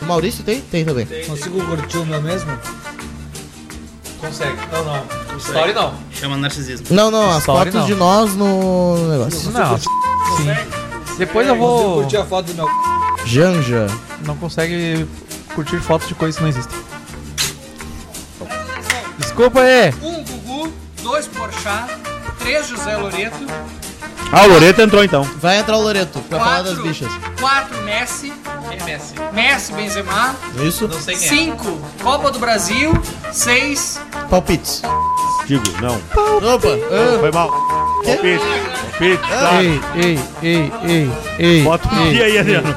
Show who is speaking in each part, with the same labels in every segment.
Speaker 1: O Maurício tem? Tem também.
Speaker 2: Consigo curtir o meu mesmo? Então
Speaker 3: Consegue. Não, não. Story não.
Speaker 4: Chama narcisismo.
Speaker 1: Não, não, as
Speaker 3: Story
Speaker 1: fotos
Speaker 3: não.
Speaker 1: de nós no negócio.
Speaker 3: Não. Sim. Depois eu
Speaker 2: É, Consigo
Speaker 3: vou.
Speaker 2: curtir a foto do meu.
Speaker 1: Janja.
Speaker 3: Não consegue curtir fotos de coisas que não existem. Desculpa aí.
Speaker 5: Um Gugu, dois Porchat, três José Loreto,
Speaker 6: Ah, o Loreto entrou então.
Speaker 1: Vai entrar o Loreto pra falar das
Speaker 5: quatro,
Speaker 1: bichas.
Speaker 5: quatro Messi,
Speaker 4: MS.
Speaker 5: é Messi, Benzema,
Speaker 1: Isso?
Speaker 4: Não sei quem é.
Speaker 5: cinco Copa do Brasil, seis
Speaker 1: Palpites.
Speaker 6: Digo, não.
Speaker 1: Opa! ah,
Speaker 6: Foi mal. Um Palpite. Palpite, tá.
Speaker 3: Ei, ei, ei, ei, ei.
Speaker 6: Bota o
Speaker 3: ei,
Speaker 6: dia aí, Adriano.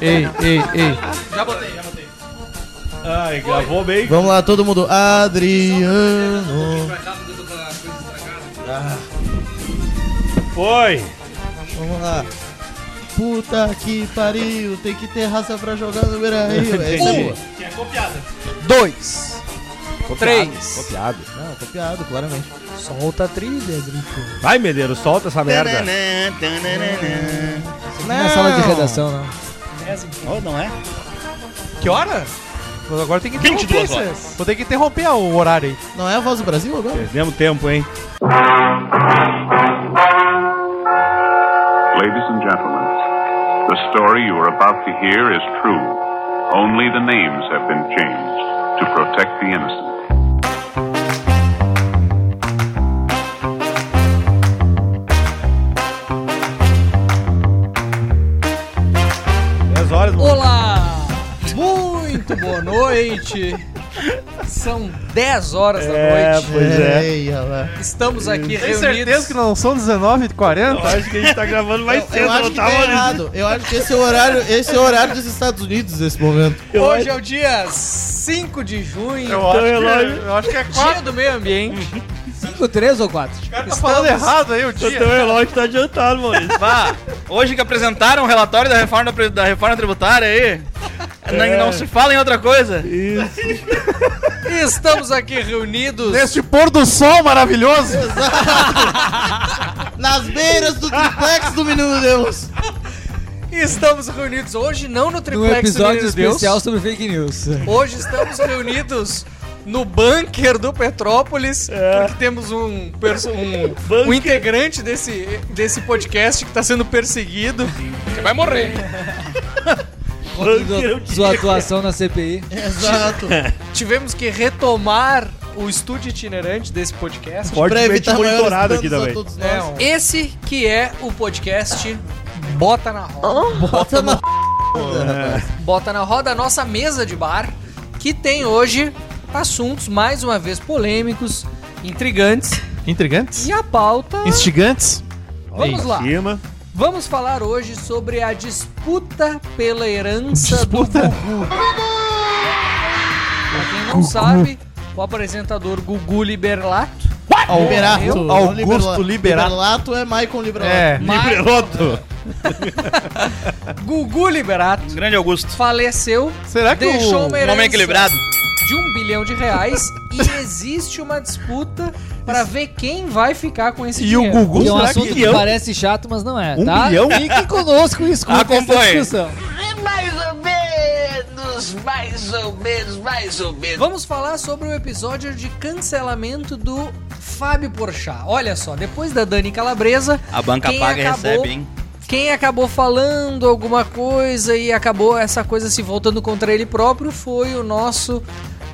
Speaker 3: ei, ei, ei.
Speaker 5: Já botei, já botei.
Speaker 6: Ai, gravou bem.
Speaker 1: Vamos lá, todo mundo. Adriano.
Speaker 6: Foi.
Speaker 1: Vamos lá. Puta que pariu, tem que ter raça pra jogar no Beira Rio. Essa é
Speaker 3: Uh!
Speaker 1: boa.
Speaker 2: Dois.
Speaker 5: Três.
Speaker 6: Copiado.
Speaker 1: Não, copiado, claramente.
Speaker 2: Solta a trilha, Drico.
Speaker 6: Vai, Medeiro, solta essa
Speaker 3: Né,
Speaker 6: merda.
Speaker 4: Tananã, tananã.
Speaker 2: Não.
Speaker 1: é
Speaker 2: Na sala de redação, não.
Speaker 4: Oh, não é?
Speaker 3: Que hora? Mas Agora tem que
Speaker 4: 22
Speaker 3: interromper. vocês. Vou ter que interromper o horário aí.
Speaker 1: Não é a voz do Brasil agora?
Speaker 6: Perdemos tempo, hein?
Speaker 7: Ladies and gentlemen, the story you are about to hear is true. Only the names have been changed to protect the innocent.
Speaker 6: Dez horas, mano.
Speaker 5: Olá! Muito boa noite! São 10 horas
Speaker 6: É,
Speaker 5: da noite.
Speaker 6: pois é.
Speaker 1: Ei, olha lá.
Speaker 5: Estamos aqui
Speaker 3: Tem certeza
Speaker 5: reunidos.
Speaker 3: que não são 19h40?
Speaker 6: Acho que a gente tá gravando mais
Speaker 1: Eu acho que tá errado. Eu acho que esse é o horário, esse é o horário dos Estados Unidos nesse momento.
Speaker 6: Eu
Speaker 5: Hoje
Speaker 6: acho-
Speaker 5: é o dia 5 de junho,
Speaker 3: Eu acho,
Speaker 6: relógio-
Speaker 3: que, eu acho que é 4.
Speaker 5: dia do meio ambiente.
Speaker 2: Cinco, três ou quatro?
Speaker 3: O cara tá falando errado aí o
Speaker 6: O
Speaker 3: dia.
Speaker 6: teu relógio tá adiantado, Maurício.
Speaker 4: Vá, hoje que apresentaram o relatório da reforma, pre- da reforma tributária aí,
Speaker 6: É.
Speaker 4: não, não se fala em outra coisa.
Speaker 6: Isso.
Speaker 5: Estamos aqui reunidos.
Speaker 3: Neste pôr do sol maravilhoso.
Speaker 1: Nas beiras do triplex do Menino Deus.
Speaker 5: Estamos reunidos hoje não no
Speaker 2: Num
Speaker 5: triplex
Speaker 2: episódio
Speaker 5: do Menino Deus.
Speaker 2: especial sobre fake news.
Speaker 5: Hoje estamos reunidos no bunker do Petrópolis, porque temos um, perso- um,
Speaker 6: Bunker.
Speaker 5: um integrante desse, desse podcast que está sendo perseguido. Que vai morrer.
Speaker 6: Bunker, eu digo.
Speaker 2: Sua atuação na CPI.
Speaker 1: Exato.
Speaker 5: Tivemos que retomar o estúdio itinerante desse podcast.
Speaker 6: Fortemente
Speaker 4: tá
Speaker 6: monitorado aqui
Speaker 1: danos a
Speaker 6: também.
Speaker 1: todos nós.
Speaker 5: É um- Esse que é o podcast Bota na Roda.
Speaker 1: Bota na
Speaker 5: Bota na Roda, a nossa mesa de bar, que tem hoje assuntos mais uma vez polêmicos, intrigantes
Speaker 3: Intrigantes?
Speaker 5: e a pauta.
Speaker 3: Instigantes?
Speaker 5: Vamos
Speaker 6: Em
Speaker 5: lá.
Speaker 6: Cima.
Speaker 5: Vamos falar hoje sobre a disputa pela herança do
Speaker 3: Disputa?
Speaker 5: Gugu. Pra quem não sabe, o apresentador Gugu Liberlato,
Speaker 1: Liberato. não
Speaker 3: Augusto
Speaker 1: Liberato.
Speaker 3: Liberato.
Speaker 1: Liberato é Michael Liberato.
Speaker 3: É.
Speaker 5: mas
Speaker 6: Liberoto.
Speaker 5: Gugu Liberato
Speaker 4: Grande Augusto.
Speaker 5: faleceu,
Speaker 3: Será que
Speaker 5: deixou
Speaker 3: o... é
Speaker 5: uma
Speaker 4: Um
Speaker 5: herança
Speaker 4: homem equilibrado.
Speaker 5: de um bilhão de reais e existe uma disputa pra ver quem vai ficar com esse
Speaker 3: E o
Speaker 5: dinheiro.
Speaker 3: Gugu,
Speaker 2: E é um
Speaker 3: será
Speaker 2: assunto
Speaker 3: que
Speaker 2: que parece chato, mas não é,
Speaker 6: Um
Speaker 2: tá?
Speaker 6: bilhão?
Speaker 2: Fiquem conosco e escutem essa
Speaker 4: Acompanhe.
Speaker 2: discussão.
Speaker 8: Mais ou menos, mais ou menos, mais ou menos.
Speaker 5: Vamos falar sobre o episódio de cancelamento do Fábio Porchat. Olha só, depois da Dani Calabresa,
Speaker 4: A banca
Speaker 5: Quem
Speaker 4: paga e
Speaker 5: acabou?
Speaker 4: recebe, hein?
Speaker 5: quem acabou falando alguma coisa e acabou essa coisa se voltando contra ele próprio foi o nosso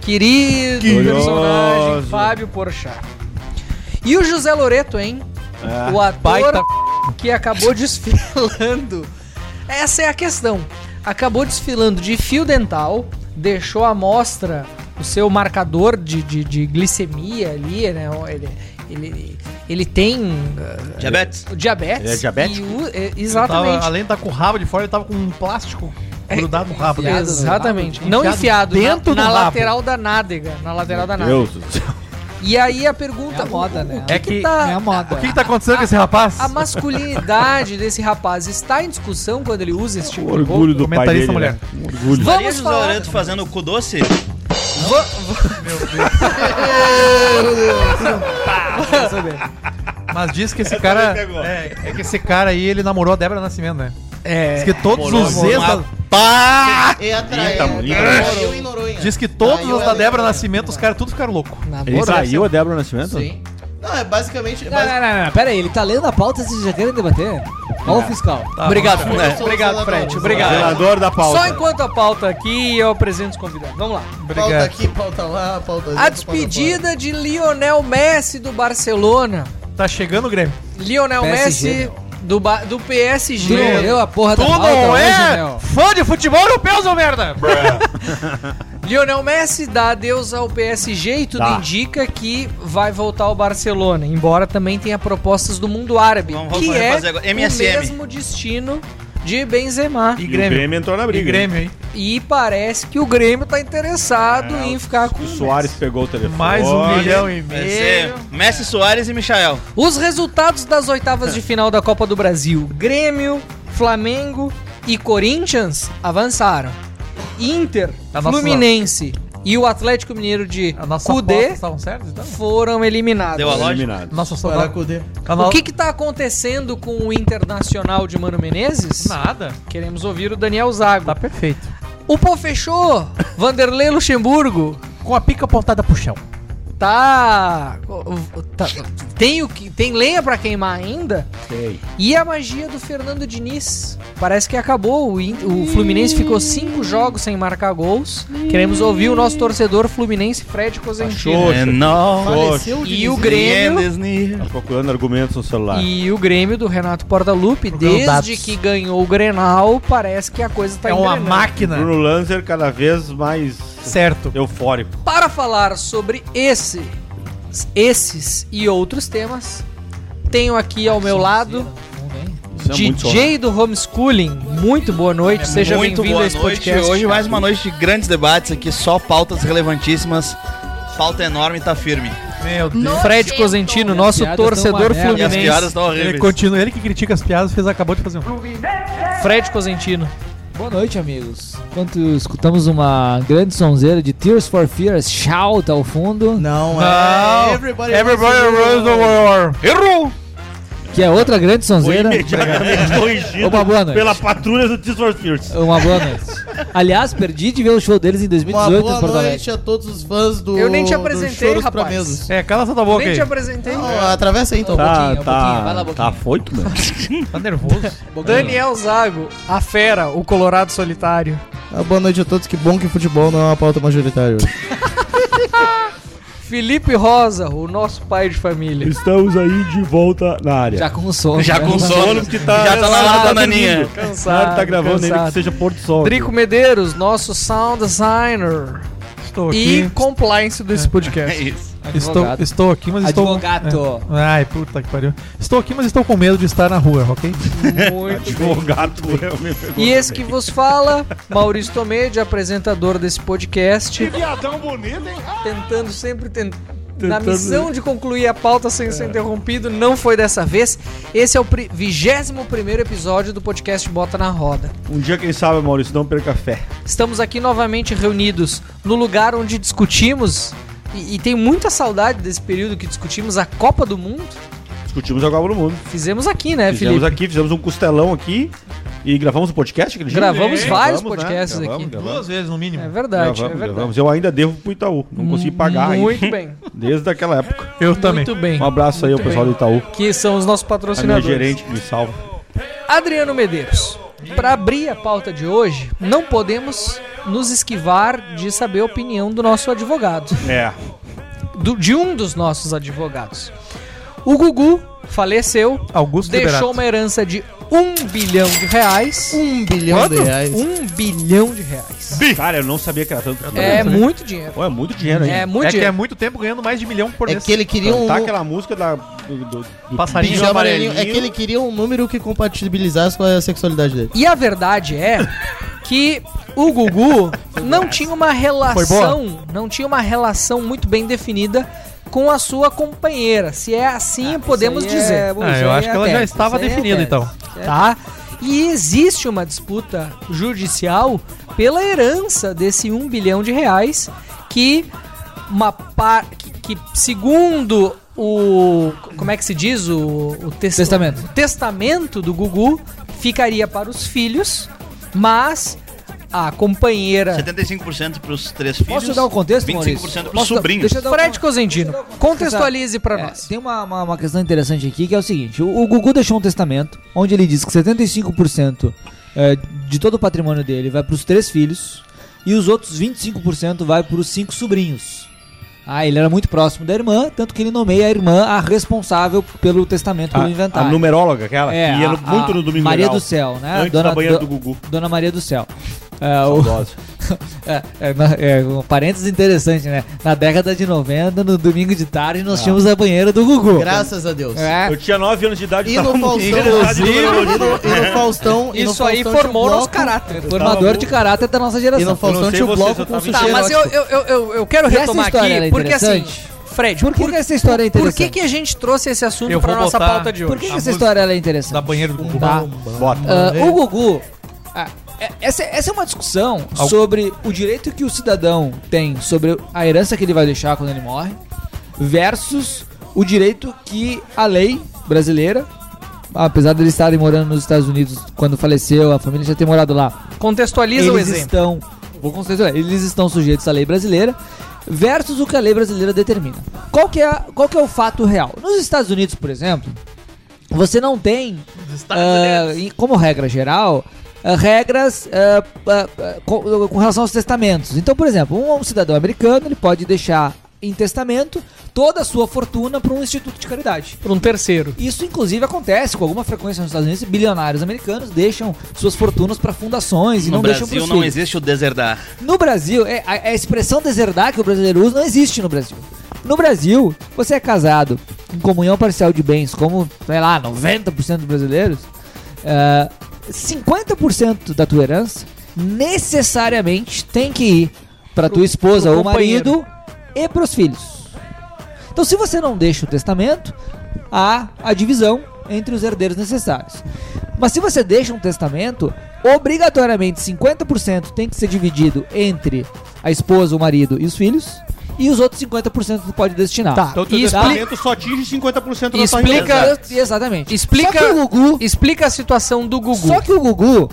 Speaker 5: querido
Speaker 6: Curioso.
Speaker 5: personagem Fábio Porchat. E o José Loreto, hein?
Speaker 6: É.
Speaker 5: o ator
Speaker 3: baita
Speaker 5: que acabou desfilando. Essa é a questão. Acabou desfilando de fio dental, deixou à mostra o seu marcador de, de, de glicemia ali, né? Ele, ele, ele tem
Speaker 6: É.
Speaker 5: ah,
Speaker 4: Diabetes.
Speaker 5: diabetes.
Speaker 6: Ele é
Speaker 5: e
Speaker 6: diabético?
Speaker 5: o- é,
Speaker 3: Tava,
Speaker 5: exatamente. É.
Speaker 3: além de estar com o rabo de fora, ele tava com um plástico grudado no rabo dele.
Speaker 5: Exatamente.
Speaker 3: Enfiado
Speaker 5: Não
Speaker 3: no
Speaker 5: enfiado,
Speaker 3: dentro
Speaker 5: na, na
Speaker 3: do rabo.
Speaker 5: lateral da nádega. Na lateral
Speaker 3: né?
Speaker 5: da nádega.
Speaker 6: Deus do céu.
Speaker 5: E aí a pergunta.
Speaker 2: É a moda,
Speaker 5: o- o
Speaker 2: né?
Speaker 5: que
Speaker 3: É
Speaker 5: que
Speaker 3: que-
Speaker 5: tá-
Speaker 2: É a moda.
Speaker 3: O que, que tá acontecendo com esse rapaz?
Speaker 5: A masculinidade desse rapaz está em discussão quando ele usa esse tipo
Speaker 6: O
Speaker 5: de roupa?
Speaker 6: orgulho do pai dele.
Speaker 3: Comentarista mulher.
Speaker 6: Né? Um orgulho.
Speaker 5: Vamos
Speaker 4: Maria José
Speaker 5: falar.
Speaker 4: Loreto fazendo o cu doce?
Speaker 3: Mas diz que esse cara.
Speaker 6: pegou.
Speaker 3: É, é que esse cara aí, ele namorou a Débora Nascimento, né?
Speaker 5: É.
Speaker 3: Diz que todos
Speaker 4: Namorou,
Speaker 3: os ex.
Speaker 4: namorou.
Speaker 3: da-
Speaker 4: Pá!
Speaker 1: E atraiu.
Speaker 6: Limpa, limpa.
Speaker 1: Morou em Noronha.
Speaker 3: Diz que todos
Speaker 1: Traiu
Speaker 3: os da
Speaker 1: ela em
Speaker 3: Débora
Speaker 1: Noronha.
Speaker 3: Nascimento, os caras tudo ficaram loucos.
Speaker 5: Tá
Speaker 6: Ele
Speaker 2: tá
Speaker 6: traiu a Débora Nascimento?
Speaker 1: Sim. Não, é basicamente.
Speaker 2: Não, não, não, não, pera aí, ele tá lendo a pauta e vocês já querem debater? Olha o fiscal. tá
Speaker 5: Obrigado, né?
Speaker 1: sou
Speaker 5: Obrigado,
Speaker 1: zelador.
Speaker 5: Fred. Obrigado.
Speaker 6: Zelador da pauta.
Speaker 5: Só enquanto a pauta aqui, eu apresento os convidados. Vamos lá.
Speaker 1: Pauta aqui, pauta lá, pauta ali,
Speaker 5: A
Speaker 1: pauta
Speaker 5: despedida de Lionel Messi do Barcelona.
Speaker 3: Tá chegando o Grêmio.
Speaker 5: Lionel
Speaker 2: PSG,
Speaker 5: Messi do, ba- do PSG.
Speaker 2: Tu não leu a porra da
Speaker 5: Tu
Speaker 2: pauta
Speaker 5: não
Speaker 2: hoje,
Speaker 5: é?
Speaker 2: Léo?
Speaker 5: Fã de futebol europeu, seu merda! Lionel Messi dá adeus ao PSG e tudo
Speaker 6: Dá.
Speaker 5: indica que vai voltar ao Barcelona, embora também tenha propostas do mundo árabe,
Speaker 4: Vamos- vamos
Speaker 5: que é
Speaker 4: refazer agora. MSM.
Speaker 5: o mesmo destino de Benzema.
Speaker 6: E o Grêmio entrou na
Speaker 3: E
Speaker 6: briga.
Speaker 3: Grêmio, hein?
Speaker 5: E parece que o Grêmio tá interessado
Speaker 6: É,
Speaker 5: em ficar com
Speaker 6: O
Speaker 5: o
Speaker 6: Soares pegou o telefone.
Speaker 3: Mais um milhão e
Speaker 4: Vai ser
Speaker 3: meio.
Speaker 4: Messi, Soares e Michael.
Speaker 5: Os resultados das oitavas
Speaker 4: É.
Speaker 5: de final da Copa do Brasil: Grêmio, Flamengo e Corinthians avançaram. Inter,
Speaker 3: Tava
Speaker 5: Fluminense e o Atlético Mineiro de
Speaker 3: A nossa aposta
Speaker 5: Cudê
Speaker 3: estavam certas, então?
Speaker 5: foram eliminados.
Speaker 4: Deu a lógica.
Speaker 6: Eliminado.
Speaker 3: Nossa
Speaker 1: lá.
Speaker 3: sopa.
Speaker 1: Paracudê.
Speaker 3: Tá
Speaker 5: O que está acontecendo com o Internacional de Mano Menezes?
Speaker 3: Nada.
Speaker 5: Queremos ouvir o Daniel Zago.
Speaker 3: Tá perfeito.
Speaker 5: O pô fechou. Vanderlei Luxemburgo
Speaker 3: Com a pica apontada pro chão.
Speaker 5: tá, tá- tem o que tem lenha pra queimar ainda.
Speaker 6: Sei.
Speaker 5: E a magia do Fernando Diniz. Parece que acabou. O, In- o Fluminense ficou cinco jogos sem marcar gols. Queremos ouvir o nosso torcedor Fluminense Fred
Speaker 3: Tá
Speaker 5: Cosentino.
Speaker 6: Achou. Poxa.
Speaker 4: não.
Speaker 1: Faleceu
Speaker 5: É E
Speaker 1: Diniz,
Speaker 5: o
Speaker 1: né?
Speaker 5: Grêmio.
Speaker 6: Tá procurando argumentos no celular.
Speaker 5: E o Grêmio do Renato Portaluppi,
Speaker 3: Procurando
Speaker 5: desde
Speaker 3: dados.
Speaker 5: que ganhou o Grenal, parece que a coisa tá
Speaker 3: é uma
Speaker 5: engrenando.
Speaker 3: máquina.
Speaker 6: Bruno Lanzer cada vez mais
Speaker 3: Certo.
Speaker 6: eufórico.
Speaker 5: Para falar sobre esse, esses e outros temas, tenho aqui ao meu lado
Speaker 6: Isso é muito
Speaker 5: DJ do Homeschooling. Muito boa noite, seja
Speaker 4: Muito
Speaker 5: bem-vindo a
Speaker 4: boa
Speaker 5: esse
Speaker 4: noite.
Speaker 5: podcast.
Speaker 4: Hoje mais uma noite de grandes debates aqui, só pautas relevantíssimas. Pauta enorme tá firme.
Speaker 3: Meu Deus.
Speaker 5: Fred Cosentino, nosso
Speaker 2: As piadas
Speaker 5: torcedor
Speaker 2: tão uma merda.
Speaker 4: E as
Speaker 5: fluminense.
Speaker 4: piadas estão
Speaker 3: Ele,
Speaker 4: horríveis.
Speaker 3: continua, ele que critica as piadas fez, acabou de fazer um.
Speaker 5: Fred Cosentino.
Speaker 2: Boa noite, amigos. Enquanto escutamos uma grande sonzeira de Tears for Fears, shout ao fundo,
Speaker 1: Não,
Speaker 3: Não.
Speaker 1: é. Everybody,
Speaker 3: Everybody runs the world.
Speaker 4: Errou!
Speaker 2: que é outra grande
Speaker 6: Foi
Speaker 2: sonzeira.
Speaker 6: imediatamente corrigido
Speaker 2: Opa, boa noite.
Speaker 6: pela patrulha do Tears for Fears.
Speaker 2: Uma boa noite. Aliás, perdi de ver o show deles em
Speaker 1: Uma
Speaker 2: 2018 em
Speaker 1: boa
Speaker 2: Porto Alegre.
Speaker 1: noite a todos os fãs do.
Speaker 5: Eu nem te
Speaker 1: do
Speaker 5: apresentei,
Speaker 1: Choros pra
Speaker 5: rapaz. é.
Speaker 1: Mesos.
Speaker 3: É, cala essa tua boca
Speaker 5: Nem
Speaker 3: aí.
Speaker 5: te apresentei.
Speaker 1: Não, atravessa aí então.
Speaker 2: Tá.
Speaker 6: Tá,
Speaker 2: boquinha, boquinha, vai lá,
Speaker 6: tá.
Speaker 2: boquinha.
Speaker 6: Tá foito, mano.
Speaker 3: Tá nervoso.
Speaker 5: Daniel Zago, a fera, o Colorado Solitário.
Speaker 1: Ah, boa noite a todos, que bom que futebol não é uma pauta majoritária hoje.
Speaker 5: Felipe Rosa, o nosso pai de família.
Speaker 6: Estamos aí de volta na área.
Speaker 2: Já com sono.
Speaker 4: Já com sono,
Speaker 6: que tá-
Speaker 4: já tá
Speaker 5: Cansado,
Speaker 4: na hora da naninha.
Speaker 6: Na área
Speaker 5: Cansado,
Speaker 6: tá gravando ele que
Speaker 5: cansado.
Speaker 6: seja Porto Sol.
Speaker 5: Drico Medeiros, nosso sound designer.
Speaker 3: Estou aqui.
Speaker 5: E compliance desse
Speaker 4: É
Speaker 5: podcast.
Speaker 4: isso.
Speaker 3: Estou,
Speaker 2: Advogado.
Speaker 3: estou aqui, mas estou.
Speaker 2: Advogado.
Speaker 3: É. Ai, puta que pariu. Estou aqui, mas estou com medo de estar na rua, ok?
Speaker 5: Muito
Speaker 6: Advogado, eu me pegou.
Speaker 5: E esse que vos fala, Maurício Tomedi, apresentador desse podcast. Que viadão bonito, hein? Tentando sempre ten- Na
Speaker 6: Tentando- É.
Speaker 5: missão de concluir a pauta sem ser interrompido, não foi dessa vez. Esse é o pri- 21º episódio do podcast Bota na Roda.
Speaker 6: Um dia, quem sabe, Maurício, não perca fé.
Speaker 5: Estamos aqui novamente reunidos no lugar onde discutimos, e, e tem muita saudade desse período que discutimos a Copa do Mundo.
Speaker 6: Discutimos a Copa do Mundo.
Speaker 5: Fizemos aqui, né,
Speaker 6: fizemos
Speaker 5: Felipe?
Speaker 6: aqui, fizemos um costelão aqui e gravamos um podcast aquele dia?
Speaker 5: Gravamos vários
Speaker 6: Gravamos, né?
Speaker 5: podcasts
Speaker 6: Gravamos,
Speaker 5: aqui.
Speaker 6: Gravamos,
Speaker 3: Duas vezes no mínimo.
Speaker 5: É verdade,
Speaker 6: Gravamos,
Speaker 5: é verdade.
Speaker 6: gravamos. Eu ainda devo pro Itaú. Não consegui pagar ainda,
Speaker 5: Muito bem,
Speaker 6: desde aquela época.
Speaker 3: Eu também.
Speaker 5: muito bem.
Speaker 6: Um abraço aí ao pessoal do Itaú.
Speaker 5: Que são os nossos
Speaker 6: A minha
Speaker 5: patrocinadores.
Speaker 6: gerente que me salva.
Speaker 5: Adriano Medeiros, para abrir a pauta de hoje, não podemos nos esquivar de saber a opinião do nosso advogado,
Speaker 6: É.
Speaker 5: do- de um dos nossos advogados. O Gugu faleceu,
Speaker 3: Augusto
Speaker 5: deixou
Speaker 3: Liberato.
Speaker 5: uma herança de um bilhão de reais.
Speaker 1: Um bilhão de reais.
Speaker 5: Um bilhão de reais.
Speaker 6: Cara, eu não sabia que era tanto.
Speaker 5: É muito dinheiro.
Speaker 6: Pô, é muito dinheiro, hein?
Speaker 5: É muito
Speaker 3: é que é
Speaker 5: dinheiro.
Speaker 3: muito tempo ganhando mais de milhão por
Speaker 1: É
Speaker 3: mês.
Speaker 1: que ele queria um.
Speaker 6: Cantar Tá, aquela música da, do, do, do
Speaker 3: Passarinho
Speaker 1: Pijama
Speaker 3: amarelinho.
Speaker 1: amarelinho. É que ele queria um número que compatibilizasse com a sexualidade dele.
Speaker 5: E a verdade é que o Gugu não tinha uma relação, não tinha uma relação muito bem definida com a sua companheira, se é assim podemos dizer,
Speaker 3: Ah, eu acho que ela já estava definida, então.
Speaker 5: tá? E existe uma disputa judicial pela herança desse um bilhão de reais que uma par... que, que segundo o como é que se diz o, o tes-
Speaker 2: Testamento.
Speaker 5: o testamento do Gugu ficaria para os filhos, mas a companheira
Speaker 4: 75% pros três filhos.
Speaker 2: Posso dar um o contexto,
Speaker 4: 25%
Speaker 2: Maurício?
Speaker 4: pros
Speaker 2: Posso dar-
Speaker 4: sobrinhos.
Speaker 2: deixa eu
Speaker 1: um
Speaker 2: dar um o-
Speaker 5: Fred Cosentino. Contextualize pra
Speaker 2: É,
Speaker 5: nós.
Speaker 2: Tem uma, uma, uma questão interessante aqui que é o seguinte: o, o Gugu deixou um testamento onde ele diz que 75% é, de todo o patrimônio dele vai pros três filhos e os outros 25% vai pros cinco sobrinhos. Ah, ele era muito próximo da irmã, tanto que ele nomeia a irmã a responsável pelo testamento, pelo
Speaker 6: Ah, A, a
Speaker 2: inventário.
Speaker 6: numeróloga, aquela,
Speaker 2: É,
Speaker 6: que ia
Speaker 2: a-
Speaker 6: no- muito
Speaker 2: a
Speaker 6: no domingo
Speaker 2: Maria
Speaker 6: Legal,
Speaker 2: do Céu, né?
Speaker 6: Antes da banheira do Gugu.
Speaker 2: Dona Maria do Céu. É, o-
Speaker 6: Saudosa.
Speaker 2: é, é, na- é, um parênteses interessante, né? Na década de 90, no domingo de tarde, nós tínhamos a banheira do Gugu.
Speaker 1: Graças a Deus.
Speaker 2: É.
Speaker 6: Eu tinha 9 anos de idade.
Speaker 1: E
Speaker 6: tava
Speaker 1: no Faustão,
Speaker 6: na idade do
Speaker 1: inclusive,
Speaker 6: Gugu.
Speaker 1: e no, e no Faustão... e no
Speaker 5: Isso
Speaker 1: Faustão
Speaker 5: aí
Speaker 1: tinha
Speaker 5: formou
Speaker 1: um
Speaker 5: nosso
Speaker 1: bloco-
Speaker 5: caráter.
Speaker 2: Formador
Speaker 6: muito-
Speaker 2: de caráter da nossa
Speaker 1: E
Speaker 2: geração.
Speaker 1: no Faustão
Speaker 6: sei
Speaker 1: tinha o
Speaker 6: vocês,
Speaker 1: bloco
Speaker 6: eu
Speaker 1: com
Speaker 6: tava em
Speaker 1: sushi
Speaker 5: Tá, mas eu,
Speaker 1: erótico.
Speaker 5: eu, eu, eu, eu quero
Speaker 2: E essa
Speaker 5: retomar
Speaker 2: história era
Speaker 5: aqui, porque assim,
Speaker 2: interessante?
Speaker 5: Fred,
Speaker 2: Por que que essa história é
Speaker 5: Por que,
Speaker 2: interessante?
Speaker 5: que a gente trouxe esse assunto
Speaker 3: Eu
Speaker 5: pra
Speaker 3: vou
Speaker 5: nossa
Speaker 3: botar-
Speaker 5: pauta de
Speaker 2: Por
Speaker 5: hoje?
Speaker 2: que, que
Speaker 3: A
Speaker 2: essa
Speaker 3: música
Speaker 2: história ela é
Speaker 3: Da
Speaker 2: interessante?
Speaker 3: banheira do Gugu.
Speaker 2: Tá.
Speaker 6: Bota.
Speaker 2: Ah, o Gugu. ah, é- essa, essa é uma discussão sobre o direito que o cidadão tem sobre a herança que ele vai deixar quando ele morre, versus o direito que a lei brasileira, apesar de eles estarem morando nos Estados Unidos quando faleceu, a família já ter morado lá,
Speaker 5: Contextualiza o
Speaker 2: eles
Speaker 5: exemplo.
Speaker 2: estão, vou conceituar, eles estão sujeitos à lei brasileira versus o que a lei brasileira determina. Qual que é, a- qual que é o fato real? Nos Estados Unidos, por exemplo, você não tem, ah, em- como regra geral, ah, regras ah, ah, ah, com, com relação aos testamentos. Então, por exemplo, um, um cidadão americano ele pode deixar em testamento toda a sua fortuna para um instituto de caridade.
Speaker 5: Por um terceiro.
Speaker 2: Isso, inclusive, acontece com alguma frequência nos Estados Unidos. Bilionários americanos deixam suas fortunas para fundações e
Speaker 4: No
Speaker 2: não deixam
Speaker 4: Brasil
Speaker 2: para
Speaker 4: não existe o deserdar.
Speaker 2: no Brasil, é, a, a expressão deserdar que o brasileiro usa não existe no Brasil. No Brasil, você é casado em comunhão parcial de bens, como, sei lá, 90% dos brasileiros, ah, 50% da tua herança necessariamente tem que ir para tua esposa
Speaker 5: pro
Speaker 2: ou
Speaker 5: companheiro.
Speaker 2: marido e para os filhos. Então, se você não deixa o testamento, há a divisão entre os herdeiros necessários. Mas se você deixa um testamento, obrigatoriamente 50% tem que ser dividido entre a esposa, o marido e os filhos, e os outros 50% tu pode destinar.
Speaker 5: Tá.
Speaker 6: Então,
Speaker 5: E
Speaker 6: teu
Speaker 5: expli-
Speaker 6: testamento só atinge 50% da sua
Speaker 5: Explica-
Speaker 6: renda.
Speaker 2: Exa- Exatamente.
Speaker 5: Explica-
Speaker 2: Só que o Gugu,
Speaker 5: Explica a situação do Gugu.
Speaker 2: só que o Gugu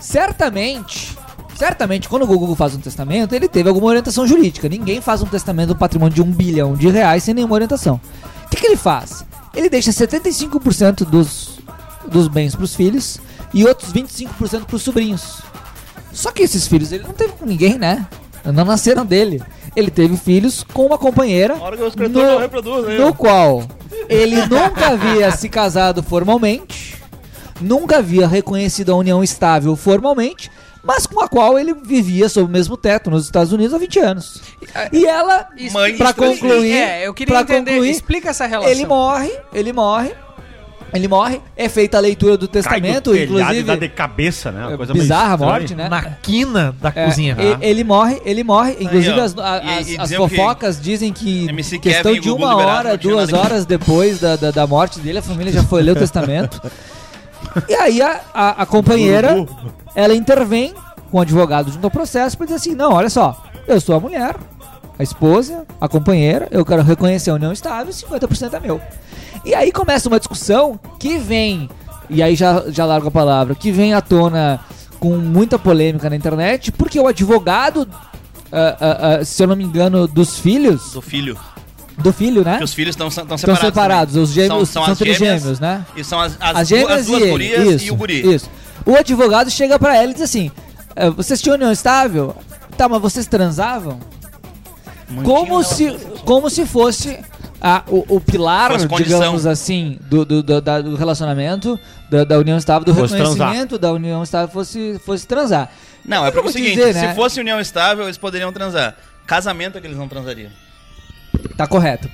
Speaker 2: certamente, certamente quando o Gugu faz um testamento, ele teve alguma orientação jurídica. Ninguém faz um testamento do patrimônio de um bilhão de reais sem nenhuma orientação. O que, que ele faz? Ele deixa 75% dos, dos bens para os filhos e outros 25% para os sobrinhos. Só que esses filhos ele não teve com ninguém, né? Não nasceram dele. Ele teve filhos com uma companheira
Speaker 6: hora que os credores
Speaker 2: No-
Speaker 6: não reproduzem.
Speaker 2: no qual ele nunca havia se casado formalmente, nunca havia reconhecido a união estável formalmente, mas com a qual ele vivia sob o mesmo teto nos Estados Unidos há 20 anos. E ela,
Speaker 4: Mãe
Speaker 2: pra
Speaker 4: dos três
Speaker 2: concluir,
Speaker 5: É, eu queria
Speaker 2: pra
Speaker 5: entender.
Speaker 2: concluir,
Speaker 5: Explica essa relação.
Speaker 2: ele morre, ele morre, ele morre, é feita a leitura
Speaker 6: Cai do
Speaker 2: do testamento,
Speaker 6: telhado e
Speaker 2: inclusive...
Speaker 6: dá de cabeça, né? Uma
Speaker 2: é
Speaker 6: coisa meio
Speaker 2: bizarra a
Speaker 6: estranha.
Speaker 2: morte, né?
Speaker 3: Na quina da
Speaker 2: É,
Speaker 3: cozinha.
Speaker 2: e- ele morre, ele morre. Inclusive,
Speaker 4: Ah. ó.
Speaker 2: as, a-
Speaker 4: E-
Speaker 2: as-
Speaker 4: e
Speaker 2: as
Speaker 4: diziam que
Speaker 2: fofocas dizem que
Speaker 4: MC
Speaker 2: questão
Speaker 4: Kevin e
Speaker 2: de
Speaker 4: Gugu
Speaker 2: uma
Speaker 4: liberaram,
Speaker 2: hora,
Speaker 4: não tinha
Speaker 2: duas
Speaker 4: nada que-
Speaker 2: horas depois da, da, da morte dele, a família já foi ler o testamento. E aí a, a, a companheira, ela intervém com o advogado junto ao processo pra dizer assim, não, olha só, eu sou a mulher, a esposa, a companheira, eu quero reconhecer a união estável, 50% é meu. E aí começa uma discussão que vem, e aí já, já largo a palavra, que vem à tona com muita polêmica na internet, porque o advogado, ah, ah, ah, se eu não me engano, dos filhos,
Speaker 4: Do filho.
Speaker 2: do filho, né?
Speaker 4: Que os filhos estão separados.
Speaker 2: Estão separados,
Speaker 4: também.
Speaker 2: os gêmeos são,
Speaker 4: as
Speaker 2: trigêmeos, né?
Speaker 4: E são as, as
Speaker 2: As
Speaker 4: du- as
Speaker 2: gêmeas
Speaker 4: duas
Speaker 2: e ele.
Speaker 4: gurias
Speaker 2: isso,
Speaker 4: e o guri.
Speaker 2: Isso. O advogado chega pra ela e diz assim: "Ah, vocês tinham união estável? Tá, mas vocês transavam? como se como se fosse a- o, o pilar,
Speaker 4: Fosse condição.
Speaker 2: digamos assim, do, do, do- da- do relacionamento, da, da união estável, do
Speaker 6: Fosse
Speaker 2: reconhecimento da união estável fosse, fosse transar.
Speaker 4: Não, é
Speaker 2: Eu
Speaker 4: porque é
Speaker 2: vou
Speaker 4: o seguinte,
Speaker 2: dizer,
Speaker 4: se
Speaker 2: né?
Speaker 4: fosse união estável, eles poderiam transar. Casamento é que eles não transariam.
Speaker 2: Tá correto.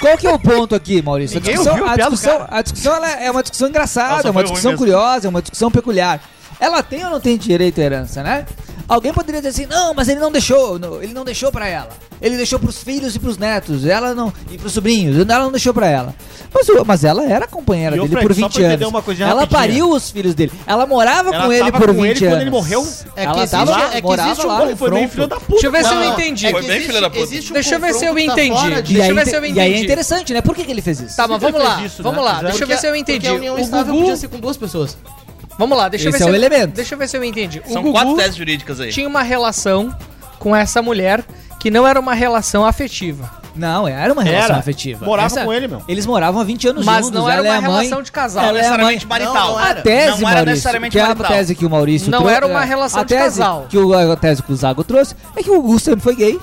Speaker 2: Qual que é o ponto aqui, Maurício? A
Speaker 3: Ninguém
Speaker 2: discussão,
Speaker 3: ouviu
Speaker 2: a
Speaker 3: o piada do
Speaker 2: discussão,
Speaker 3: cara.
Speaker 2: a discussão ela é uma discussão
Speaker 4: Nossa,
Speaker 2: engraçada, é
Speaker 4: foi
Speaker 2: uma
Speaker 4: ruim
Speaker 2: discussão
Speaker 4: mesmo.
Speaker 2: curiosa, é uma discussão peculiar. Ela tem ou não tem direito à herança, né? Alguém poderia dizer assim, não, mas ele não deixou, não, ele não deixou pra ela. Ele deixou pros filhos e pros netos, ela não e pros sobrinhos, ela não deixou pra ela. Mas, o- mas ela era companheira
Speaker 6: E, ô,
Speaker 2: dele
Speaker 6: Fred,
Speaker 2: por
Speaker 6: só
Speaker 2: 20
Speaker 6: pra entender
Speaker 2: anos.
Speaker 6: uma coisa
Speaker 2: ela
Speaker 6: rapidinha.
Speaker 2: pariu os filhos dele. Ela morava
Speaker 6: Ela
Speaker 2: com ele
Speaker 6: tava
Speaker 2: por
Speaker 6: com
Speaker 2: 20
Speaker 6: ele
Speaker 2: anos.
Speaker 6: quando ele morreu?
Speaker 1: É que
Speaker 2: ela
Speaker 1: existe-
Speaker 2: tava,
Speaker 1: é que
Speaker 2: morava
Speaker 1: existe um
Speaker 2: lá.
Speaker 1: conflito.
Speaker 6: Ele foi meio filho da puta.
Speaker 5: Deixa eu ver se eu
Speaker 1: Não,
Speaker 5: entendi.
Speaker 1: é que
Speaker 4: Foi bem
Speaker 1: existe-
Speaker 4: filha da puta.
Speaker 1: existe um
Speaker 5: Deixa eu ver se eu
Speaker 1: confronto que tá
Speaker 5: entendi.
Speaker 1: fora de-
Speaker 5: Deixa eu
Speaker 2: aí
Speaker 5: ver
Speaker 2: te-
Speaker 5: se eu
Speaker 2: E aí é
Speaker 5: entendi.
Speaker 2: interessante, né? Por que, que ele fez isso?
Speaker 5: Tá, mas vamos
Speaker 6: fez
Speaker 5: lá.
Speaker 6: isso,
Speaker 5: vamos
Speaker 6: né?
Speaker 5: lá. Deixa eu ver se eu
Speaker 1: Porque
Speaker 5: entendi.
Speaker 1: a união
Speaker 5: O
Speaker 1: estável
Speaker 5: Gugu,
Speaker 1: podia ser com duas pessoas.
Speaker 5: Vamos lá, deixa eu
Speaker 2: Esse
Speaker 5: ver
Speaker 2: é o
Speaker 5: eu-
Speaker 2: elemento.
Speaker 5: Deixa eu ver se eu entendi. O
Speaker 4: São
Speaker 5: Gugu
Speaker 4: quatro teses jurídicas aí.
Speaker 5: tinha uma relação com essa mulher que não era uma relação afetiva.
Speaker 2: Não, era uma relação afetiva.
Speaker 6: Morava
Speaker 2: Essa-
Speaker 6: com ele, meu.
Speaker 2: Eles moravam há 20 anos
Speaker 5: Mas
Speaker 2: juntos,
Speaker 5: não era
Speaker 2: ela
Speaker 5: uma
Speaker 2: é a mãe.
Speaker 5: relação de casal.
Speaker 2: Ela é a mãe.
Speaker 4: necessariamente marital.
Speaker 1: Não, não
Speaker 2: A
Speaker 1: era.
Speaker 2: tese,
Speaker 4: Não era
Speaker 2: Maurício,
Speaker 4: necessariamente
Speaker 2: que é a
Speaker 4: marital.
Speaker 2: tese que o Maurício
Speaker 5: Não
Speaker 2: trouxe-
Speaker 5: era uma
Speaker 2: é,
Speaker 5: relação
Speaker 2: a
Speaker 5: de
Speaker 2: tese
Speaker 5: casal.
Speaker 2: Que o, a tese que o Zago trouxe é que o Gugu sempre foi gay.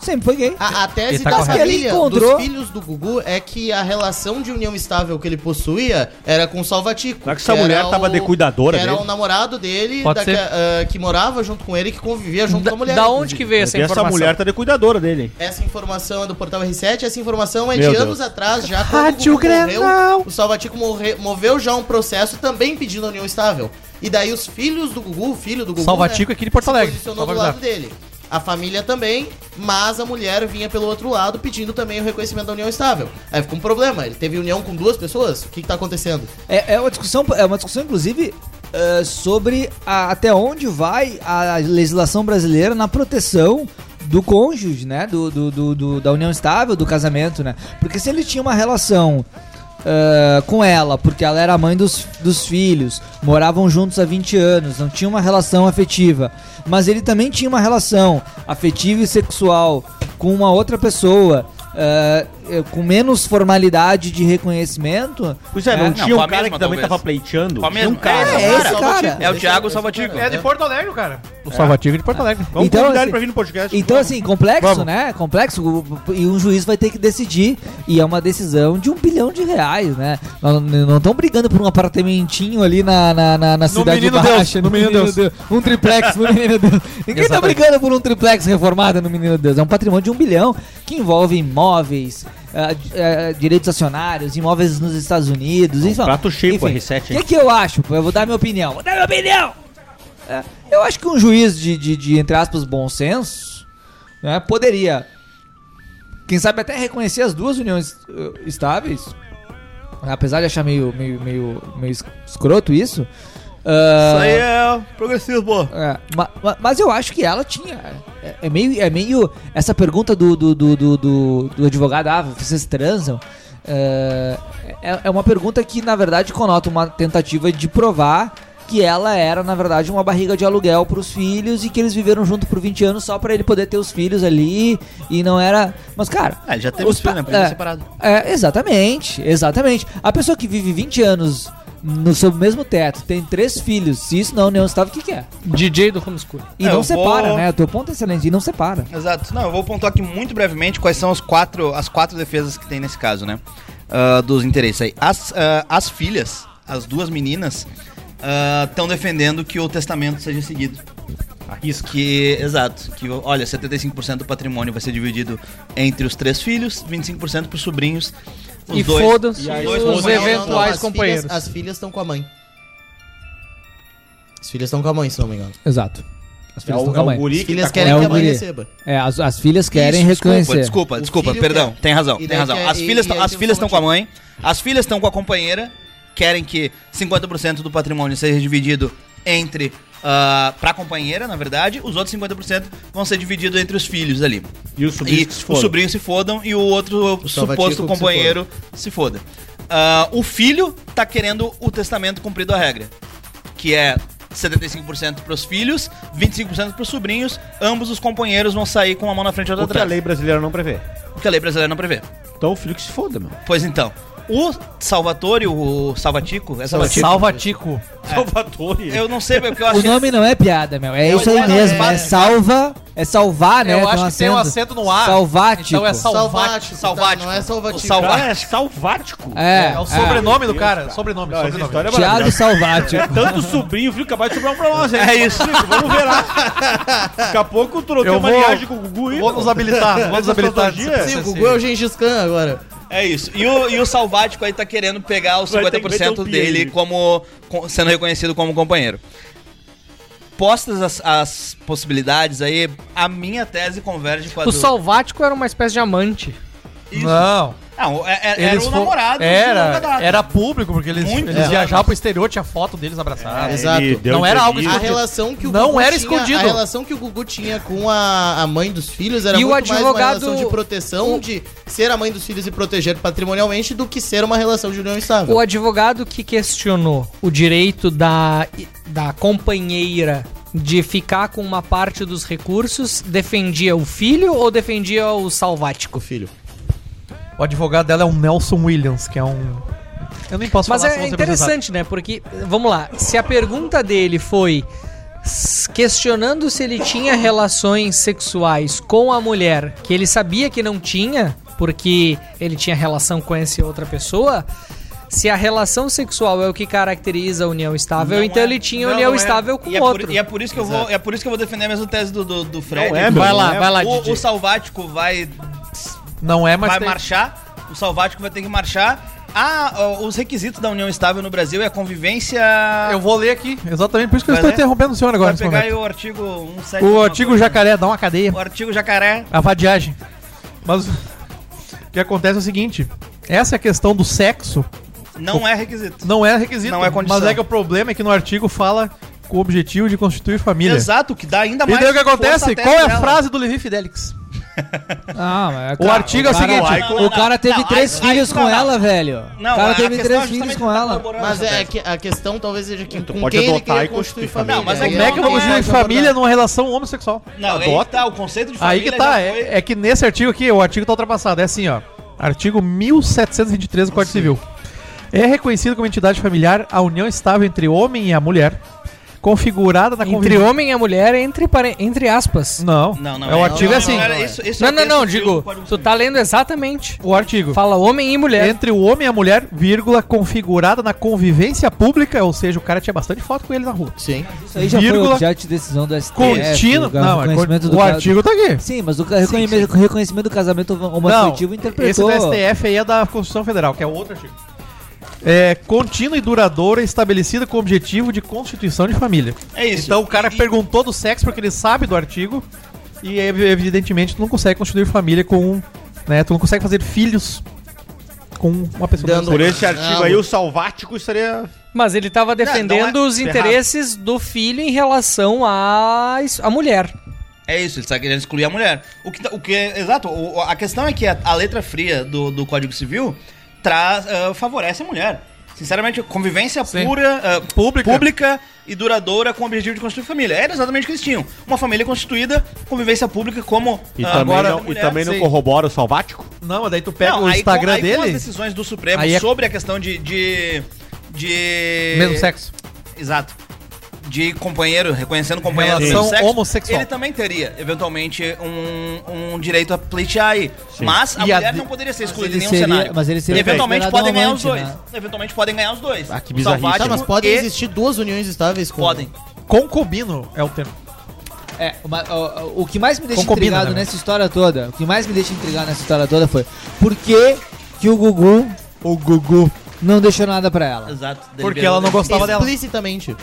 Speaker 2: Sempre foi gay.
Speaker 1: A, a tese
Speaker 5: tá
Speaker 1: da
Speaker 5: correto.
Speaker 2: Ele
Speaker 1: família
Speaker 2: encontrou-
Speaker 1: dos filhos do Gugu é que a relação de união estável que ele possuía era com o Salvatico.
Speaker 6: Será que essa
Speaker 1: era
Speaker 6: mulher tava de cuidadora
Speaker 1: que Era
Speaker 6: dele?
Speaker 1: o namorado dele,
Speaker 5: Pode
Speaker 1: da que,
Speaker 5: ser.
Speaker 1: ah, que morava junto com ele, que convivia junto
Speaker 5: Da,
Speaker 1: com a mulher.
Speaker 5: da onde que veio essa
Speaker 6: Porque essa
Speaker 5: informação?
Speaker 6: mulher tá de cuidadora dele, hein?
Speaker 1: Essa informação é do Portal R7, essa informação é
Speaker 6: Meu
Speaker 1: de
Speaker 6: Deus.
Speaker 1: anos atrás, já quando
Speaker 5: Rádio
Speaker 1: o Gugu morreu,
Speaker 5: Grenal.
Speaker 1: o Salvatico morre- moveu já um processo também pedindo a união estável. E daí os filhos do Gugu, o filho do Gugu, né,
Speaker 3: Salvatico é aqui de Porto
Speaker 1: se
Speaker 3: Alegre.
Speaker 1: posicionou do lado dele. A família também, mas a mulher vinha pelo outro lado pedindo também o reconhecimento da união estável. Aí ficou um problema. Ele teve união com duas pessoas? O que, que tá acontecendo?
Speaker 2: É, é uma discussão, é uma discussão inclusive, eh, sobre a- até onde vai a legislação brasileira na proteção do cônjuge, né? Do, do- do- do- da união estável, do casamento, né? Porque se ele tinha uma relação eh, com ela, porque ela era a mãe dos, dos filhos, moravam juntos há 20 anos, não tinha uma relação afetiva, mas ele também tinha uma relação afetiva e sexual com uma outra pessoa. eh, eh, com menos formalidade de reconhecimento.
Speaker 6: Pois é, não
Speaker 2: né?
Speaker 6: tinha
Speaker 4: com a
Speaker 6: um cara
Speaker 4: mesma,
Speaker 6: que também
Speaker 4: talvez.
Speaker 6: tava pleiteando.
Speaker 4: Com a
Speaker 6: Tinha um
Speaker 4: mesma-
Speaker 6: cara.
Speaker 4: É,
Speaker 2: É esse
Speaker 1: Salvatico,
Speaker 2: cara.
Speaker 1: deixa
Speaker 4: É o
Speaker 1: eu- tá
Speaker 4: Thiago Salvatico.
Speaker 3: É de Porto Alegre, cara. O Salvatico é de Porto Alegre.
Speaker 6: Vamos
Speaker 2: Então,
Speaker 6: convidar
Speaker 2: assim-
Speaker 6: ele pra vir no podcast.
Speaker 2: Então, assim, complexo,
Speaker 3: Vamos.
Speaker 2: né? Complexo. o- E um juiz vai ter que decidir. E é uma decisão de um bilhão de reais, né? Não estão brigando por um apartamentinho ali na, na, na, na cidade
Speaker 3: Menino
Speaker 2: baixa.
Speaker 3: Deus, no Menino Deus.
Speaker 2: Um triplex no Menino Deus. Ninguém tá brigando por um triplex reformado no Menino Deus. É um patrimônio de um bilhão que envolve imóveis, ah, di- ah, direitos acionários, imóveis nos Estados Unidos. enfim.
Speaker 6: É um prato cheio com
Speaker 2: Enfim,
Speaker 6: R7,
Speaker 2: O que, que eu acho? Eu vou dar minha opinião. Vou dar minha opinião! É, eu acho que um juiz de, de, de, entre aspas, bom senso, né, poderia, quem sabe até reconhecer as duas uniões eh, estáveis, apesar de achar meio, meio, meio, meio es- escroto isso. ah,
Speaker 4: é progressismo.
Speaker 2: é, ma- ma- mas eu acho que ela tinha. É, é meio, é meio. Essa pergunta do, do, do, do, do- do advogado, ah, vocês transam? É, é- é uma pergunta que, na verdade, conota uma tentativa de provar que ela era, na verdade, uma barriga de aluguel pros filhos e que eles viveram junto por 20 anos só pra ele poder ter os filhos ali e não era. Mas, cara.
Speaker 4: Ah, ele já teve
Speaker 2: os
Speaker 4: os filhos,
Speaker 2: pa-
Speaker 4: né? Podia ter
Speaker 2: é.
Speaker 4: separado.
Speaker 2: É, exatamente, exatamente. A pessoa que vive 20 anos no sob o mesmo teto, tem três filhos, se isso não é união estável, o que, que é?
Speaker 5: DJ do homeschool.
Speaker 2: E
Speaker 4: É,
Speaker 2: não
Speaker 4: eu
Speaker 2: separa,
Speaker 4: vou-
Speaker 2: né? O teu ponto é excelente. E não separa.
Speaker 4: Exato. Não, eu vou pontuar aqui muito brevemente quais são os quatro, as quatro defesas que tem nesse caso, né? Ah, dos interesses aí. As, ah, as filhas, as duas meninas, estão defendendo que o testamento seja seguido. Isso que, exato, que olha, 75% do patrimônio vai ser dividido entre os três filhos, 25% para os sobrinhos, os
Speaker 5: E
Speaker 4: dois,
Speaker 5: foda-se
Speaker 4: e
Speaker 5: os
Speaker 4: aí
Speaker 1: Não, não, não,
Speaker 5: eventuais
Speaker 1: não, as
Speaker 5: companheiros.
Speaker 1: filhas- as filhas estão com a mãe. As filhas estão com a mãe, se não me engano.
Speaker 2: Exato. As
Speaker 6: É
Speaker 2: filhas
Speaker 6: o,
Speaker 2: estão
Speaker 6: é
Speaker 2: com a
Speaker 6: o
Speaker 2: mãe.
Speaker 1: As
Speaker 6: guri que
Speaker 1: filhas
Speaker 6: tá
Speaker 1: querem
Speaker 2: É
Speaker 1: que
Speaker 2: o
Speaker 1: a mãe
Speaker 2: guri.
Speaker 1: receba.
Speaker 2: É, as, as filhas querem
Speaker 4: Isso,
Speaker 2: reconhecer.
Speaker 4: Desculpa, desculpa,
Speaker 1: O
Speaker 4: desculpa,
Speaker 1: filho
Speaker 4: perdão.
Speaker 1: quer.
Speaker 4: Tem razão,
Speaker 1: E
Speaker 4: tem
Speaker 1: daí
Speaker 4: razão.
Speaker 1: quer-
Speaker 4: As
Speaker 1: e-
Speaker 4: filhas,
Speaker 1: e aí
Speaker 4: as
Speaker 1: tem um o
Speaker 4: filhas estão com a
Speaker 1: Salvatico.
Speaker 4: mãe, as filhas estão com a companheira, querem que 50% do patrimônio seja dividido entre ah, pra companheira, na verdade, os outros 50% vão ser divididos entre os filhos ali.
Speaker 6: E os sobrinhos
Speaker 4: e
Speaker 6: que se
Speaker 4: os
Speaker 6: foram.
Speaker 4: sobrinhos se fodam e o
Speaker 1: Salvatico
Speaker 4: outro
Speaker 1: que
Speaker 4: suposto
Speaker 1: se
Speaker 4: companheiro se foda. Ah, o filho tá querendo o testamento cumprido a regra, que é 75% pros filhos, 25% pros sobrinhos, ambos os companheiros vão sair com uma mão na frente e outra
Speaker 6: O que a
Speaker 4: atrás
Speaker 6: lei brasileira não prevê.
Speaker 4: que a lei brasileira não prevê.
Speaker 6: Então o filho que se foda, meu.
Speaker 4: Pois então, o Salvatore, o Salvatico, é Salvatico?
Speaker 5: Salvatico.
Speaker 6: Salvatore.
Speaker 4: Eu não sei porque eu acho
Speaker 2: O nome não é piada, meu. É
Speaker 4: Eu
Speaker 2: isso aí
Speaker 4: acho-
Speaker 2: mesmo.
Speaker 4: é-
Speaker 2: É salva. É salvar, né?
Speaker 3: Eu
Speaker 2: um
Speaker 3: acho que tem um acento no ar.
Speaker 2: Salvático.
Speaker 3: Então é sal-
Speaker 1: Salvático. tá?
Speaker 4: Salvático.
Speaker 1: Não é salvatico.
Speaker 4: O Salva-
Speaker 6: cara é salvático.
Speaker 2: É,
Speaker 3: É o sobrenome do cara. Sobrenome,
Speaker 6: Não, essa
Speaker 3: sobrenome.
Speaker 6: história é
Speaker 2: Tiago
Speaker 6: maravilhosa.
Speaker 2: Salvático.
Speaker 6: É tanto sobrinho, filho, capaz de sobrar um pra nós, hein?
Speaker 4: É isso.
Speaker 6: Vamos ver lá. Daqui a pouco tu trocou
Speaker 3: Eu
Speaker 6: uma
Speaker 3: vou-
Speaker 6: linhagem com o Gugu aí.
Speaker 3: Vou nos habilitar, vou nos habilitar.
Speaker 6: Nostalgia?
Speaker 1: Sim, o Gugu é o Gengis Khan agora.
Speaker 4: É isso. E o, e o Salvático aí tá querendo pegar os
Speaker 6: Vai ter que meter
Speaker 4: 50%
Speaker 6: um pi
Speaker 4: dele
Speaker 6: aí.
Speaker 4: como com- sendo reconhecido como companheiro. Postas as, as possibilidades aí, a minha tese converge com a
Speaker 5: O
Speaker 4: do-
Speaker 5: Salvático era uma espécie de amante.
Speaker 4: Isso.
Speaker 3: Não.
Speaker 4: Não, é- é- era
Speaker 3: Eles
Speaker 4: o
Speaker 3: fo-
Speaker 4: namorado. de longa
Speaker 3: Era,
Speaker 4: data.
Speaker 3: era público, porque eles,
Speaker 4: Muito,
Speaker 3: eles
Speaker 4: é.
Speaker 3: viajavam pro exterior, tinha foto deles abraçados.
Speaker 1: Exato.
Speaker 3: Não era algo
Speaker 1: A
Speaker 3: escondido.
Speaker 1: relação que o
Speaker 3: Não
Speaker 1: Gugu tinha,
Speaker 3: era escondido.
Speaker 1: A relação que o Gugu tinha com a, a mãe dos filhos era
Speaker 5: E o
Speaker 1: muito mais uma
Speaker 5: advogado-
Speaker 1: relação de proteção, de ser a mãe dos filhos e proteger patrimonialmente, do que ser uma relação de união estável.
Speaker 5: O advogado que questionou o direito da, da companheira de ficar com uma parte dos recursos defendia o filho ou defendia o salvático?
Speaker 1: filho.
Speaker 3: O advogado dela é um Nelson Williams, que é um. Eu nem posso
Speaker 5: Mas
Speaker 3: falar
Speaker 5: é interessante, né? Porque, vamos lá, se a pergunta dele foi s- questionando se ele tinha relações sexuais com a mulher que ele sabia que não tinha, porque ele tinha relação com essa outra pessoa. Se a relação sexual é o que caracteriza a união estável, então ele tinha
Speaker 4: Não,
Speaker 5: união
Speaker 4: não é.
Speaker 5: estável com
Speaker 4: e é por-
Speaker 5: outro.
Speaker 4: e é por isso que eu vou, é por isso que eu vou defender a mesma tese do, do, do Fred.
Speaker 6: Não é, meu,
Speaker 3: Vai
Speaker 6: não
Speaker 3: lá,
Speaker 6: é.
Speaker 3: vai lá,
Speaker 4: o,
Speaker 3: Didi.
Speaker 4: o Salvático vai,
Speaker 3: Não é, mas.
Speaker 4: vai
Speaker 3: tem-
Speaker 4: marchar, o Salvático vai ter que marchar. Ah, ó, os requisitos da união estável no Brasil é a convivência...
Speaker 3: Eu vou ler aqui, exatamente por isso que eu
Speaker 4: Vai
Speaker 3: estou
Speaker 4: ler?
Speaker 3: interrompendo o senhor
Speaker 4: vai
Speaker 3: agora nesse
Speaker 4: pegar aí
Speaker 3: momento.
Speaker 4: o artigo 17...
Speaker 3: O artigo jacaré dá uma cadeia.
Speaker 4: O artigo jacaré...
Speaker 3: A vadiagem. Mas o que acontece é o seguinte: essa é questão do sexo
Speaker 4: Não é requisito.
Speaker 3: não é requisito.
Speaker 4: Não é condição.
Speaker 3: Mas é que o problema é que no artigo fala com o objetivo de constituir família.
Speaker 4: Exato, que dá ainda
Speaker 3: E
Speaker 4: mais
Speaker 3: daí o que
Speaker 4: força
Speaker 3: acontece?
Speaker 4: até
Speaker 3: Qual é a
Speaker 4: dela.
Speaker 3: frase do Levi Fidelix?
Speaker 2: Ah, mas é
Speaker 3: O
Speaker 2: claro,
Speaker 3: artigo é o
Speaker 2: cara-
Speaker 3: seguinte:
Speaker 4: Não, não,
Speaker 2: Tipo, O cara teve
Speaker 4: não,
Speaker 2: três
Speaker 4: aí-
Speaker 2: filhos
Speaker 4: aí tu
Speaker 2: com
Speaker 4: vai lá.
Speaker 2: ela, velho.
Speaker 4: Não,
Speaker 2: o cara
Speaker 4: a questão
Speaker 2: teve três
Speaker 4: é justamente
Speaker 2: filhos
Speaker 4: tu
Speaker 2: com
Speaker 4: tá
Speaker 2: ela.
Speaker 4: colaborando
Speaker 1: Mas
Speaker 4: nessa
Speaker 1: é
Speaker 4: tese.
Speaker 1: que a questão talvez seja que, com
Speaker 6: pode
Speaker 1: quem ele
Speaker 6: adotar
Speaker 1: queria
Speaker 6: e construir
Speaker 1: construir
Speaker 6: família.
Speaker 1: família.
Speaker 4: Não, mas
Speaker 1: Ele
Speaker 3: Como é que eu vou
Speaker 4: não
Speaker 3: construir
Speaker 4: é-
Speaker 3: família numa relação homossexual?
Speaker 4: Não, aí que
Speaker 6: Adota.
Speaker 4: tá, o conceito de
Speaker 3: Aí que
Speaker 4: família
Speaker 3: tá,
Speaker 4: já foi-
Speaker 3: é, é que nesse artigo aqui, o artigo tá ultrapassado. É assim, ó. Artigo 1723 do Código Civil. É reconhecido como entidade familiar a união estável entre homem e a mulher, configurada na
Speaker 5: Entre homem e mulher, entre, pare- entre aspas.
Speaker 3: Não.
Speaker 4: Não, não
Speaker 3: É o artigo
Speaker 4: não,
Speaker 3: é assim.
Speaker 4: não, era isso- isso é
Speaker 5: Não,
Speaker 4: o
Speaker 5: não,
Speaker 4: texto
Speaker 5: não,
Speaker 4: do
Speaker 5: digo,
Speaker 4: Código
Speaker 5: tu tá lendo exatamente.
Speaker 3: O artigo.
Speaker 5: Fala homem e mulher.
Speaker 3: Entre o homem e a mulher, vírgula, configurada na convivência pública, ou seja, o cara tinha bastante foto com ele na rua.
Speaker 1: Sim.
Speaker 2: Isso aí já foi
Speaker 3: Vírgula.
Speaker 2: objeto de decisão do STF.
Speaker 3: Contínuo.
Speaker 2: É, o
Speaker 3: Não, é
Speaker 2: reconhecimento
Speaker 3: con-
Speaker 2: do
Speaker 3: o
Speaker 2: ca-
Speaker 3: artigo tá aqui.
Speaker 2: Sim, mas o ca- reconhecimento, reconhecimento do casamento homoafetivo
Speaker 3: Esse
Speaker 2: interpretou.
Speaker 3: do STF aí é da Constituição Federal, que é outro artigo. É contínua e duradoura, estabelecida com o objetivo de constituição de família.
Speaker 4: É isso.
Speaker 3: Então o cara
Speaker 4: E-
Speaker 3: perguntou do sexo porque ele sabe do artigo e ev- evidentemente tu não consegue constituir família com, né, tu não consegue fazer filhos com uma pessoa
Speaker 1: Dando-
Speaker 3: do
Speaker 6: Por esse artigo
Speaker 1: Não.
Speaker 6: aí, o Salvático estaria...
Speaker 5: Mas ele tava defendendo os
Speaker 6: ferrado.
Speaker 5: interesses do filho em relação à es- à mulher.
Speaker 4: É isso, ele está querendo excluir a mulher. O que, tá- o que é- exato, o- a questão é que a, a letra fria do, do Código Civil traz, ah, favorece a mulher. Sinceramente, convivência
Speaker 3: Sim.
Speaker 4: pura, ah,
Speaker 3: Pública.
Speaker 4: pública e duradoura com o objetivo de construir família. Era exatamente o que eles tinham. Uma família constituída, convivência pública como
Speaker 6: E
Speaker 4: ah,
Speaker 6: também,
Speaker 4: agora
Speaker 6: não, e
Speaker 4: mulher,
Speaker 6: também não
Speaker 4: sim.
Speaker 6: corrobora o Salvático?
Speaker 3: Não, mas daí tu pega
Speaker 4: Não,
Speaker 3: o
Speaker 4: aí com-
Speaker 3: Instagram
Speaker 4: aí com as
Speaker 3: dele,
Speaker 4: decisões do Supremo
Speaker 3: Aí é-
Speaker 4: sobre a questão de... de, de-
Speaker 3: mesmo sexo.
Speaker 4: Exato. De companheiro, reconhecendo companheiro
Speaker 3: Relação
Speaker 4: do mesmo
Speaker 3: homossexual.
Speaker 4: Ele também teria, eventualmente, um, um direito a pleitear aí. Mas a
Speaker 3: E a
Speaker 4: mulher
Speaker 3: de-
Speaker 4: não poderia ser
Speaker 2: ele
Speaker 4: excluída em nenhum
Speaker 2: seria-
Speaker 4: cenário.
Speaker 2: mas ele seria
Speaker 4: eventualmente
Speaker 2: considerado
Speaker 4: podem
Speaker 2: um
Speaker 4: ganhar os
Speaker 2: amante,
Speaker 4: dois. Eventualmente podem ganhar os dois.
Speaker 6: Ah, que
Speaker 4: O
Speaker 6: bizarrice.
Speaker 4: Salvático
Speaker 1: Tá, mas podem
Speaker 4: Tipo, e-
Speaker 1: existir duas uniões estáveis com...
Speaker 4: Podem.
Speaker 3: Concubino é o termo.
Speaker 2: É, uma- o, o que mais me deixa
Speaker 3: Concubina,
Speaker 2: intrigado
Speaker 3: né,
Speaker 2: nessa história toda, o que mais me deixa intrigado nessa história toda foi por que, que o Gugu
Speaker 3: O Gugu.
Speaker 2: não deixou nada pra ela?
Speaker 4: Exato.
Speaker 3: Porque ela não gostava dela.
Speaker 1: Explicitamente.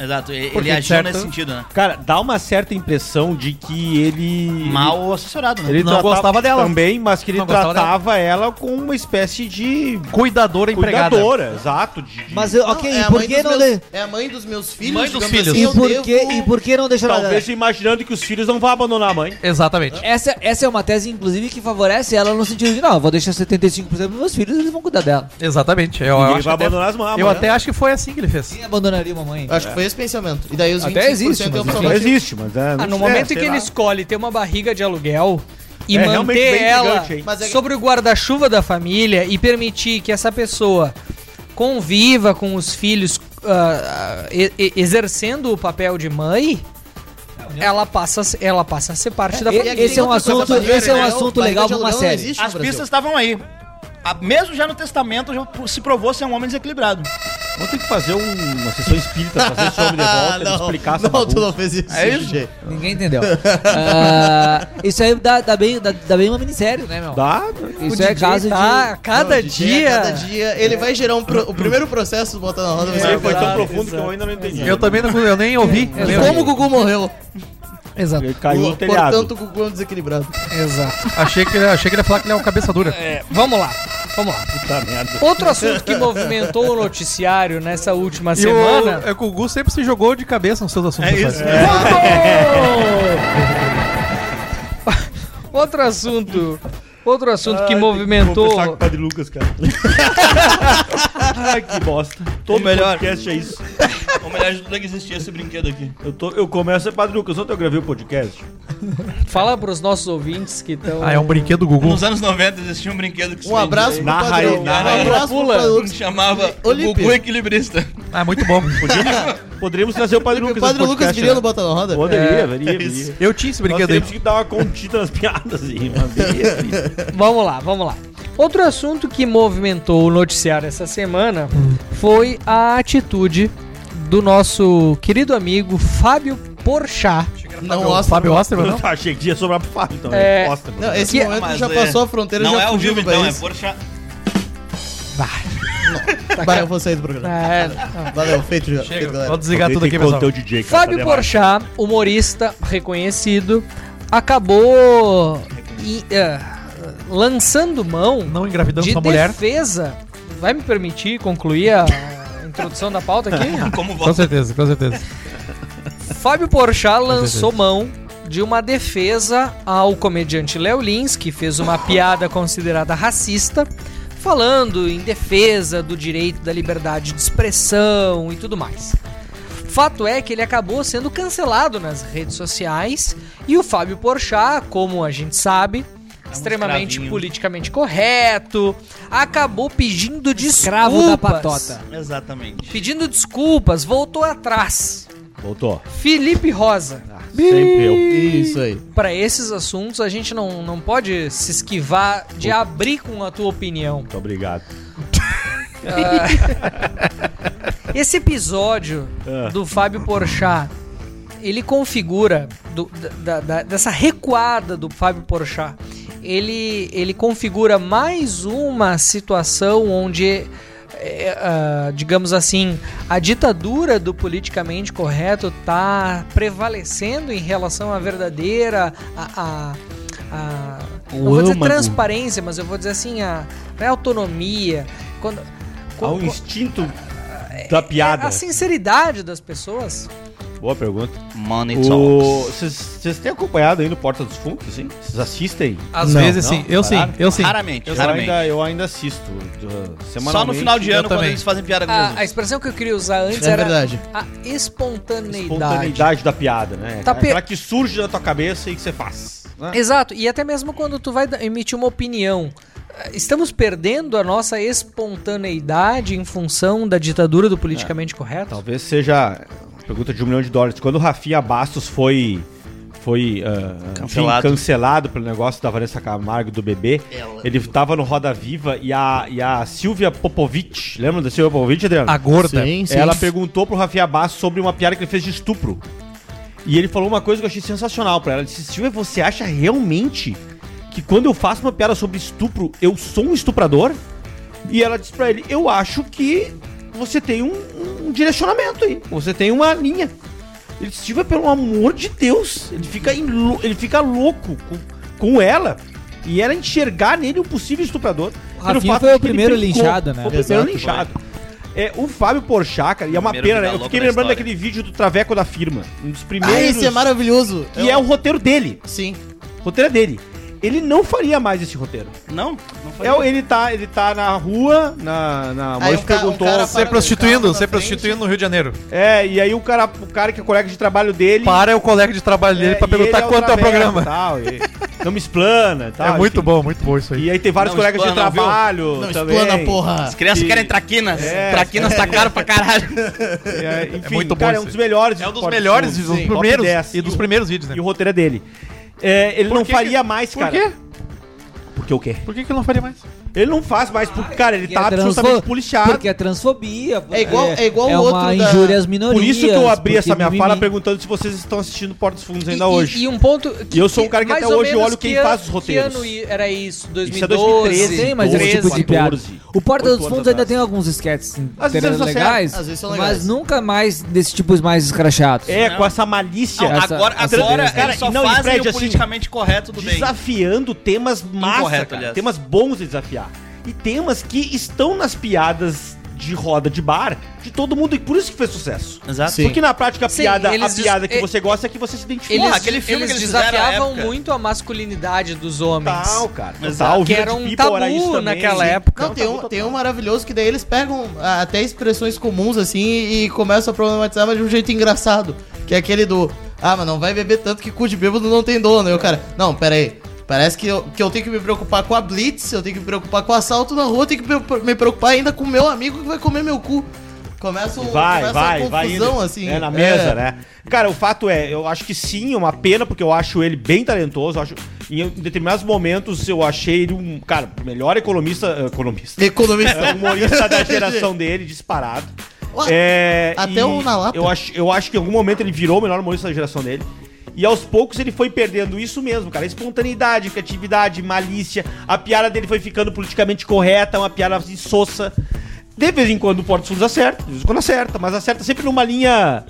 Speaker 4: Exato. e- Ele
Speaker 3: Porque,
Speaker 4: agiu
Speaker 3: certo?
Speaker 4: nesse sentido, né?
Speaker 6: Cara, dá uma certa impressão de que ele...
Speaker 4: Mal assessorado, né?
Speaker 6: Ele
Speaker 3: Não
Speaker 6: tratava-
Speaker 3: gostava dela.
Speaker 6: Também, mas que ele
Speaker 3: Não gostava
Speaker 6: tratava ela com uma espécie de...
Speaker 3: Cuidadora empregada.
Speaker 6: Cuidadora, exato. De, de-
Speaker 2: Mas, eu- ok,
Speaker 1: Não, é
Speaker 2: e
Speaker 1: a
Speaker 2: por
Speaker 1: mãe
Speaker 2: que
Speaker 1: dos
Speaker 2: não...
Speaker 1: meus-
Speaker 2: de-
Speaker 1: É a mãe dos meus filhos,
Speaker 3: Mãe dos
Speaker 1: digamos
Speaker 3: filhos.
Speaker 2: E
Speaker 1: eu
Speaker 2: por, que,
Speaker 1: devo-
Speaker 2: e por que não deixou nada?
Speaker 6: Talvez imaginando que os filhos não vão abandonar a mãe.
Speaker 3: Exatamente.
Speaker 2: Essa, essa é uma tese, inclusive, que favorece ela no sentido de, não, eu vou deixar 75% pros meus filhos, eles vão cuidar dela.
Speaker 3: Exatamente. É, Eu,
Speaker 6: Ninguém
Speaker 3: acho
Speaker 6: vai
Speaker 3: até-
Speaker 6: abandonar as mãos.
Speaker 3: eu
Speaker 6: né?
Speaker 3: até acho que foi assim que ele fez.
Speaker 2: Quem abandonaria a mamãe?
Speaker 1: Eu Acho que foi esse pensamento. E daí os
Speaker 2: Até existe,
Speaker 1: 25% é
Speaker 2: mas enfim.
Speaker 6: Não
Speaker 1: opcional.
Speaker 6: existe, mas... É,
Speaker 5: Ah,
Speaker 6: não
Speaker 5: no
Speaker 6: sei,
Speaker 5: momento
Speaker 6: sei
Speaker 5: em que
Speaker 6: lá.
Speaker 5: ele escolhe ter uma barriga de aluguel e
Speaker 6: É, realmente
Speaker 5: manter
Speaker 6: bem
Speaker 5: ela
Speaker 6: intrigante, hein?
Speaker 1: Mas é que-
Speaker 5: sobre o guarda-chuva da família e permitir que essa pessoa conviva com os filhos ah, ah, e- e- exercendo o papel de mãe, ela passa, a se- ela passa a ser parte da
Speaker 2: e-
Speaker 5: família.
Speaker 2: esse é um
Speaker 1: Outra coisa
Speaker 2: assunto-
Speaker 1: maneira,
Speaker 2: esse é um
Speaker 1: né? Barriga
Speaker 2: assunto legal
Speaker 1: de
Speaker 2: pra uma
Speaker 1: aluguel não
Speaker 2: série.
Speaker 1: existe no
Speaker 4: As
Speaker 1: Brasil.
Speaker 4: pistas estavam aí. A- mesmo já no testamento, já se provou ser um homem desequilibrado.
Speaker 6: Vamos ter que fazer um- uma sessão espírita, fazer esse homem de volta, ele explicar essa
Speaker 1: Ah, Não, tu
Speaker 6: bagunça.
Speaker 1: não fez isso.
Speaker 4: É isso?
Speaker 1: gente.
Speaker 2: Ninguém entendeu. Ah, isso aí dá, dá bem, dá, dá bem uma minissérie, né, meu?
Speaker 6: Dá,
Speaker 5: O
Speaker 2: Isso
Speaker 5: DJ
Speaker 2: é caso
Speaker 5: tá a
Speaker 2: de...
Speaker 5: cada
Speaker 1: Não, DJ,
Speaker 5: dia.
Speaker 1: Cada dia. Ele vai gerar um pro- o primeiro processo do Bota na Roda. vai
Speaker 6: Isso
Speaker 1: ser
Speaker 6: aí foi tão
Speaker 1: verdade.
Speaker 6: profundo que eu ainda não entendi.
Speaker 3: Eu também não eu nem ouvi.
Speaker 2: É,
Speaker 3: Eu-
Speaker 1: Como o Gugu morreu?
Speaker 5: Exato.
Speaker 6: Ele caiu no telhado.
Speaker 1: Portanto, o Gugu é um desequilibrado.
Speaker 5: Exato.
Speaker 3: Achei que, ele- achei que ele ia falar que ele é um cabeça dura.
Speaker 5: É, vamos lá. Vamos lá.
Speaker 6: Puta merda.
Speaker 5: Outro assunto que movimentou o noticiário nessa última
Speaker 3: E o,
Speaker 5: semana.
Speaker 3: é que o Gugu sempre se jogou de cabeça nos seus assuntos. né?
Speaker 4: É
Speaker 3: pessoais.
Speaker 4: isso.
Speaker 5: Outro assunto. Outro assunto que movimentou.
Speaker 6: Vou conversar com o Padre Lucas, cara. Ai, que bosta. Todo
Speaker 4: melhor.
Speaker 6: podcast é isso.
Speaker 4: Ou melhor, de tudo é que existia esse brinquedo aqui.
Speaker 6: Eu, tô, eu começo, é Padre Lucas, ontem eu gravei o podcast.
Speaker 5: Fala pros nossos ouvintes que estão.
Speaker 3: Ah, é um brinquedo do Gugu.
Speaker 4: Nos anos 90 existia um brinquedo que se
Speaker 1: Um abraço pro
Speaker 6: Narra aí,
Speaker 1: padrão. Um
Speaker 6: narra aí.
Speaker 1: abraço pro
Speaker 5: Pula.
Speaker 1: padrão.
Speaker 4: vendia, chamava o
Speaker 1: Olímpia.
Speaker 4: Gugu Equilibrista.
Speaker 3: Ah, muito bom.
Speaker 6: Poderíamos trazer o Padre
Speaker 1: O
Speaker 6: Lucas
Speaker 1: padre
Speaker 6: no
Speaker 1: Lucas
Speaker 6: podcast,
Speaker 1: viria no
Speaker 6: né?
Speaker 1: Bota na Roda?
Speaker 6: Poderia, viria, viria.
Speaker 3: Eu tinha esse
Speaker 6: Nós
Speaker 3: brinquedo aí.
Speaker 6: temos que dar uma contida nas piadas aí, uma vez.
Speaker 5: Vamos lá, vamos lá. Outro assunto que movimentou o noticiário essa semana foi a atitude do nosso querido amigo Fábio Porchat.
Speaker 1: Não, Oscar.
Speaker 3: Fábio Osterman, não?
Speaker 6: Eu achei que ia sobrar pro Fábio, então.
Speaker 5: É.
Speaker 6: ele posta, mano.
Speaker 1: Não, esse
Speaker 5: Que-
Speaker 1: momento
Speaker 4: Mas
Speaker 1: já
Speaker 4: é-
Speaker 1: passou a fronteira,
Speaker 4: Não
Speaker 1: já
Speaker 4: é ao
Speaker 1: fugiu
Speaker 4: vivo,
Speaker 1: do
Speaker 4: então, é
Speaker 1: país.
Speaker 4: por chá.
Speaker 1: Vai, eu vou sair do programa.
Speaker 5: É,
Speaker 1: Valeu, feito, já. feito,
Speaker 3: Chega,
Speaker 1: galera.
Speaker 3: vou desligar
Speaker 6: Alguém
Speaker 3: é tudo
Speaker 6: tem
Speaker 3: aqui,
Speaker 6: que
Speaker 3: pessoal.
Speaker 6: conter o DJ, cara,
Speaker 5: Fábio
Speaker 6: tá demais.
Speaker 5: Porchat, humorista reconhecido, acabou e, eh, lançando mão
Speaker 3: Não engravidando
Speaker 5: de
Speaker 3: sua mulher.
Speaker 5: defesa. Vai me permitir concluir a introdução da pauta aqui?
Speaker 4: Como
Speaker 3: Com
Speaker 4: volta.
Speaker 3: certeza, com certeza.
Speaker 5: Fábio Porchat lançou mão de uma defesa ao comediante Léo Lins, que fez uma piada considerada racista, falando em defesa do direito da liberdade de expressão e tudo mais. Fato é que ele acabou sendo cancelado nas redes sociais e o Fábio Porchat, como a gente sabe,
Speaker 2: É um
Speaker 5: extremamente
Speaker 4: escravinho.
Speaker 5: politicamente correto, acabou pedindo desculpas.
Speaker 2: Escravo da patota.
Speaker 4: Exatamente.
Speaker 5: Pedindo desculpas, voltou atrás.
Speaker 6: Voltou.
Speaker 5: Felipe Rosa.
Speaker 6: Sempre eu.
Speaker 1: Isso aí.
Speaker 5: Pra esses assuntos, a gente não, não pode se esquivar de abrir com a tua opinião.
Speaker 6: Muito obrigado.
Speaker 5: Esse episódio
Speaker 6: Ah.
Speaker 5: do Fábio Porchat, ele configura do- da- da- dessa recuada do Fábio Porchat. Ele, ele configura mais uma situação onde, é, ah, digamos assim, a ditadura do politicamente correto tá prevalecendo em relação à verdadeira, a, a- a- não vou dizer transparência, mas eu vou dizer assim, a, não é autonomia. Quando,
Speaker 6: Há um instinto da piada.
Speaker 5: a sinceridade das pessoas.
Speaker 6: Boa pergunta.
Speaker 4: Money
Speaker 6: O- Vocês vocês têm acompanhado aí no Porta dos Fundos, assim? Vocês assistem?
Speaker 3: Às vezes, sim. Eu sim, eu sim.
Speaker 4: Raramente,
Speaker 6: Eu
Speaker 4: Ah, raramente.
Speaker 6: ainda, eu ainda assisto. uh,
Speaker 4: Só no
Speaker 6: semanalmente.
Speaker 4: final de
Speaker 3: eu
Speaker 4: ano, quando
Speaker 3: também.
Speaker 4: eles fazem piada com
Speaker 5: A, a
Speaker 4: Jesus.
Speaker 5: expressão que eu queria usar antes
Speaker 1: É
Speaker 5: era
Speaker 1: verdade.
Speaker 5: a espontaneidade.
Speaker 6: Espontaneidade da piada, né?
Speaker 5: Tá
Speaker 6: Tá
Speaker 5: pe-
Speaker 6: Aquela que surge da tua cabeça e que você faz. né?
Speaker 5: Exato, e até mesmo quando tu vai da- emitir uma opinião. Eh, Estamos perdendo a nossa
Speaker 2: Tá?
Speaker 5: espontaneidade em função da ditadura do politicamente correto?
Speaker 6: Talvez seja a pergunta de um milhão de dólares. Quando o Rafinha Bastos foi, foi ah,
Speaker 4: Cancelado.
Speaker 6: enfim, cancelado pelo negócio da Vanessa Camargo do bebê, ele tava no Roda Viva e a, e a Silvia Popovic, lembra da Silvia Popovic, Adriano?
Speaker 3: A gorda.
Speaker 1: Sim, sim.
Speaker 6: Ela perguntou pro Rafinha Bastos sobre uma piada que ele fez de estupro. E ele falou uma coisa que eu achei sensacional pra ela. Ele disse, Silvia, você acha realmente que quando eu faço uma piada sobre estupro, eu sou um estuprador? E ela disse pra ele, eu acho que você tem um, um direcionamento aí. Você tem uma linha. Ele disse, Silvia, pelo amor de Deus. Ele fica, em lou- ele fica louco com, com ela. E ela enxergar nele um possível estuprador.
Speaker 2: O
Speaker 6: Pelo
Speaker 2: Rafinha
Speaker 6: fato
Speaker 2: foi
Speaker 6: de
Speaker 2: o
Speaker 6: que ele
Speaker 2: primeiro
Speaker 6: brincou.
Speaker 2: linchado, né?
Speaker 6: Foi o primeiro
Speaker 1: Exato,
Speaker 6: linchado. É, o Fábio Porchat, cara, e é uma
Speaker 4: Primeiro
Speaker 6: pena, né? Eu
Speaker 4: vida
Speaker 6: fiquei
Speaker 4: louca da
Speaker 6: lembrando
Speaker 4: história.
Speaker 6: daquele vídeo do Traveco da Firma. Um dos primeiros.
Speaker 1: Ah, esse é maravilhoso.
Speaker 6: Que é o roteiro dele.
Speaker 1: Sim.
Speaker 6: O roteiro é dele. Ele não faria mais esse roteiro.
Speaker 4: Não, não foi.
Speaker 6: É, ele, tá, ele tá na rua, na. na a
Speaker 1: Aí
Speaker 6: mãe
Speaker 1: o ca-
Speaker 6: perguntou.
Speaker 1: o cara
Speaker 3: Ser
Speaker 1: para-
Speaker 3: prostituindo,
Speaker 1: Carro na
Speaker 3: ser
Speaker 1: frente.
Speaker 3: prostituindo no Rio de Janeiro.
Speaker 6: É, e aí o cara, o cara que é colega de trabalho dele.
Speaker 3: Para é o colega de trabalho dele
Speaker 6: é,
Speaker 3: pra
Speaker 6: e
Speaker 3: perguntar
Speaker 6: ele o Tá,
Speaker 3: quanto é o
Speaker 6: Traveco e
Speaker 3: programa.
Speaker 6: Tal, e, não me explana e tal.
Speaker 3: É muito
Speaker 6: enfim.
Speaker 3: bom, muito bom isso aí.
Speaker 6: tá, E é aí tem vários
Speaker 4: Não
Speaker 6: colegas
Speaker 4: explana,
Speaker 6: de
Speaker 4: viu?
Speaker 6: trabalho.
Speaker 1: Não
Speaker 6: também.
Speaker 1: explana, porra.
Speaker 4: As crianças
Speaker 6: que-
Speaker 4: querem traquinas.
Speaker 6: É.
Speaker 4: traquinas tá caro pra caralho.
Speaker 6: É, enfim,
Speaker 3: muito bom
Speaker 6: cara, é
Speaker 3: isso
Speaker 6: um dos melhores.
Speaker 3: É um dos
Speaker 6: esportes
Speaker 3: melhores,
Speaker 6: do-
Speaker 3: dos
Speaker 6: Sim. Top
Speaker 3: primeiros.
Speaker 6: 10.
Speaker 3: E dos
Speaker 6: o-
Speaker 3: primeiros vídeos, né?
Speaker 6: E o roteiro é dele. É, ele
Speaker 3: Por
Speaker 6: não
Speaker 3: que
Speaker 6: faria
Speaker 3: que-
Speaker 6: mais,
Speaker 3: Por
Speaker 6: cara.
Speaker 3: quê?
Speaker 6: Porque o quê?
Speaker 3: Por que que eu não faria mais?
Speaker 6: Ele não faz mais porque, cara, ele
Speaker 2: Porque
Speaker 6: tá
Speaker 2: é transfo-
Speaker 6: absolutamente policiado.
Speaker 2: Porque é transfobia.
Speaker 1: É igual- é igual o
Speaker 2: uma
Speaker 1: outro da-
Speaker 2: injúria às minorias.
Speaker 6: Por isso que eu abri
Speaker 2: porque
Speaker 6: essa minha
Speaker 2: mimimi.
Speaker 6: fala perguntando se vocês estão assistindo Porta dos Fundos ainda
Speaker 5: e,
Speaker 6: hoje.
Speaker 5: E, e um ponto.
Speaker 6: E eu sou um cara que
Speaker 5: mais
Speaker 6: até
Speaker 5: ou
Speaker 6: hoje
Speaker 5: menos
Speaker 6: olho quem
Speaker 5: que an-
Speaker 6: faz os roteiros.
Speaker 5: Que ano i- era isso?
Speaker 6: Isso
Speaker 5: 2012.
Speaker 6: é 2013,
Speaker 5: Sim,
Speaker 2: Tem mais esse
Speaker 6: 12,
Speaker 2: tipo de piada.
Speaker 6: 14.
Speaker 2: O Porta
Speaker 6: Oito
Speaker 2: dos
Speaker 6: anos
Speaker 2: Fundos ainda
Speaker 6: atrás.
Speaker 2: tem alguns esquetes
Speaker 6: Às vezes
Speaker 2: interessantes,
Speaker 6: eles acertam,
Speaker 2: legais,
Speaker 1: às vezes são legais.
Speaker 2: mas nunca mais desse tipo mais escrachados.
Speaker 6: É, com essa malícia.
Speaker 2: Não, Essa-
Speaker 4: agora,
Speaker 2: essa
Speaker 4: agora
Speaker 2: beleza.
Speaker 6: Cara,
Speaker 4: eles só
Speaker 6: e não, e
Speaker 4: fazem
Speaker 6: Fred,
Speaker 4: o
Speaker 6: assim,
Speaker 4: politicamente correto do bem.
Speaker 6: desafiando temas massa,
Speaker 4: Incorreto,
Speaker 6: cara.
Speaker 4: aliás.
Speaker 6: temas bons de desafiar. E temas que estão nas piadas de roda de bar de todo mundo e por isso que fez sucesso.
Speaker 4: Exato.
Speaker 1: Sim.
Speaker 6: Porque na prática a
Speaker 5: Sim,
Speaker 6: piada, a
Speaker 5: eles des-
Speaker 6: piada que
Speaker 5: e-
Speaker 6: você gosta é que você se identifica.
Speaker 5: Eles,
Speaker 4: Porra, aquele filme
Speaker 5: eles
Speaker 4: que eles fizeram na
Speaker 5: desafiavam
Speaker 4: época.
Speaker 5: muito a masculinidade dos homens.
Speaker 6: Total, cara.
Speaker 4: Exato.
Speaker 6: Total.
Speaker 5: que
Speaker 6: Village
Speaker 5: era um
Speaker 6: People era isso
Speaker 5: tabu
Speaker 6: também.
Speaker 5: naquela época.
Speaker 6: Não,
Speaker 1: Não, tem
Speaker 6: tá
Speaker 1: um,
Speaker 6: muito
Speaker 1: tem um maravilhoso que daí eles pegam ah, até expressões comuns assim e começam a problematizar, mas de um jeito engraçado. Que é aquele do. Ah, mas não vai beber tanto que cu de bêbado não tem dono. E o cara. Não, pera aí. Parece que eu, que eu tenho que me preocupar com a Blitz, eu tenho que me preocupar com o assalto na rua, eu tenho que pre- me preocupar ainda com o meu amigo que vai comer meu cu. Começa, um-
Speaker 6: Vai,
Speaker 1: começa
Speaker 6: vai,
Speaker 1: uma
Speaker 6: vai.
Speaker 1: confusão,
Speaker 6: indo.
Speaker 1: assim.
Speaker 6: É, na mesa, né? Cara, o fato é, eu acho que sim, é uma pena, porque eu acho ele bem talentoso. eu acho, em determinados momentos eu achei ele um, cara, o melhor economista. Economista. É,
Speaker 1: Economista.
Speaker 6: humorista da geração dele, disparado.
Speaker 1: Ué,
Speaker 6: É,
Speaker 1: até o Na Lata.
Speaker 6: Eu acho, eu acho que em algum momento ele virou o melhor humorista da geração dele. E aos poucos ele foi perdendo isso mesmo, cara. Espontaneidade, criatividade, malícia. A piada dele foi ficando politicamente correta, uma piada assim, sossa. De vez em quando o Porto Sul acerta, de vez em quando acerta, mas acerta sempre numa linha.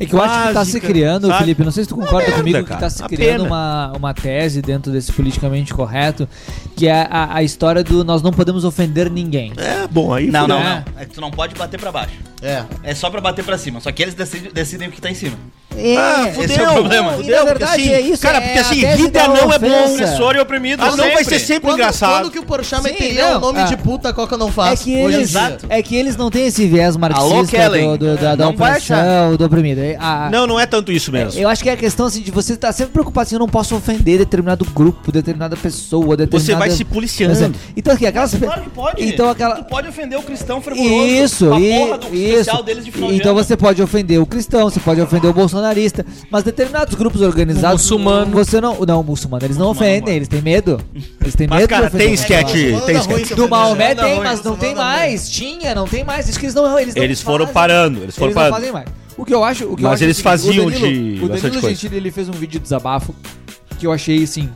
Speaker 2: É que eu acho que tá se
Speaker 6: básica,
Speaker 2: criando,
Speaker 6: sabe?
Speaker 2: Felipe, não sei se tu concorda
Speaker 6: merda,
Speaker 2: comigo, que
Speaker 6: cara,
Speaker 2: tá se
Speaker 6: uma
Speaker 2: criando
Speaker 6: pena.
Speaker 2: uma, uma tese dentro desse politicamente correto, que é a, a história do nós não podemos ofender ninguém.
Speaker 6: É, bom, aí.
Speaker 4: Não, não,
Speaker 2: É.
Speaker 4: não. É que tu não pode bater pra baixo.
Speaker 1: É.
Speaker 4: É só pra bater pra cima. Só que eles decidem, decidem o que tá em cima.
Speaker 2: É,
Speaker 6: Ah, fudeu,
Speaker 4: Esse é o problema.
Speaker 2: e
Speaker 6: Fudeu,
Speaker 2: na
Speaker 6: porque
Speaker 2: verdade
Speaker 6: assim,
Speaker 2: é isso.
Speaker 6: cara,
Speaker 2: é
Speaker 6: porque
Speaker 2: a
Speaker 6: assim,
Speaker 2: tese
Speaker 6: vida
Speaker 2: da
Speaker 6: não é bom,
Speaker 2: ofensa.
Speaker 4: Opressor e oprimido.
Speaker 6: Ah, não vai ser
Speaker 4: sempre.
Speaker 6: sempre
Speaker 1: Quando,
Speaker 6: engraçado.
Speaker 1: quando que o Porchat
Speaker 2: Sim,
Speaker 1: meteria
Speaker 2: não,
Speaker 1: o nome
Speaker 2: ah.
Speaker 1: de puta, a Coca não
Speaker 2: É
Speaker 1: faz?
Speaker 2: que,
Speaker 1: hoje em
Speaker 2: eles,
Speaker 1: dia?
Speaker 2: é que eles não têm esse viés
Speaker 4: Alô,
Speaker 2: marxista
Speaker 4: Kellen.
Speaker 2: do, do- da, da
Speaker 4: Não vai
Speaker 2: opressão, do oprimido. É, a-
Speaker 6: Não, não é tanto isso mesmo.
Speaker 2: eu acho que é a questão assim, de você estar sempre preocupado assim, eu não posso ofender determinado grupo, determinada pessoa, determinada...
Speaker 6: Você vai se policiando.
Speaker 2: Então, que aquelas... pe-
Speaker 4: Claro que pode.
Speaker 2: Então, aquela...
Speaker 4: Tu pode ofender o cristão fervoroso.
Speaker 2: Isso,
Speaker 4: com a
Speaker 2: e,
Speaker 4: porra do
Speaker 2: isso.
Speaker 4: especial deles de final de
Speaker 2: Então
Speaker 4: ano.
Speaker 2: você pode ofender o cristão, você pode ofender o bolsonarista, mas determinados grupos organizados.
Speaker 5: O muçulmano.
Speaker 2: Você não. Não, o muçulmano, eles não ofendem, eles têm medo. Eles têm
Speaker 6: Mas,
Speaker 2: medo. de
Speaker 6: cara,
Speaker 2: ofender
Speaker 6: tem
Speaker 2: o muçulmano.
Speaker 6: esquete.
Speaker 1: Manda
Speaker 6: tem
Speaker 1: é ruim,
Speaker 6: esquete.
Speaker 1: seu
Speaker 2: Do Maomé
Speaker 1: Manda
Speaker 2: tem,
Speaker 1: ruim,
Speaker 2: mas não
Speaker 1: manda
Speaker 2: tem
Speaker 1: é ruim.
Speaker 2: mais. Tinha, não tem mais. Isso que eles não. Eles, não
Speaker 6: Eles foram
Speaker 2: fazem.
Speaker 6: parando, eles foram
Speaker 2: não
Speaker 6: parando.
Speaker 2: fazem mais. O que eu acho. O que eu
Speaker 6: Mas
Speaker 2: acho
Speaker 6: eles
Speaker 2: é o seguinte,
Speaker 6: faziam
Speaker 2: o Danilo,
Speaker 6: de
Speaker 2: O
Speaker 6: bastante
Speaker 2: Danilo
Speaker 6: coisa.
Speaker 2: Gentili ele fez um vídeo de desabafo que eu achei assim.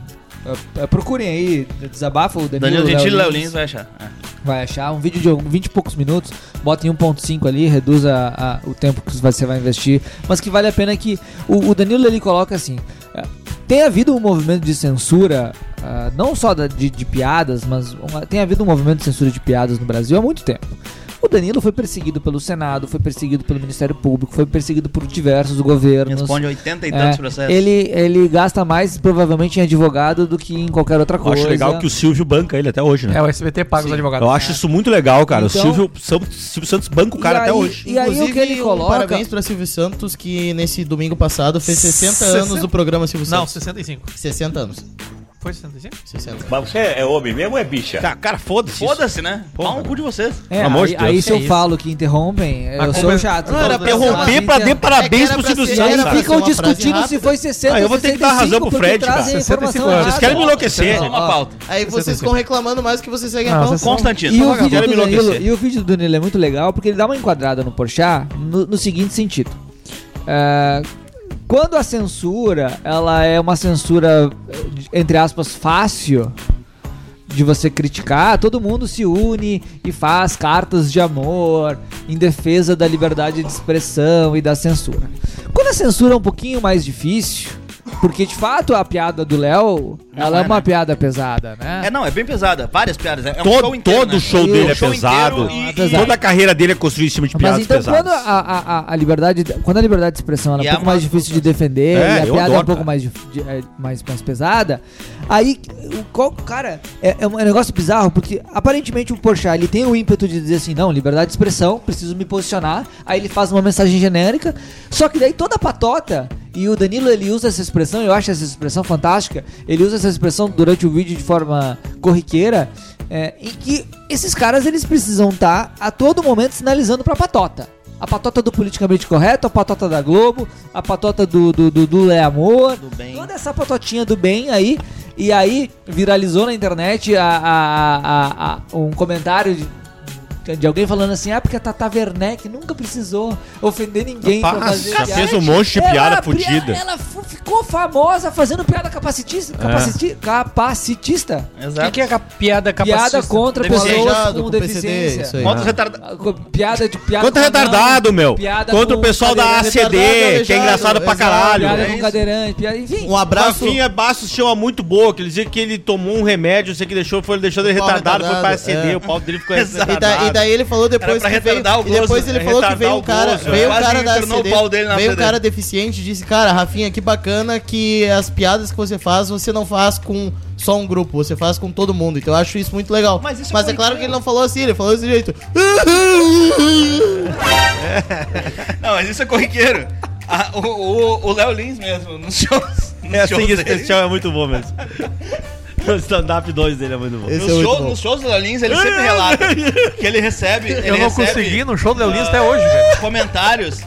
Speaker 2: eh, eh, Procurem aí, desabafo, o Danilo,
Speaker 4: Danilo Gentili
Speaker 2: Léo
Speaker 4: Léo
Speaker 2: Lins.
Speaker 4: Lins vai achar. É.
Speaker 2: Vai achar um vídeo de algum- 20 e poucos minutos, bota em 1.5 ali, reduz a- a- o tempo que você vai investir, mas que vale a pena que o, o Danilo ele coloca assim, eh, tem havido um movimento de censura, ah, não só da- de, de piadas, mas uma- tem havido um movimento de censura de piadas no Brasil há muito tempo. O Danilo foi perseguido pelo Senado, foi perseguido pelo Ministério Público, foi perseguido por diversos governos.
Speaker 4: Responde 80 e tantos
Speaker 2: É,
Speaker 4: processos.
Speaker 2: ele, ele gasta mais provavelmente em advogado do que em qualquer outra
Speaker 6: Eu
Speaker 2: coisa.
Speaker 6: acho legal que o Silvio banca ele até hoje, né?
Speaker 5: É, o SBT paga os advogados.
Speaker 6: Eu acho isso muito legal, cara.
Speaker 2: Então-
Speaker 6: o Silvio, Sam- Silvio Santos banca o
Speaker 2: E
Speaker 6: cara até
Speaker 2: aí-
Speaker 6: hoje.
Speaker 2: E aí o que ele
Speaker 1: um
Speaker 2: coloca-
Speaker 1: parabéns pra Silvio Santos, que nesse domingo passado fez 60 anos
Speaker 5: Sessenta-
Speaker 1: do programa Silvio
Speaker 3: Não,
Speaker 1: Santos.
Speaker 3: 65.
Speaker 1: 60 anos.
Speaker 3: Foi 65?
Speaker 1: 60.
Speaker 9: Mas você é homem mesmo ou é bicha?
Speaker 6: Cara, cara foda-se. isso.
Speaker 4: Foda-se, né? Pau no cu de vocês.
Speaker 2: É,
Speaker 6: Pelo amor
Speaker 2: aí,
Speaker 6: de Deus.
Speaker 2: aí se
Speaker 6: Que
Speaker 2: eu
Speaker 6: isso?
Speaker 2: falo que interrompem, eu
Speaker 3: Mas
Speaker 2: sou
Speaker 3: como é-
Speaker 2: chato.
Speaker 1: Não, era
Speaker 2: Então,
Speaker 6: Interromper
Speaker 2: assim,
Speaker 6: pra
Speaker 2: tem-
Speaker 6: dar parabéns
Speaker 1: É que era
Speaker 6: pro
Speaker 1: pra
Speaker 6: Silvio
Speaker 1: ser-
Speaker 2: E aí
Speaker 1: Era
Speaker 6: Santos.
Speaker 1: pra
Speaker 6: cara.
Speaker 1: ser
Speaker 2: ficam
Speaker 1: uma frase
Speaker 2: discutindo se
Speaker 1: rápida.
Speaker 2: foi 60
Speaker 6: Ah, eu
Speaker 2: ou
Speaker 6: vou ter que dar
Speaker 2: 65,
Speaker 6: razão pro
Speaker 2: porque
Speaker 6: Fred,
Speaker 2: trazem
Speaker 6: cara.
Speaker 2: a informação
Speaker 3: 65 anos.
Speaker 2: errada.
Speaker 6: Vocês querem me enlouquecer.
Speaker 4: Só uma
Speaker 2: Ó.
Speaker 4: pauta.
Speaker 1: Aí vocês ficam reclamando mais que vocês seguem
Speaker 3: Ah,
Speaker 1: a pauta.
Speaker 3: vocês são-
Speaker 4: Constantino.
Speaker 2: um E o,
Speaker 4: Vagabundo.
Speaker 2: vídeo
Speaker 6: Quero me
Speaker 2: do Danilo,
Speaker 6: enlouquecer.
Speaker 2: e o vídeo do Danilo é muito legal porque ele dá uma enquadrada no Porchat no, no seguinte sentido. É, quando a censura, ela é uma censura, eh, entre aspas, fácil de você criticar, todo mundo se une e faz cartas de amor em defesa da liberdade de expressão e da censura. Quando a censura é um pouquinho mais difícil, porque de fato a piada do Léo, ela é,
Speaker 4: é,
Speaker 2: uma
Speaker 4: né?
Speaker 2: piada pesada, né?
Speaker 4: É, não, é bem pesada. Várias piadas. É um
Speaker 6: Todo, todo
Speaker 4: né?
Speaker 6: o show
Speaker 2: E
Speaker 6: dele
Speaker 2: o
Speaker 6: é
Speaker 4: show
Speaker 6: pesado.
Speaker 4: inteiro e-
Speaker 2: e- Apesar.
Speaker 6: Toda a carreira dele é construída em cima de
Speaker 2: então Mas
Speaker 6: piadas
Speaker 2: então,
Speaker 6: pesadas.
Speaker 2: quando a, a- a- a liberdade, quando a liberdade de expressão ela
Speaker 4: E
Speaker 2: é
Speaker 4: a
Speaker 2: um pouco mais
Speaker 4: massa-
Speaker 2: difícil de defender,
Speaker 6: É,
Speaker 2: e a
Speaker 6: eu
Speaker 2: piada é um
Speaker 6: adoro,
Speaker 2: pouco
Speaker 6: cara.
Speaker 2: mais, dif- de- é, mais, mais pesada, aí, o, qual, cara, é, é um é um negócio bizarro, porque aparentemente o Porchat, ele tem o ímpeto de dizer assim, não, liberdade de expressão, preciso me posicionar, aí ele faz uma mensagem genérica, só que daí toda a patota, e o Danilo, ele usa essa expressão, eu acho essa expressão fantástica, ele usa essa expressão durante o vídeo de forma corriqueira, é, em que esses caras, eles precisam estar a todo momento sinalizando pra patota. A patota do politicamente correto, a patota da Globo, a patota do, do, do, do Lé Amor.
Speaker 4: Do bem.
Speaker 2: Toda essa patotinha do bem aí. E aí viralizou na internet a- a- a- a- um comentário de, de alguém falando assim: ah, porque a Tata Werneck nunca precisou ofender ninguém. pra fazer
Speaker 6: já
Speaker 2: piada."
Speaker 6: Tá
Speaker 2: é
Speaker 6: fez um monte de
Speaker 2: Ela
Speaker 6: piada
Speaker 2: abria-
Speaker 6: fudida.
Speaker 2: Ela fu- ficou famosa fazendo piada
Speaker 6: É.
Speaker 2: capacitista. Capaciti, Capacitista?
Speaker 5: O que, que é a piada
Speaker 2: Piada
Speaker 5: capacitista?
Speaker 2: contra
Speaker 1: Deficiente.
Speaker 2: pessoas
Speaker 1: Viajado,
Speaker 2: um com
Speaker 1: com PCD, isso aí.
Speaker 4: Moto
Speaker 1: Sim. Ah.
Speaker 2: deficiência.
Speaker 4: retarda-
Speaker 2: Ah, co- Piada de piada
Speaker 6: Contra
Speaker 2: com
Speaker 6: retardado,
Speaker 2: anão,
Speaker 6: meu.
Speaker 2: piada
Speaker 6: Contra
Speaker 2: com
Speaker 6: o pessoal da
Speaker 2: cadeirante,
Speaker 6: ACD,
Speaker 1: retardado,
Speaker 6: que é engraçado pra
Speaker 1: exato,
Speaker 6: caralho.
Speaker 2: Piada
Speaker 6: É
Speaker 2: com
Speaker 6: isso.
Speaker 2: cadeirante, piada, enfim.
Speaker 1: Um abraço.
Speaker 6: Rafinha é Bastos tinha uma muito boa, que ele dizia que ele tomou um remédio, sei que deixou, foi deixando ele
Speaker 1: Pau
Speaker 6: retardado, foi pra
Speaker 1: retardado,
Speaker 6: ACD,
Speaker 1: é.
Speaker 6: o pau dele ficou
Speaker 1: E,
Speaker 6: retardado.
Speaker 1: da- e daí ele falou depois
Speaker 4: pra
Speaker 1: que veio,
Speaker 4: retardar o
Speaker 1: e depois
Speaker 4: gozo,
Speaker 1: ele
Speaker 6: é,
Speaker 1: falou que veio
Speaker 6: retardar
Speaker 1: um
Speaker 6: o
Speaker 1: cara,
Speaker 6: gozo, é.
Speaker 1: veio um
Speaker 4: Quase
Speaker 1: cara da
Speaker 4: internou o
Speaker 1: ACD,
Speaker 4: pau dele na
Speaker 1: veio um
Speaker 4: ACD.
Speaker 1: cara deficiente e disse: "Cara, Rafinha, que bacana que as piadas que você faz, você não faz com só um grupo, você faz com todo mundo". Então eu acho isso muito legal. Mas, é claro que ele não falou assim, ele falou desse jeito.
Speaker 4: Não, mas isso é corriqueiro. Ah, o- o o Léo Lins mesmo, nos shows. Nos
Speaker 6: É
Speaker 4: shows
Speaker 6: assim que esse
Speaker 4: dele.
Speaker 6: especial é muito bom mesmo. o stand-up 2 dele é muito bom.
Speaker 1: Esse
Speaker 4: Nos
Speaker 1: é muito
Speaker 4: shows-
Speaker 1: bom.
Speaker 4: nos shows do Léo Lins, ele sempre relata que ele recebe. Ele
Speaker 3: Eu não
Speaker 4: recebe
Speaker 3: consegui no show do Leolins até hoje, velho.
Speaker 4: comentários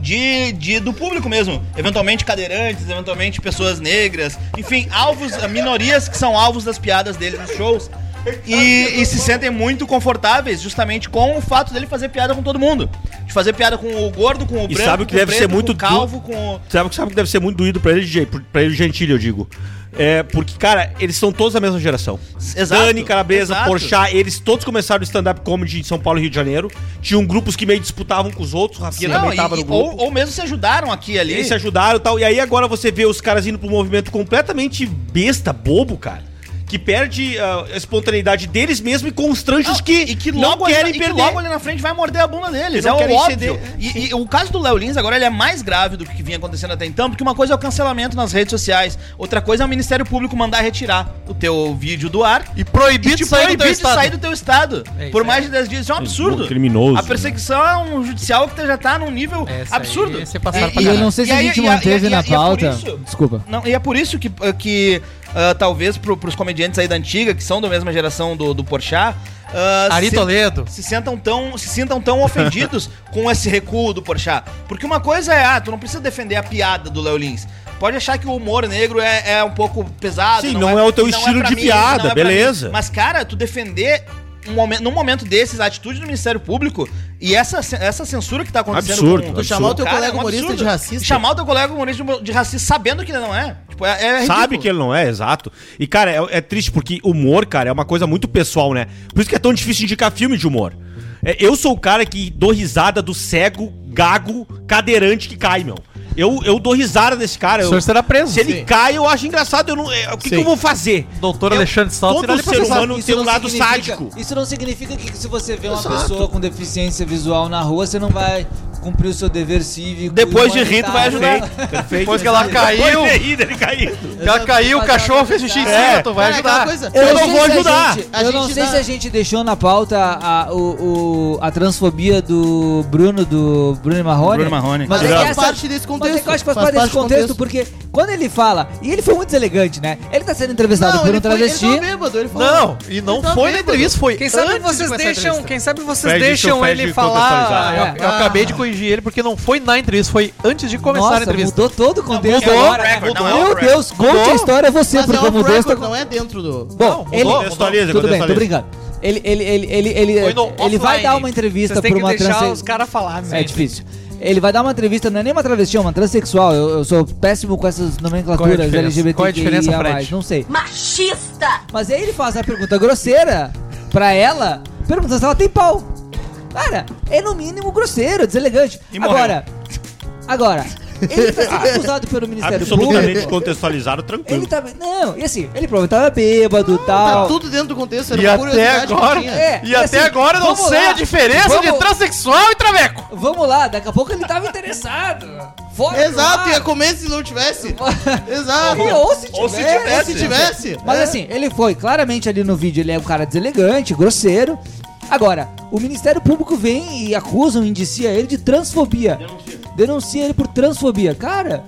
Speaker 4: de, de- do público mesmo. Eventualmente cadeirantes, eventualmente pessoas negras, enfim, alvos, ah, minorias que são alvos das piadas dele nos shows. E, e se sentem muito confortáveis justamente com o fato dele fazer piada com todo mundo. De fazer piada com o gordo, com o branco,
Speaker 6: sabe o que
Speaker 4: com
Speaker 6: deve ser
Speaker 4: preto,
Speaker 6: muito
Speaker 4: com o calvo, com o...
Speaker 6: Sabe, sabe que deve ser muito doído pra ele, Jay, por- pra ele gentil, eu digo. É, porque, cara, eles são todos da mesma geração.
Speaker 4: Exato,
Speaker 6: Dani, Carabresa,
Speaker 4: exato.
Speaker 6: Porchat, eles todos começaram o stand-up comedy em São Paulo e Rio de Janeiro. Tinham grupos que meio disputavam com os outros, o Rafinha
Speaker 4: Não,
Speaker 6: também
Speaker 4: e-
Speaker 6: tava
Speaker 4: e-
Speaker 6: no grupo.
Speaker 4: ou, ou mesmo se ajudaram aqui e ali.
Speaker 6: Eles se ajudaram e tal. E aí agora você vê os caras indo pro movimento completamente besta, bobo, cara. Que perde ah, a espontaneidade deles mesmo e constrange os que,
Speaker 4: e que
Speaker 6: não
Speaker 4: logo
Speaker 6: querem
Speaker 4: ali, na- e
Speaker 6: perder.
Speaker 4: que logo ali na frente vai morder a bunda deles.
Speaker 6: Que não
Speaker 4: é o
Speaker 6: querem ceder.
Speaker 4: óbvio. E, e o caso do Léo Lins agora ele é mais grave do que vinha acontecendo até então, porque uma coisa é o cancelamento nas redes sociais, outra coisa é o Ministério Público mandar retirar o teu vídeo do ar.
Speaker 1: E proibido
Speaker 4: te proibir de sair do teu estado
Speaker 5: É isso
Speaker 4: por
Speaker 5: aí.
Speaker 4: mais de 10 dias. Isso é um absurdo.
Speaker 6: criminoso,
Speaker 4: A perseguição é um judicial que já tá num nível
Speaker 5: Essa É, aí,
Speaker 4: absurdo.
Speaker 5: você passar pra
Speaker 2: E eu
Speaker 5: caralho.
Speaker 2: não sei se
Speaker 4: e
Speaker 2: a
Speaker 4: aí-
Speaker 2: gente
Speaker 4: e a-
Speaker 2: manteve
Speaker 4: e a-
Speaker 2: na
Speaker 4: e a- e é por
Speaker 2: pauta.
Speaker 4: isso-
Speaker 2: Desculpa.
Speaker 4: Não, e é por isso que, que ah, talvez pro, pros comediantes aí da antiga, que são da mesma geração do, do Porchat, ah,
Speaker 5: Ari
Speaker 4: se-
Speaker 5: Toledo.
Speaker 4: se sentam tão, se sintam tão ofendidos com esse recuo do Porchat. Porque uma coisa é, ah, tu não precisa defender a piada do Léo Lins. Pode achar que o humor negro é, é um pouco pesado.
Speaker 6: Sim, não é o teu estilo
Speaker 4: pra
Speaker 6: de
Speaker 4: mim,
Speaker 6: piada,
Speaker 4: não é pra
Speaker 6: beleza.
Speaker 4: mim. Mas, cara, tu defender um momento, num momento desses a atitude do Ministério Público e essa, ce- essa censura que tá acontecendo
Speaker 6: Absurdo,
Speaker 4: com...
Speaker 6: absurdo.
Speaker 1: chamar o teu
Speaker 4: Cara, é um
Speaker 1: colega humorista
Speaker 4: absurdo.
Speaker 1: de racista.
Speaker 4: Chamar o teu colega humorista de racista sabendo que ele não é. Tipo, é, é
Speaker 6: Sabe
Speaker 4: ridículo.
Speaker 6: que ele não é, exato. E, cara, é, é triste porque humor, cara, é uma coisa muito pessoal, né? Por isso que é tão difícil indicar filme de humor. É, eu sou o cara que dou risada do cego, gago, cadeirante que cai, meu. Eu, eu dou risada desse cara.
Speaker 3: O
Speaker 6: eu-
Speaker 3: senhor será preso.
Speaker 6: se ele cai, eu acho engraçado. Eu não, é, o que, que eu vou fazer?
Speaker 3: Doutor Alexandre Salto
Speaker 6: Todo ser humano
Speaker 2: Isso
Speaker 6: tem um
Speaker 2: não
Speaker 6: lado
Speaker 2: significa-
Speaker 6: sádico.
Speaker 2: Isso não significa que se você vê uma pessoa com deficiência visual na rua, você não vai cumprir o seu dever cívico.
Speaker 4: Depois
Speaker 3: é
Speaker 4: de rir, tu vai
Speaker 2: humanitário.
Speaker 4: ajudar.
Speaker 3: Depois que ela caiu,
Speaker 6: Pode ter ido, ele caído.
Speaker 3: que ela caiu, o cachorro fez
Speaker 6: é
Speaker 3: xixi em
Speaker 4: É.
Speaker 3: cima, tu vai
Speaker 1: Cara, é aquela
Speaker 3: ajudar.
Speaker 1: coisa-
Speaker 6: Eu não
Speaker 2: sei
Speaker 6: vou
Speaker 2: se a
Speaker 6: ajudar.
Speaker 2: gente-
Speaker 1: A
Speaker 2: eu não
Speaker 1: gente
Speaker 2: sei
Speaker 1: dá-
Speaker 2: se a gente deixou na pauta a, o- o- a transfobia do Bruno, do Bruno Marrone.
Speaker 4: Bruno Marrone.
Speaker 2: Mas é que
Speaker 1: Tiramos.
Speaker 2: essa-
Speaker 1: Faz parte desse contexto.
Speaker 2: Mas é que eu acho que faz,
Speaker 1: Faz
Speaker 2: parte desse
Speaker 1: parte
Speaker 2: contexto,
Speaker 1: do contexto.
Speaker 2: porque quando ele fala, e ele foi muito deselegante, né? Ele tá sendo entrevistado por um
Speaker 1: ele foi- ele
Speaker 2: travesti.
Speaker 1: tava bêbado, ele falou.
Speaker 3: Não, e não
Speaker 1: Ele tava
Speaker 3: foi na
Speaker 4: é.
Speaker 1: bêbado.
Speaker 3: entrevista, foi
Speaker 5: Quem sabe
Speaker 3: antes
Speaker 5: vocês
Speaker 3: de começar a
Speaker 5: deixam,
Speaker 3: entrevista.
Speaker 5: quem sabe vocês
Speaker 6: Fede,
Speaker 5: deixam
Speaker 6: isso,
Speaker 5: ele
Speaker 6: Fede
Speaker 3: Ah,
Speaker 5: falar.
Speaker 2: contextualizar.
Speaker 3: eu,
Speaker 2: É.
Speaker 3: eu acabei de corrigir ele porque não foi na entrevista, foi antes de começar a
Speaker 2: Nossa,
Speaker 3: entrevista.
Speaker 2: mudou todo o contexto
Speaker 4: mudou,
Speaker 2: agora.
Speaker 4: record, não é
Speaker 2: Meu
Speaker 4: off-record.
Speaker 2: Deus, conte a história você,
Speaker 1: Mas
Speaker 2: porque
Speaker 1: é
Speaker 2: mudou
Speaker 1: off
Speaker 2: essa...
Speaker 1: record, não é dentro do...
Speaker 2: Bom,
Speaker 3: mudou,
Speaker 2: ele...
Speaker 3: mudou.
Speaker 6: Contextualiza,
Speaker 2: Tudo bem, tô
Speaker 6: contextualiza.
Speaker 2: brincando. Ele, ele, ele, ele, ele,
Speaker 3: Foi no
Speaker 2: ele vai
Speaker 5: offline.
Speaker 2: dar uma entrevista
Speaker 5: Vocês têm
Speaker 2: pra
Speaker 5: que
Speaker 2: uma
Speaker 5: deixar
Speaker 2: trans...
Speaker 5: os caras falar, né?
Speaker 2: É
Speaker 5: mesmo.
Speaker 2: difícil. Ele vai dar uma entrevista, não é nem uma travesti, é uma transexual. Eu, eu sou péssimo com
Speaker 3: Qual
Speaker 2: essas
Speaker 3: é a
Speaker 2: nomenclaturas
Speaker 3: diferença?
Speaker 2: LGBT.
Speaker 3: Qual é a diferença, Fred?
Speaker 2: Não sei.
Speaker 10: Machista!
Speaker 2: Mas aí ele faz a pergunta grosseira pra ela, perguntando se ela tem pau. Cara, é no mínimo grosseiro, deselegante.
Speaker 4: morreu.
Speaker 2: agora, agora, ele tá sendo acusado pelo Ministério
Speaker 6: Absolutamente
Speaker 2: Público.
Speaker 6: contextualizado,
Speaker 2: Ele
Speaker 6: tranquilo.
Speaker 2: tá. Não, e assim, ele provavelmente tava bêbado e
Speaker 1: Tá
Speaker 2: tal.
Speaker 1: tudo dentro do contexto,
Speaker 3: E
Speaker 1: era uma
Speaker 3: até
Speaker 1: curiosidade que
Speaker 3: agora,
Speaker 1: tinha.
Speaker 2: É,
Speaker 3: e
Speaker 2: e
Speaker 3: até
Speaker 2: assim,
Speaker 3: agora eu não
Speaker 2: vamos
Speaker 3: sei
Speaker 2: lá.
Speaker 3: a diferença de
Speaker 2: Vamos-
Speaker 3: transexual e traveco.
Speaker 2: Vamos lá, daqui a pouco ele tava interessado. Fora
Speaker 1: Exato,
Speaker 2: do
Speaker 1: ia
Speaker 2: ar.
Speaker 1: comer se não tivesse. Exato.
Speaker 2: E Ou se tivesse.
Speaker 4: Ou se
Speaker 1: Ou se tivesse.
Speaker 2: Mas
Speaker 1: É.
Speaker 2: assim, ele foi claramente ali no vídeo, ele é um cara deselegante, grosseiro. Agora, o Ministério Público vem e acusa, indicia ele de transfobia. Denuncia. ele por transfobia. Cara,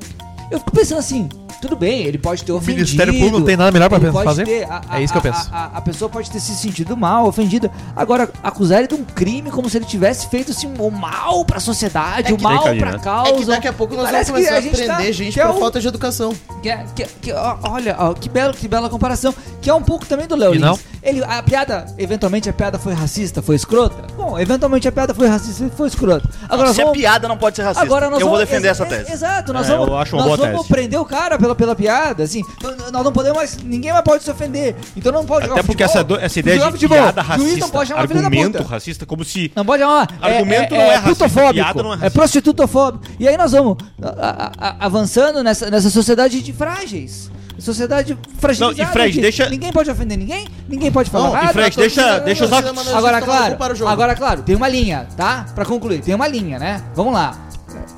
Speaker 2: eu fico pensando assim, Tudo bem, ele pode ter ofendido.
Speaker 3: Ministério Público não tem nada melhor pra
Speaker 2: ele
Speaker 3: pensar-
Speaker 2: pode
Speaker 3: fazer?
Speaker 2: ter- a- a-
Speaker 3: É isso que eu
Speaker 2: a-
Speaker 3: penso.
Speaker 2: A, a pessoa pode ter se sentido mal, ofendida. Agora, acusar ele de um crime como se ele tivesse feito assim, o mal pra sociedade, o mal
Speaker 6: Tem que-
Speaker 2: pra
Speaker 6: né?
Speaker 2: causa.
Speaker 1: É que daqui a pouco nós
Speaker 2: Parece
Speaker 1: vamos
Speaker 2: que
Speaker 1: começar a,
Speaker 2: gente
Speaker 1: prender
Speaker 2: tá-
Speaker 1: gente
Speaker 2: que é
Speaker 1: por
Speaker 2: um-
Speaker 1: falta de educação.
Speaker 2: que é- que- que- ó, olha, ó, que, belo, que bela comparação. Que é um pouco também do Léo
Speaker 3: E não?
Speaker 2: Lins. Ele, a piada, eventualmente a piada foi racista, foi escrota. Bom, eventualmente a piada foi racista e foi escrota. Agora nós
Speaker 4: Se é
Speaker 2: vamos-
Speaker 4: piada, não pode ser racista.
Speaker 2: Agora nós
Speaker 4: eu vou
Speaker 2: vamos-
Speaker 4: defender
Speaker 2: ex-
Speaker 4: essa
Speaker 2: ex-
Speaker 4: tese.
Speaker 2: Exato, nós
Speaker 6: É, eu
Speaker 2: vamos,
Speaker 6: acho uma
Speaker 2: nós
Speaker 6: boa
Speaker 2: vamos
Speaker 6: tese.
Speaker 2: prender o cara pela, pela piada, assim. N- n- Nós não podemos mais, ninguém mais pode se ofender. Então não pode
Speaker 6: Até porque essa, do- essa ideia
Speaker 2: Jogar
Speaker 6: de
Speaker 2: futebol.
Speaker 6: piada
Speaker 2: Juiz não
Speaker 6: racista,
Speaker 2: pode chamar filho da
Speaker 6: argumento
Speaker 2: puta.
Speaker 6: racista, como se...
Speaker 2: Não pode chamar.
Speaker 6: Argumento não é racista,
Speaker 2: putofóbico,
Speaker 6: piada não é
Speaker 2: é,
Speaker 6: racista.
Speaker 2: prostitutofóbico. E aí nós vamos a- a- a- avançando nessa, nessa sociedade de frágeis. Sociedade fragilizada.
Speaker 6: Não, e Fred,
Speaker 2: que
Speaker 6: deixa-
Speaker 2: Ninguém pode ofender ninguém, ninguém pode falar
Speaker 1: Não, e
Speaker 2: nada.
Speaker 6: Fred,
Speaker 1: Tá todo
Speaker 6: deixa-
Speaker 1: mundo-
Speaker 6: deixa eu só-
Speaker 1: Torcida mandando
Speaker 2: Agora,
Speaker 1: gente tomar no
Speaker 2: claro,
Speaker 1: cu para o jogo.
Speaker 2: agora, claro, tem uma linha, tá? Pra concluir, tem uma linha, né? Vamos lá.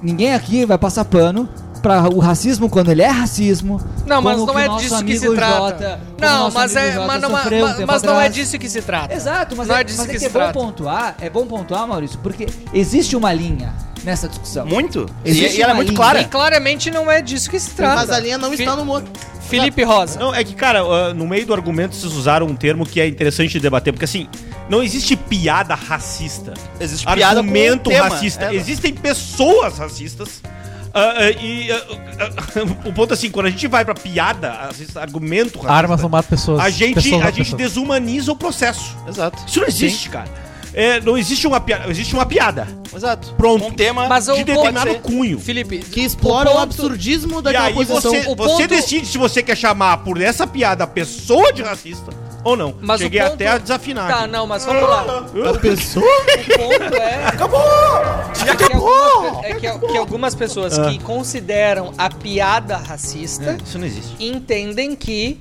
Speaker 2: Ninguém aqui vai passar pano pra o racismo quando ele é racismo.
Speaker 5: Não, mas
Speaker 2: como
Speaker 5: não
Speaker 2: o
Speaker 5: é
Speaker 2: nosso
Speaker 5: disso que
Speaker 2: amigo
Speaker 5: se
Speaker 2: Jota-
Speaker 5: trata.
Speaker 2: como o
Speaker 5: Não,
Speaker 2: nosso
Speaker 5: mas
Speaker 2: amigo
Speaker 5: é,
Speaker 2: Jota
Speaker 5: mas não, é-
Speaker 2: sofreu um
Speaker 5: mas-
Speaker 2: tempo
Speaker 5: mas não é
Speaker 2: atrás.
Speaker 5: disso que se trata.
Speaker 2: Exato, mas,
Speaker 5: Não
Speaker 2: é,
Speaker 5: é disso
Speaker 2: mas é
Speaker 5: que
Speaker 2: que
Speaker 5: se
Speaker 2: é bom
Speaker 5: trata.
Speaker 2: pontuar, é bom pontuar, Maurício, porque existe uma linha nessa discussão.
Speaker 4: Muito.
Speaker 2: Existe
Speaker 4: E, e ela é
Speaker 2: uma
Speaker 4: muito
Speaker 2: linha.
Speaker 5: E
Speaker 4: clara.
Speaker 5: claramente não é disso que se trata.
Speaker 1: Mas a linha não está no modo.
Speaker 5: Felipe Rosa.
Speaker 6: Não, é que, cara, ah, no meio do argumento vocês usaram um termo que é interessante de debater, porque assim, não existe piada racista.
Speaker 4: Existe piada com
Speaker 6: argumento
Speaker 4: tema.
Speaker 6: racista.
Speaker 4: É.
Speaker 6: Existem pessoas racistas. ah, ah, e ah, ah, o ponto é assim, quando a gente vai pra piada, racista, argumento racista,
Speaker 3: Armas não matam pessoas.
Speaker 6: a gente,
Speaker 3: Pessoas
Speaker 6: a
Speaker 3: matam
Speaker 6: gente
Speaker 3: pessoas.
Speaker 6: desumaniza o processo.
Speaker 4: Exato.
Speaker 6: Isso não existe, cara. É, não existe uma piada, existe uma piada
Speaker 4: Exato.
Speaker 6: Pronto.
Speaker 4: Um tema.
Speaker 5: Mas
Speaker 6: de
Speaker 5: o
Speaker 6: determinado
Speaker 5: ponto-
Speaker 6: cunho.
Speaker 5: Felipe,
Speaker 1: Que explora o,
Speaker 5: ponto-
Speaker 1: absurdismo
Speaker 6: E
Speaker 1: daquela
Speaker 6: aí
Speaker 1: posição.
Speaker 6: você,
Speaker 5: o
Speaker 6: você
Speaker 5: ponto-
Speaker 6: decide se você quer chamar por essa piada a pessoa de racista ou não.
Speaker 5: Mas
Speaker 6: Cheguei
Speaker 5: o ponto...
Speaker 6: até a desafinar.
Speaker 5: Tá,
Speaker 6: aqui.
Speaker 5: não, mas vamos lá.
Speaker 4: tá,
Speaker 1: A pessoa.
Speaker 5: O ponto é. Acabou!
Speaker 6: acabou!
Speaker 5: É que, que algumas pessoas que consideram a piada racista
Speaker 6: Isso não existe.
Speaker 5: entendem que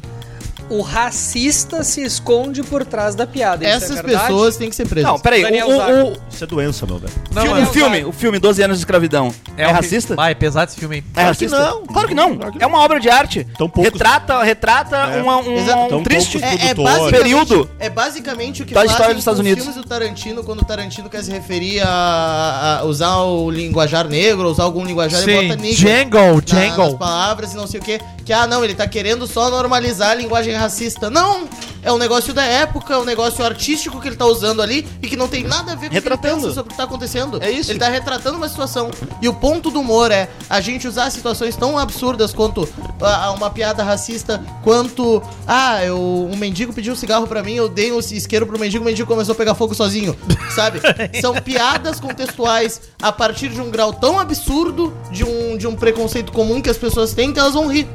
Speaker 5: o racista se esconde por trás da piada. Isso é
Speaker 1: Essas
Speaker 5: verdade?
Speaker 1: pessoas têm que ser presas.
Speaker 4: Não, peraí.
Speaker 5: Daniel
Speaker 4: O, o-
Speaker 5: Zago.
Speaker 4: o-
Speaker 6: Isso é doença, meu velho.
Speaker 5: Não,
Speaker 4: filme,
Speaker 5: mas-
Speaker 4: o filme, o filme 12 anos de escravidão. É,
Speaker 3: um fi-
Speaker 4: racista?
Speaker 3: Ah, é pesado esse filme, hein?
Speaker 4: É
Speaker 6: Claro que
Speaker 4: racista?
Speaker 6: não.
Speaker 4: Claro que não.
Speaker 6: Claro que
Speaker 4: É uma obra de arte.
Speaker 6: Tão poucos-
Speaker 4: Retrata, retrata
Speaker 6: É.
Speaker 4: uma- um-
Speaker 1: Exato.
Speaker 4: um
Speaker 6: Tão
Speaker 4: triste.
Speaker 6: poucos-
Speaker 1: É, é
Speaker 6: produtores.
Speaker 1: basicamente,
Speaker 4: Período.
Speaker 1: é basicamente o que
Speaker 4: Da
Speaker 1: fazem
Speaker 4: história dos Estados
Speaker 1: com
Speaker 4: Unidos.
Speaker 1: os filmes do Tarantino quando o Tarantino quer se referir a, a usar o linguajar negro, usar algum linguajar e bota negro
Speaker 3: Django,
Speaker 1: na- nas
Speaker 3: Django.
Speaker 1: palavras e não sei o que. Que, ah, não, ele tá querendo só normalizar a linguagem racista. Não! É um negócio da época, é um negócio artístico que ele tá usando ali e que não tem nada a ver com o que
Speaker 4: Retratando.
Speaker 1: ele pensa sobre o que tá acontecendo.
Speaker 4: É isso.
Speaker 1: Ele tá retratando uma situação. E o ponto do humor é a gente usar situações tão absurdas quanto ah, uma piada racista, quanto. Ah, eu, um mendigo pediu um cigarro pra mim, eu dei um isqueiro pro mendigo, o mendigo começou a pegar fogo sozinho. Sabe? São piadas contextuais a partir de um grau tão absurdo de um, de um preconceito comum que as pessoas têm que elas vão rir.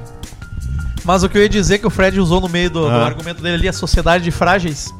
Speaker 3: Mas o que eu ia dizer que o Fred usou no meio do, do
Speaker 6: Ah.
Speaker 3: argumento dele ali, a sociedade de frágeis.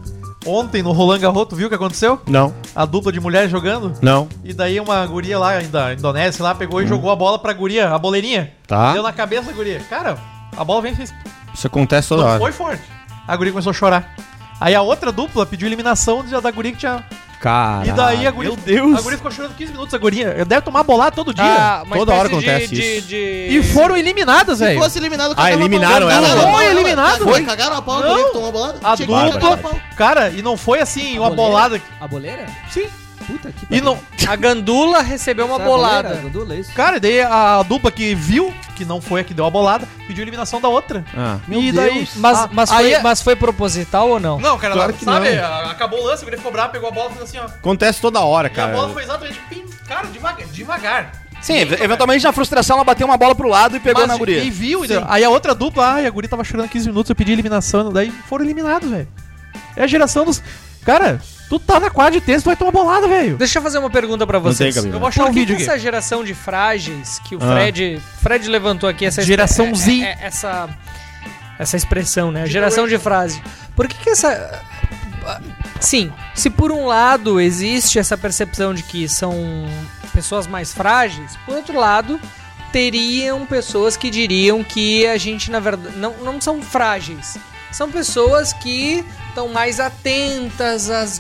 Speaker 3: Ontem, no Roland Garros, tu viu o que aconteceu?
Speaker 6: Não,
Speaker 3: A dupla de mulheres jogando.
Speaker 6: não.
Speaker 3: E daí uma guria lá, da Indonésia, lá, pegou e jogou a bola pra guria, a boleirinha.
Speaker 6: Tá.
Speaker 3: Deu na cabeça da guria. Cara, a bola vem e fez...
Speaker 6: Isso acontece toda
Speaker 3: Não
Speaker 6: hora.
Speaker 3: foi forte. A guria começou a chorar. Aí a outra dupla pediu eliminação da da guria que tinha...
Speaker 6: Cara.
Speaker 3: e daí a guria...
Speaker 6: Meu Deus.
Speaker 3: A guria ficou
Speaker 4: é-
Speaker 3: chorando 15 minutos, a guria. Deve tomar bolada todo dia.
Speaker 5: Ah, uma
Speaker 6: Toda hora
Speaker 5: espécie de-
Speaker 6: acontece
Speaker 5: de-
Speaker 6: isso.
Speaker 5: de-
Speaker 3: E foram eliminadas,
Speaker 1: Se
Speaker 3: velho.
Speaker 1: fosse eliminado,
Speaker 6: Ah, eliminaram
Speaker 1: a pau.
Speaker 6: ela,
Speaker 1: Não,
Speaker 6: né?
Speaker 1: não,
Speaker 3: Foi
Speaker 1: não,
Speaker 3: eliminado?
Speaker 1: Cagaram, cagaram a pau,
Speaker 3: Não.
Speaker 1: não. tomou a bolada.
Speaker 3: A
Speaker 1: Tinha que cagar
Speaker 3: dupla.
Speaker 1: a pau.
Speaker 3: Cara, e não foi assim, uma bolada.
Speaker 2: boleira? A boleira?
Speaker 3: Sim.
Speaker 2: Puta que
Speaker 3: E
Speaker 2: pariu.
Speaker 3: não.
Speaker 5: A gandula recebeu é uma
Speaker 2: Sabe a boleira?
Speaker 5: bolada.
Speaker 2: A gandula, é isso?
Speaker 3: Cara, e daí a dupla que viu que não foi a que deu a bolada, pediu a eliminação da outra.
Speaker 6: Ah.
Speaker 3: e
Speaker 5: Mas,
Speaker 3: Ah,
Speaker 5: mas, foi,
Speaker 3: aí-
Speaker 5: mas foi proposital ou não?
Speaker 3: Não, cara,
Speaker 6: Claro
Speaker 3: não,
Speaker 6: que
Speaker 3: sabe?
Speaker 6: não.
Speaker 3: a- Acabou o lance, o Grêmio ficou bravo, pegou a bola e fez assim, ó.
Speaker 6: Acontece toda hora,
Speaker 3: E a
Speaker 6: cara.
Speaker 3: bola foi exatamente, pim, cara, devagar. devagar.
Speaker 4: Sim, ev- eventualmente na frustração ela bateu uma bola pro lado e pegou
Speaker 3: Mas
Speaker 4: na guria. é
Speaker 3: E viu, e daí- aí a outra dupla, ai, a guria tava chorando 15 minutos, eu pedi eliminação, daí foram eliminados, velho. É a geração dos. Cara, tu tá na quadra de texto, vai tomar bolada, velho.
Speaker 5: Deixa eu fazer uma pergunta pra
Speaker 6: Não tem
Speaker 5: vocês.
Speaker 6: cabimento.
Speaker 3: Eu vou achar
Speaker 5: Por que,
Speaker 3: um
Speaker 5: que
Speaker 3: vídeo aqui.
Speaker 5: essa geração de frágeis que o
Speaker 6: Ah.
Speaker 5: Fred. Fred levantou aqui essa
Speaker 3: Geração
Speaker 5: é-
Speaker 3: Z.
Speaker 5: é- é- essa, essa expressão, né? Geração de frase. Por que, que essa. Sim, se por um lado existe essa percepção de que são pessoas mais frágeis, por outro lado, teriam pessoas que diriam que a gente, na verdade, não, não são frágeis. São pessoas que estão mais atentas às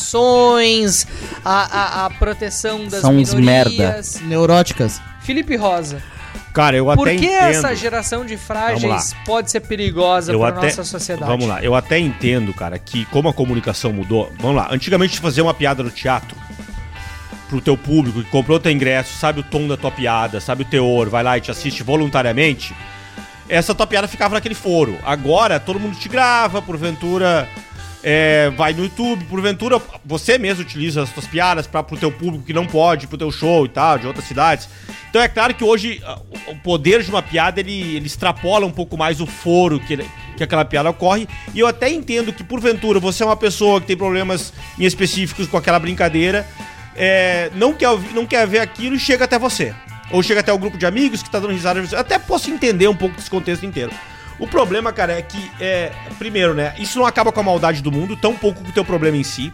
Speaker 5: discriminações, à, à, à proteção das
Speaker 4: São uns
Speaker 5: minorias.
Speaker 1: Neuróticas.
Speaker 5: Felipe Rosa,
Speaker 6: Cara, eu
Speaker 5: por
Speaker 6: até
Speaker 5: que
Speaker 6: entendo.
Speaker 5: essa geração de
Speaker 6: Vamos
Speaker 5: frágeis pode ser perigosa
Speaker 6: Eu
Speaker 5: para
Speaker 6: até-
Speaker 5: nossa sociedade?
Speaker 6: Vamos lá, eu até entendo, cara, que como a comunicação mudou. Vamos lá, antigamente tu fazia uma piada no teatro pro teu público que comprou teu ingresso, sabe o tom da tua piada, sabe o teor, vai lá e te assiste voluntariamente. essa tua piada ficava naquele foro. Agora todo mundo te grava, porventura é, vai no YouTube, porventura você mesmo utiliza as tuas piadas para pro teu público que não pode, pro teu show e tal, de outras cidades. Então é claro que hoje ah, o- o poder de uma piada ele, ele extrapola um pouco mais o foro que, ele- que aquela piada ocorre. E eu até entendo que porventura você é uma pessoa que tem problemas em específicos com aquela brincadeira é, não, quer ouvir- não quer ver aquilo e chega até você. Ou chega até o grupo de amigos que tá dando risada. de você. Eu Até posso entender um pouco desse contexto inteiro. O problema, cara, é que, é, primeiro, né? Isso não acaba com a maldade do mundo, tão pouco com o teu problema em si.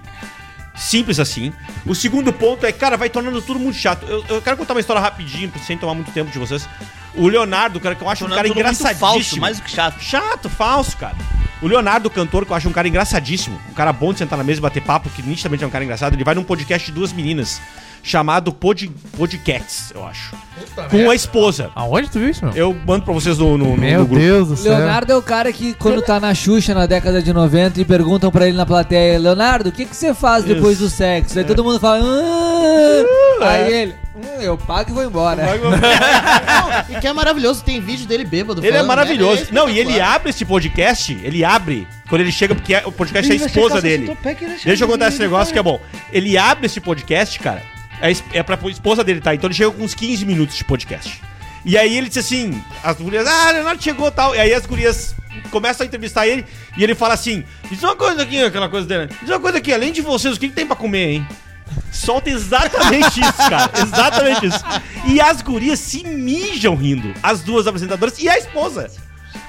Speaker 6: Simples assim. O segundo ponto é, cara, vai tornando tudo muito chato. Eu, eu quero contar uma história rapidinho, sem tomar muito tempo de vocês. O Leonardo, cara, que eu acho um cara
Speaker 4: tudo muito
Speaker 6: engraçadíssimo.
Speaker 4: falso, mais do que chato.
Speaker 6: Chato, falso, cara. O Leonardo, cantor, que eu acho um cara engraçadíssimo. Um cara bom de sentar na mesa e bater papo, que nitidamente é um cara engraçado. Ele vai num podcast de duas meninas, chamado Pod, Podcats, eu acho. com a esposa.
Speaker 3: Aonde tu viu isso, meu?
Speaker 6: Eu mando pra vocês no, no, no-
Speaker 3: Meu
Speaker 6: no grupo.
Speaker 3: Deus do céu.
Speaker 2: Leonardo é o cara que, quando tá na Xuxa na década de 90 e perguntam pra ele na plateia: Leonardo, o que, que você faz depois do sexo? Aí todo mundo fala: "Ah." Aí ele: "Hum, Eu pago e vou embora.
Speaker 1: E que é maravilhoso, tem vídeo dele bêbado.
Speaker 6: Ele é
Speaker 1: falando, né?
Speaker 6: maravilhoso.
Speaker 1: É
Speaker 6: Não, e ele
Speaker 1: espetacular.
Speaker 6: abre esse podcast, ele abre quando ele chega, porque é- o podcast é a esposa dele. Deixa eu contar esse negócio que é bom. Ele abre esse podcast, cara. É, es- é pra esposa dele, tá? Então ele chega com uns 15 minutos de podcast. E aí ele disse assim: as gurias, ah, Leonardo chegou tal. E aí as gurias começam a entrevistar ele e ele fala assim: diz uma coisa aqui, aquela coisa dele. né? Diz uma coisa aqui, além de vocês, o que, que tem pra comer, hein? Solta exatamente isso, cara. Exatamente isso. E as gurias se mijam rindo. As duas apresentadoras e a esposa.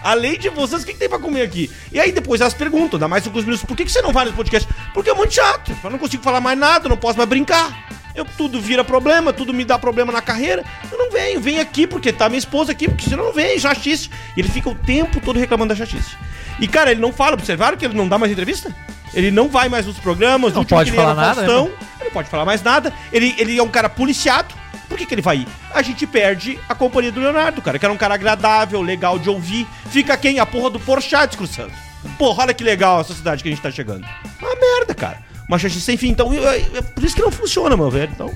Speaker 6: Além de vocês, o que, que tem pra comer aqui? E aí depois elas perguntam, dá mais alguns minutos, por que, que você não vai no podcast? Porque é muito chato. Eu não consigo falar mais nada, eu não posso mais brincar. Eu, tudo vira problema, tudo me dá problema na carreira. Eu não venho, venho aqui porque tá minha esposa aqui, porque senão eu não vem, chatice. E ele fica o tempo todo reclamando da chatice. E cara, ele não fala, observaram que ele não dá mais entrevista? Ele não vai mais nos programas,
Speaker 3: Não
Speaker 6: o último
Speaker 3: pode
Speaker 6: que ele era
Speaker 3: falar nada, né,
Speaker 6: Faustão, ele não pode falar mais nada. Ele, ele é um cara policiado. Por que, que ele vai ir? A gente perde a companhia do Leonardo, cara, que era um cara agradável, legal de ouvir. Fica quem? A porra do Porchat discursando. Porra, olha que legal essa cidade que a gente tá chegando. Uma merda, cara. Uma chance sem fim. Então, é, é por isso que não funciona, meu velho. Então,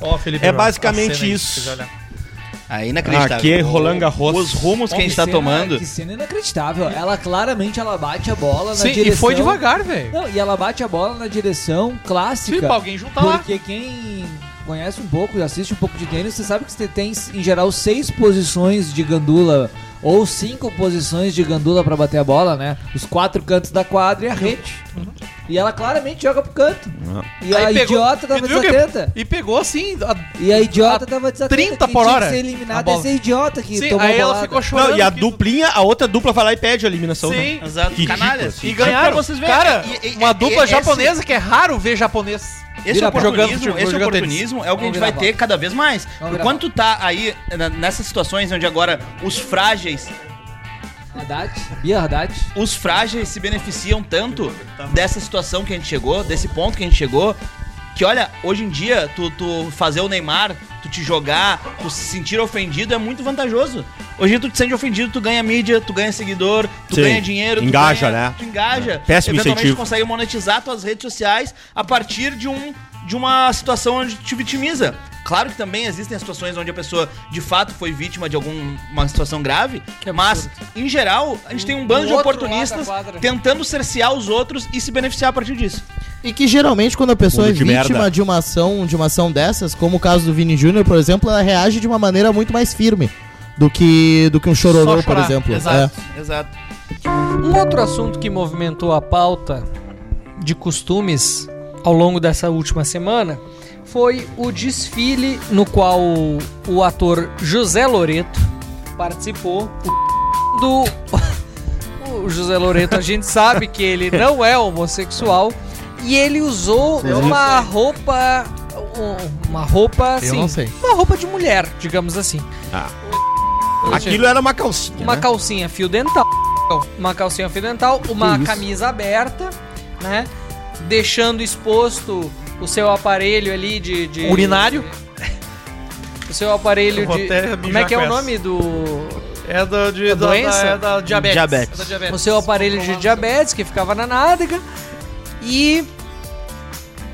Speaker 3: Ó, Felipe,
Speaker 6: É
Speaker 3: ó, a
Speaker 6: basicamente
Speaker 3: cena aí,
Speaker 6: isso.
Speaker 3: se quiser olhar.
Speaker 4: Aí é inacreditável.
Speaker 6: Aqui, é
Speaker 4: O-
Speaker 6: Roland Garros.
Speaker 4: Os rumos que a gente tá
Speaker 2: cena-
Speaker 4: tomando.
Speaker 2: Que cena inacreditável. Ela claramente ela bate a bola na
Speaker 3: Sim,
Speaker 2: direção.
Speaker 3: e foi devagar, velho.
Speaker 2: Não, e ela bate a bola na direção clássica.
Speaker 3: Sim, pra Tipo, alguém juntar lá.
Speaker 2: Porque quem conhece um pouco e assiste um pouco de tênis, você sabe que você tem, em geral, seis posições de gandula ou cinco posições de gandula pra bater a bola, né? Os quatro cantos da quadra e a rede. E ela claramente joga pro canto. E a idiota
Speaker 3: e
Speaker 2: tava
Speaker 3: tu viu que-
Speaker 2: desatenta.
Speaker 3: E pegou assim. a-
Speaker 2: E a idiota tava desatenta.
Speaker 3: 30
Speaker 2: Quem
Speaker 3: por
Speaker 2: tinha
Speaker 3: hora,
Speaker 2: que ser
Speaker 3: a
Speaker 2: eliminada
Speaker 3: bola.
Speaker 2: é ser idiota que
Speaker 3: Sim,
Speaker 2: tomou
Speaker 3: aí
Speaker 2: a
Speaker 3: ela
Speaker 2: bolada.
Speaker 3: ficou chorando.
Speaker 6: não, e a
Speaker 3: que-
Speaker 6: duplinha, a outra dupla vai lá e pede a eliminação.
Speaker 3: Sim.
Speaker 6: né?
Speaker 4: Exato.
Speaker 6: Ridículo,
Speaker 4: Canalhas.
Speaker 6: assim.
Speaker 3: E ganharam.
Speaker 4: Pra vocês verem,
Speaker 3: Cara,
Speaker 4: e- e-
Speaker 3: uma
Speaker 4: e-
Speaker 3: dupla
Speaker 4: esse-
Speaker 3: japonesa que é raro ver japonês.
Speaker 4: Esse
Speaker 2: Vira a bola.
Speaker 4: oportunismo,
Speaker 3: Jogando
Speaker 4: esse
Speaker 3: futebol, jogando
Speaker 4: oportunismo é o que a
Speaker 2: Vamos
Speaker 4: gente
Speaker 2: virar a
Speaker 4: vai
Speaker 2: bola.
Speaker 4: ter cada vez mais.
Speaker 2: virar a
Speaker 4: Enquanto tu tá aí na- nessas situações onde agora os frágeis,
Speaker 2: Haddad, Bia Haddad.
Speaker 4: os frágeis se beneficiam tanto dessa situação que a gente chegou, desse ponto que a gente chegou, que olha, hoje em dia tu, tu fazer o Neymar, tu te jogar, tu se sentir ofendido é muito vantajoso. Hoje em dia tu te sente ofendido, tu ganha mídia, tu ganha seguidor, tu
Speaker 6: Sim.
Speaker 4: ganha dinheiro, tu
Speaker 6: Engaja,
Speaker 4: ganha-
Speaker 6: né?
Speaker 4: Tu engaja.
Speaker 6: Péssimo
Speaker 4: Eventualmente
Speaker 6: incentivo.
Speaker 4: tu consegue monetizar tuas redes sociais a partir de um de uma situação onde te vitimiza. Claro que também existem situações onde a pessoa de fato foi vítima de alguma situação grave,
Speaker 5: Que absurdo.
Speaker 4: mas em geral a gente tem um bando
Speaker 5: do
Speaker 4: de
Speaker 5: outro
Speaker 4: oportunistas
Speaker 5: lado da quadra.
Speaker 4: tentando cercear os outros e se beneficiar a partir disso.
Speaker 1: E que geralmente quando a pessoa
Speaker 6: Mundo
Speaker 1: é
Speaker 6: de
Speaker 1: vítima
Speaker 6: merda.
Speaker 1: de uma ação, de uma ação dessas, como o caso do Vini Júnior, por exemplo, ela reage de uma maneira muito mais firme do que do que um chororô,
Speaker 3: Só
Speaker 1: por
Speaker 3: chorar,
Speaker 1: exemplo.
Speaker 4: Exato, exato.
Speaker 5: Um outro assunto que movimentou a pauta de costumes ao longo dessa última semana foi o desfile no qual o ator José Loreto participou do o José Loreto, a gente sabe que ele não é homossexual e ele usou uma roupa um- uma roupa
Speaker 1: Eu
Speaker 5: assim,
Speaker 1: não sei.
Speaker 5: uma roupa de mulher, digamos assim.
Speaker 6: Aquilo era uma calcinha.
Speaker 5: uma
Speaker 6: né?
Speaker 5: calcinha fio dental, uma calcinha fio dental, uma camisa aberta, né? Deixando exposto o seu aparelho ali de, de-
Speaker 3: Urinário?
Speaker 5: o seu aparelho
Speaker 3: Eu vou
Speaker 5: de
Speaker 3: até mijar
Speaker 5: como é que é
Speaker 3: com
Speaker 5: o
Speaker 3: essa.
Speaker 5: nome do
Speaker 3: É do, de,
Speaker 5: É
Speaker 3: da-
Speaker 5: doença?
Speaker 3: Da, é da diabetes.
Speaker 4: Diabetes.
Speaker 3: É da diabetes.
Speaker 5: o seu aparelho de diabetes que ficava na nádega e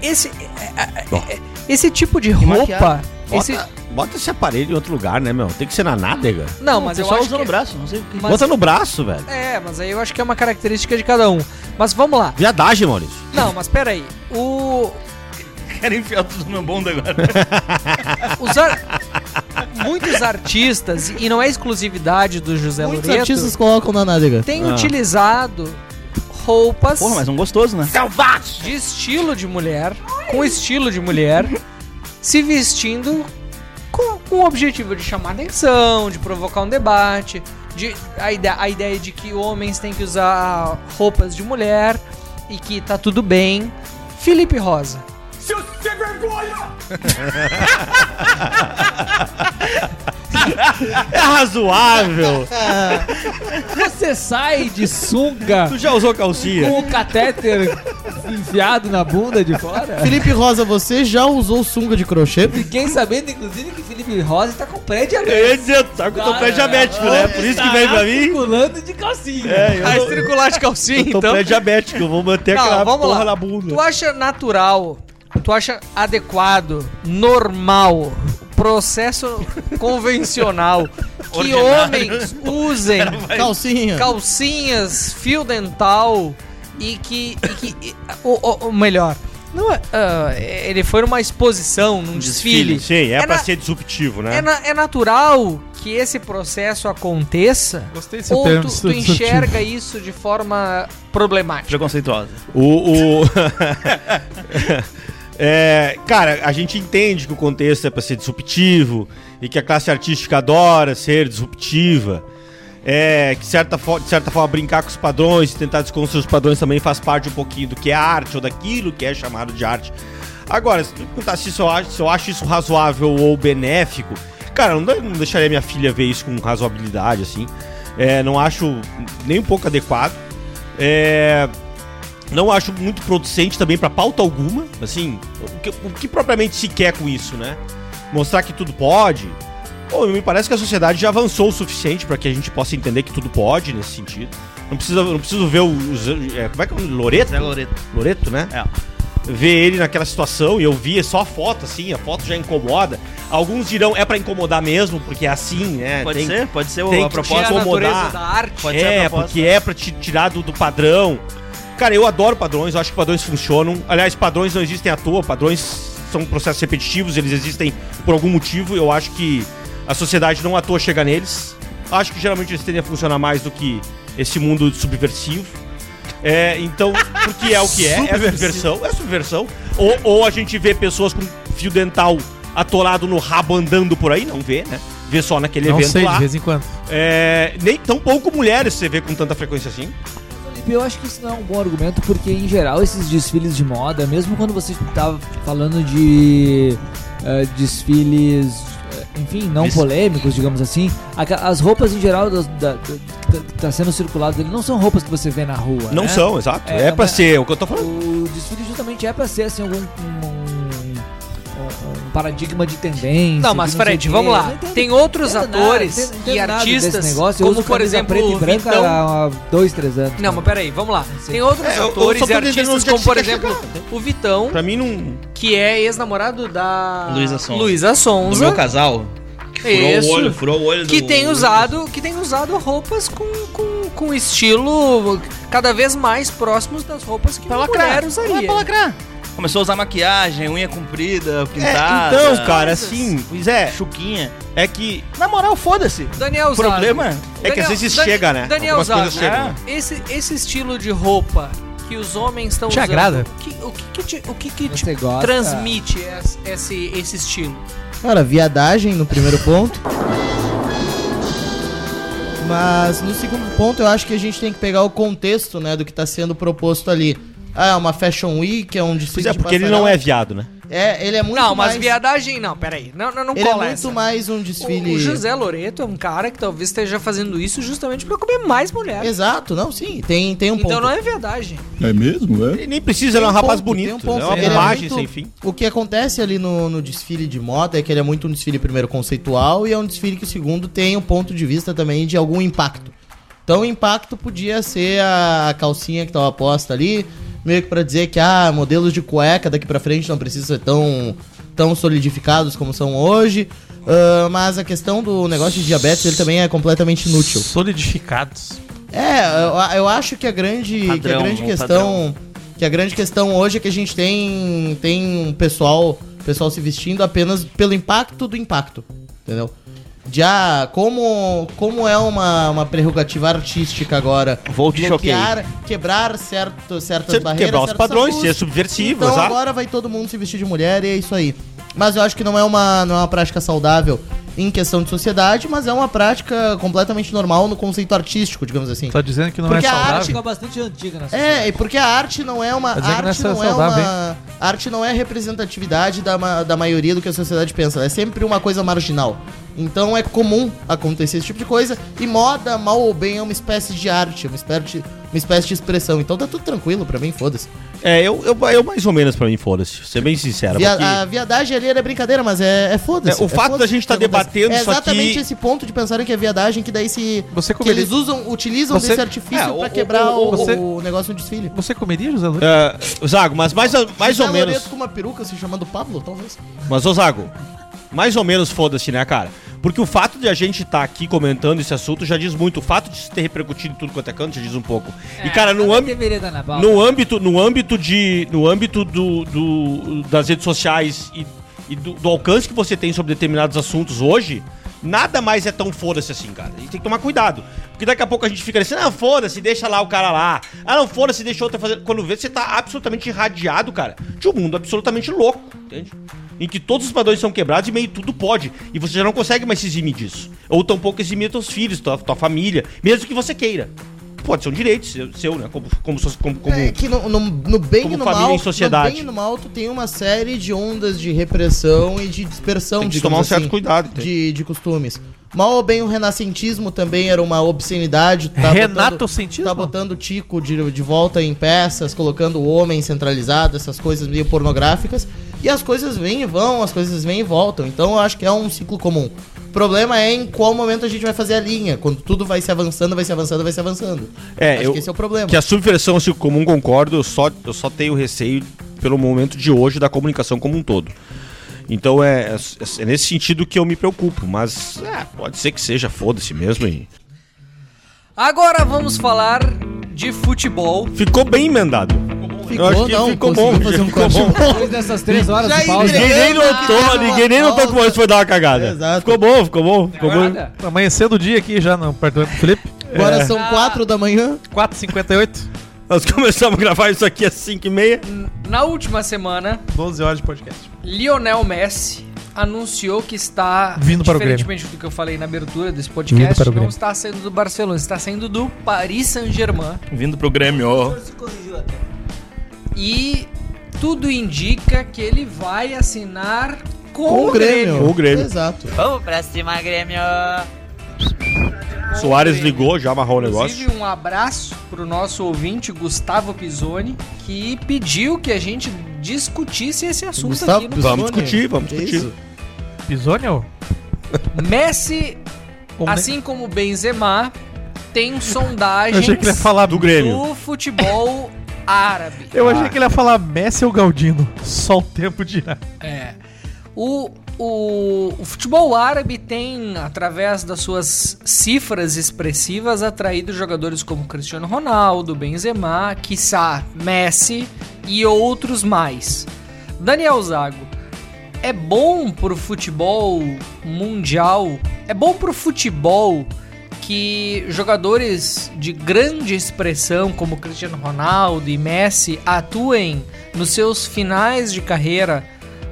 Speaker 5: esse é, é, é, esse tipo de roupa, esse
Speaker 6: Bota esse aparelho em outro lugar, né, meu? Tem que ser na nádega.
Speaker 5: Não, mas eu
Speaker 4: só
Speaker 5: acho
Speaker 4: usa
Speaker 5: que...
Speaker 4: no braço, não sei porquê.
Speaker 5: Mas-
Speaker 6: Bota no braço, velho.
Speaker 5: É, mas aí eu acho que é uma característica de cada um. Mas vamos lá.
Speaker 6: Viadagem, Maurício.
Speaker 5: Não, mas peraí. O.
Speaker 4: Quero enfiar tudo na bunda agora.
Speaker 5: Os ar- Muitos artistas, e não é exclusividade do José
Speaker 1: Muitos
Speaker 5: Loreto,
Speaker 1: artistas Ah. colocam na nádega.
Speaker 5: têm utilizado roupas
Speaker 4: Porra, mas é um gostoso, né?
Speaker 5: de estilo de mulher, com estilo de mulher, se vestindo com, com o objetivo de chamar atenção, de provocar um debate, de, a, ideia, a ideia de que homens têm que usar roupas de mulher e que tá tudo bem. Felipe Rosa.
Speaker 6: É razoável.
Speaker 2: Você sai de sunga
Speaker 6: tu já usou calcinha?
Speaker 2: com o catéter enfiado na bunda de fora?
Speaker 1: Felipe Rosa, você já usou sunga de crochê?
Speaker 2: Fiquei sabendo, inclusive, que Felipe Rosa tá com pré diabético.
Speaker 6: Eu ia dizer, tá sabe que eu tô
Speaker 2: Ah,
Speaker 6: pré-diabético, né? É, Por isso que vem pra mim.
Speaker 2: Circulando de calcinha.
Speaker 6: É, eu tô-
Speaker 5: circular de calcinha,
Speaker 4: Então.
Speaker 3: então.
Speaker 6: eu tô pré-diabético, eu vou manter aquela
Speaker 5: Não, vamos
Speaker 6: porra
Speaker 5: lá.
Speaker 6: na bunda.
Speaker 5: Tu acha natural? Tu acha adequado, normal, processo convencional que
Speaker 4: Ordinário.
Speaker 5: homens usem
Speaker 1: Calcinha.
Speaker 5: calcinhas, fio dental e que. e que e- ou, ou- ou melhor, não é, ah, ele foi numa exposição,
Speaker 6: Um
Speaker 5: num desfile.
Speaker 6: Sim, é,
Speaker 5: É
Speaker 6: pra
Speaker 5: na-
Speaker 6: ser disruptivo, né?
Speaker 5: É, na- é natural que esse processo aconteça?
Speaker 3: Gostei desse
Speaker 5: Ou
Speaker 3: termo.
Speaker 5: tu, tu enxerga isso de forma problemática?
Speaker 4: Preconceituosa.
Speaker 6: O. o- É, cara, a gente entende que o contexto é pra ser disruptivo e que a classe artística adora ser disruptiva. É, que certa fo- de certa forma brincar com os padrões, tentar desconstruir os padrões também faz parte um pouquinho do que é arte ou daquilo que é chamado de arte. Agora, se tu me perguntar se isso eu acho, se eu acho isso razoável ou benéfico, cara, eu não, não deixaria minha filha ver isso com razoabilidade, assim. É, não acho nem um pouco adequado. É, não acho muito producente também pra pauta alguma. Assim, o que, o que propriamente se quer com isso, né? Mostrar que tudo pode. Pô, me parece que a sociedade já avançou o suficiente pra que a gente possa entender que tudo pode nesse sentido. Não precisa, não preciso ver os. é, como é que é o nome? Loreto?
Speaker 4: Loreto.
Speaker 6: Loreto, né?
Speaker 4: é.
Speaker 6: Ver ele naquela situação e eu via só a foto, assim, a foto já incomoda. Alguns dirão, é pra incomodar mesmo, porque é assim, né?
Speaker 4: Pode
Speaker 6: Tem-
Speaker 4: ser, pode ser
Speaker 6: tem
Speaker 4: o- a
Speaker 5: Tirar
Speaker 6: que
Speaker 4: proposta.
Speaker 6: tirar- incomodar.
Speaker 5: arte.
Speaker 4: Pode ser
Speaker 6: é,
Speaker 4: a proposta.
Speaker 6: porque é pra te tirar do, do padrão. Cara, eu adoro padrões, eu acho que padrões funcionam. Aliás, padrões não existem à toa, padrões são processos repetitivos, eles existem por algum motivo. Eu acho que a sociedade não à toa chega neles. Acho que geralmente eles tendem a funcionar mais do que esse mundo subversivo. É, então, porque é o que é, é subversão, é subversão. Ou, ou a gente vê pessoas com fio dental atolado no rabo andando por aí, não vê, né? Vê só naquele
Speaker 3: Não
Speaker 6: evento
Speaker 3: sei,
Speaker 6: lá.
Speaker 3: de vez em quando.
Speaker 6: É, nem tão pouco mulheres você vê com tanta frequência assim.
Speaker 2: Felipe, eu acho que isso não é um bom argumento, porque em geral esses desfiles de moda, mesmo quando você estava falando de eh, desfiles, eh, enfim, não
Speaker 4: Vis-
Speaker 2: polêmicos, digamos assim, aca- as roupas em geral das- da- da- da- que está sendo circulado ele não são roupas que você vê na rua.
Speaker 6: Não
Speaker 2: né?
Speaker 6: são, exato.
Speaker 2: É,
Speaker 6: É, pra
Speaker 2: mas-
Speaker 6: ser o que eu tô falando.
Speaker 2: O desfile justamente é pra ser assim algum um, um- um paradigma de tendência.
Speaker 5: Não,
Speaker 2: de
Speaker 5: mas
Speaker 2: sei
Speaker 5: Fred,
Speaker 2: o quê.
Speaker 5: vamos
Speaker 2: Eu
Speaker 5: lá.
Speaker 2: não entendo
Speaker 5: Tem outros
Speaker 2: nada,
Speaker 5: atores
Speaker 2: não entendo- não
Speaker 5: e
Speaker 2: entendo nada desse
Speaker 5: artistas,
Speaker 2: negto. Eu
Speaker 5: como
Speaker 2: uso
Speaker 5: por
Speaker 2: camisa
Speaker 5: exemplo
Speaker 2: preta e
Speaker 5: o
Speaker 2: branca
Speaker 5: Vitão.
Speaker 2: há dois, três anos.
Speaker 5: Não, mas peraí, vamos lá.
Speaker 2: sei.
Speaker 5: Tem outros
Speaker 6: É, eu- eu
Speaker 5: atores
Speaker 6: só
Speaker 5: e
Speaker 6: tô entendendo
Speaker 5: artistas,
Speaker 6: onde é
Speaker 5: como
Speaker 6: que
Speaker 5: por
Speaker 6: você quer
Speaker 5: exemplo o Vitão,
Speaker 6: Pra mim não.
Speaker 5: que é ex-namorado da
Speaker 4: Luísa Sonza.
Speaker 5: Luísa
Speaker 4: No
Speaker 5: Sonza,
Speaker 4: meu casal, que furou
Speaker 5: Isso.
Speaker 4: o olho, furou o olho
Speaker 5: que
Speaker 4: do-
Speaker 5: tem usado, que tem usado roupas com, com, com estilo cada vez mais próximos das roupas que
Speaker 4: Pra
Speaker 5: uma
Speaker 4: lacrar.
Speaker 5: mulher
Speaker 6: é
Speaker 5: usaria.
Speaker 4: Começou a usar maquiagem, unha comprida,
Speaker 6: É,
Speaker 4: pintada.
Speaker 6: então, cara, assim, pois é,
Speaker 4: Chuquinha.
Speaker 6: é que.
Speaker 4: Na moral, foda-se.
Speaker 5: Daniel
Speaker 4: O problema
Speaker 6: É que às vezes
Speaker 5: Dan-
Speaker 6: chega, né?
Speaker 5: Daniel
Speaker 6: Algumas coisas
Speaker 5: Zago, né?
Speaker 6: chegam.
Speaker 5: Esse, esse estilo de roupa que os homens estão
Speaker 3: Te
Speaker 5: usando.
Speaker 3: agrada?
Speaker 5: O que, o que, que te, o que que te
Speaker 2: Você gosta?
Speaker 5: transmite es- esse, esse estilo?
Speaker 1: Cara, viadagem no primeiro ponto. Mas no segundo ponto, eu acho que a gente tem que pegar o contexto, né, do que tá sendo proposto ali. Ah, é uma Fashion Week, é um desfile
Speaker 6: Pois é,
Speaker 1: de
Speaker 6: porque ele
Speaker 1: passarela.
Speaker 6: não é viado, né?
Speaker 1: É, ele é muito
Speaker 5: não, mas
Speaker 1: mais...
Speaker 5: viadagem não, peraí. Não, não, não
Speaker 1: Ele é
Speaker 5: cola
Speaker 1: muito
Speaker 5: essa.
Speaker 1: mais um desfile...
Speaker 5: O, o José Loreto é um cara que talvez esteja fazendo isso justamente pra comer mais mulher.
Speaker 1: Exato, não, sim, tem, tem um ponto.
Speaker 5: Então não é viadagem.
Speaker 6: Ele nem precisa, ele é um
Speaker 1: Tem
Speaker 6: rapaz
Speaker 1: ponto, tem
Speaker 6: bonito.
Speaker 1: um ponto.
Speaker 6: né? É uma
Speaker 1: Ele é
Speaker 6: bobagem
Speaker 1: muito-
Speaker 6: sem fim.
Speaker 1: O que acontece ali no, no desfile de moda é que ele é muito um desfile, primeiro, conceitual e é um desfile que, segundo, tem um ponto de vista também de algum impacto. Então, o impacto podia ser a calcinha que tava posta ali, meio que pra dizer que, ah, modelos de cueca daqui pra frente não precisa ser tão tão solidificados como são hoje. ah, mas a questão do negócio de diabetes ele também é completamente inútil.
Speaker 3: Solidificados.
Speaker 1: É, eu, eu acho que a grande, que a
Speaker 4: Padrão,
Speaker 1: grande
Speaker 4: um
Speaker 1: questão, que a grande questão hoje é que a gente tem tem um pessoal, pessoal se vestindo apenas pelo impacto do impacto, entendeu? Já como como é uma, uma prerrogativa artística agora,
Speaker 4: Vou te choquear.
Speaker 1: bloquear, quebrar certo, certas
Speaker 6: Você
Speaker 1: barreiras,
Speaker 6: quebrar os
Speaker 1: certos
Speaker 6: padrões,
Speaker 1: tabus,
Speaker 6: ser subversivo,
Speaker 1: então
Speaker 6: exato.
Speaker 1: agora vai todo mundo se vestir de mulher e é isso aí. Mas eu acho que não é uma, não é uma prática saudável em questão de sociedade, mas é uma prática completamente normal no conceito artístico, digamos assim.
Speaker 3: Tá dizendo que não
Speaker 1: Porque
Speaker 3: é
Speaker 1: a
Speaker 3: saudável?
Speaker 2: Fica bastante antiga na
Speaker 1: É, e porque a arte não é uma.
Speaker 3: Tá dizendo que
Speaker 1: arte
Speaker 3: não é
Speaker 1: não é
Speaker 3: saudável,
Speaker 1: uma. a Arte não é a representatividade da, ma- da maioria do que a sociedade pensa. É sempre uma coisa marginal. Então é comum acontecer esse tipo de coisa. E moda, mal ou bem, é uma espécie de arte, uma espécie de, uma espécie de expressão. Então tá tudo tranquilo pra mim, foda-se.
Speaker 6: É, eu, eu, eu mais ou menos pra mim, foda-se. Ser bem sincero.
Speaker 1: Via-
Speaker 6: porque-
Speaker 1: A viadagem ali era brincadeira, mas é, é foda-se.
Speaker 6: É, o fato
Speaker 1: foda-se
Speaker 6: da gente
Speaker 1: que
Speaker 6: tá
Speaker 1: acontece.
Speaker 6: debatendo
Speaker 1: é
Speaker 6: isso
Speaker 1: exatamente
Speaker 6: aqui-
Speaker 1: esse ponto de pensarem que é viadagem, que daí se.
Speaker 3: Você
Speaker 1: que
Speaker 3: comeria,
Speaker 1: eles usam, utilizam
Speaker 3: Você-
Speaker 1: desse artifício
Speaker 4: É,
Speaker 1: pra
Speaker 4: o- o-
Speaker 1: quebrar
Speaker 3: o-
Speaker 1: o,
Speaker 3: você-
Speaker 1: o negócio de desfile.
Speaker 3: você comeria, José Luiz?
Speaker 6: Ah, Zago, mas mais, a- mais
Speaker 1: José
Speaker 6: ou
Speaker 1: Loreto
Speaker 6: menos.
Speaker 1: tá com uma peruca se chamando Pablo, talvez.
Speaker 6: Mas, ô Zago, mais ou menos foda-se, né, cara? Porque o fato de a gente estar aqui comentando esse assunto já diz muito. O fato de isso ter repercutido em tudo quanto é canto já diz um pouco. e, cara,
Speaker 2: tá
Speaker 6: no, âmbito
Speaker 2: Deveria dar na pauta.
Speaker 6: no âmbito no âmbito de no âmbito do, do- das redes sociais e, e do, do alcance que você tem sobre determinados assuntos hoje nada mais é tão foda-se assim cara a gente tem que tomar cuidado porque daqui a pouco a gente fica assim ah foda-se deixa lá o cara lá ah não foda-se deixa outra fazer quando vê você tá absolutamente irradiado cara de um mundo absolutamente louco entende em que todos os padrões são quebrados e meio tudo pode. E você já não consegue mais se eximir disso. Ou tampouco eximir seus filhos, tua, tua família, mesmo que você queira. Pode ser um direito seu, seu, né? Como, como, so- como, como-
Speaker 1: É que no, no- no bem
Speaker 6: como
Speaker 1: e no
Speaker 6: família
Speaker 1: mal,
Speaker 6: em sociedade.
Speaker 1: no bem e no mal, tu tem uma série de ondas de repressão e de dispersão,
Speaker 6: Tem que
Speaker 1: digamos
Speaker 6: tomar um
Speaker 1: assim,
Speaker 6: certo cuidado, tem.
Speaker 1: de, de costumes. Mal ou bem, o renascentismo também era uma obscenidade. tá
Speaker 3: Renato
Speaker 1: botando-
Speaker 3: Sentismo?
Speaker 1: Tá botando o Tico de, de volta em peças, colocando o homem centralizado, essas coisas meio pornográficas. E as coisas vêm e vão, as coisas vêm e voltam. Então eu acho que é um ciclo comum. O problema é em qual momento a gente vai fazer a linha. Quando tudo vai se avançando, vai se avançando, vai se avançando.
Speaker 6: É,
Speaker 1: acho
Speaker 6: eu-
Speaker 1: que esse é o problema.
Speaker 6: Que a subversão assim, comum concordo, eu só, eu só tenho receio pelo momento de hoje da comunicação como um todo. Então é, é- é nesse sentido que eu me preocupo, mas é, pode ser que seja foda-se mesmo. E...
Speaker 5: Agora vamos falar de futebol.
Speaker 6: Ficou bem emendado.
Speaker 1: Ficou,
Speaker 6: eu acho que
Speaker 1: não,
Speaker 6: ficou bom.
Speaker 1: conseguiu fazer um
Speaker 6: ficou bom.
Speaker 2: Depois dessas três horas de pausa.
Speaker 6: Ninguém nem notou, ninguém nem notou que o Maurício foi dar uma cagada.
Speaker 1: Exato.
Speaker 6: Ficou bom, ficou bom. Ficou bom.
Speaker 2: Nada.
Speaker 3: Amanhecendo o É. dia aqui já no apartamento do Felipe.
Speaker 1: Agora
Speaker 6: É.
Speaker 1: são quatro da manhã.
Speaker 3: 4h58,
Speaker 6: Nós começamos a gravar isso aqui às 5h30.
Speaker 5: Na última semana,
Speaker 3: 12 horas de podcast.
Speaker 5: Lionel Messi anunciou que está
Speaker 3: Vindo para o Grêmio.
Speaker 5: diferentemente do que eu falei na abertura desse
Speaker 3: Vindo para
Speaker 5: podcast,
Speaker 3: o
Speaker 5: não
Speaker 3: Grêmio.
Speaker 5: está saindo do Barcelona, está saindo do Paris Saint-Germain.
Speaker 9: Vindo pro Grêmio, ó.
Speaker 5: E tudo indica que ele vai assinar com, o Grêmio.
Speaker 6: Com o Grêmio.
Speaker 1: Exato.
Speaker 8: Vamos pra cima, Grêmio!
Speaker 5: Com o
Speaker 6: Soares
Speaker 5: Grêmio.
Speaker 6: ligou, já amarrou o negócio.
Speaker 5: Inclusive, um abraço pro nosso ouvinte Gustavo Pisoni, que pediu que a gente discutisse esse assunto
Speaker 1: Gustavo
Speaker 5: aqui.
Speaker 6: Vamos
Speaker 1: Pisoni.
Speaker 6: discutir, vamos
Speaker 1: Que
Speaker 6: discutir.
Speaker 1: isso?
Speaker 3: Pisônio?
Speaker 5: No... Messi,
Speaker 3: Ou nem-
Speaker 5: assim como Benzema, tem
Speaker 3: Eu
Speaker 5: sondagens
Speaker 3: achei que ele ia falar
Speaker 6: Do Grêmio.
Speaker 5: do futebol árabe.
Speaker 3: Eu achei que ele ia falar Messi ou Galdino. Só o tempo dirá.
Speaker 5: É. O, o, o futebol árabe tem, através das suas cifras expressivas, atraído jogadores como Cristiano Ronaldo, Benzema, quiçá Messi e outros mais. Daniel Zago, é bom pro futebol mundial, é bom pro futebol que jogadores de grande expressão como Cristiano Ronaldo e Messi atuem nos seus finais de carreira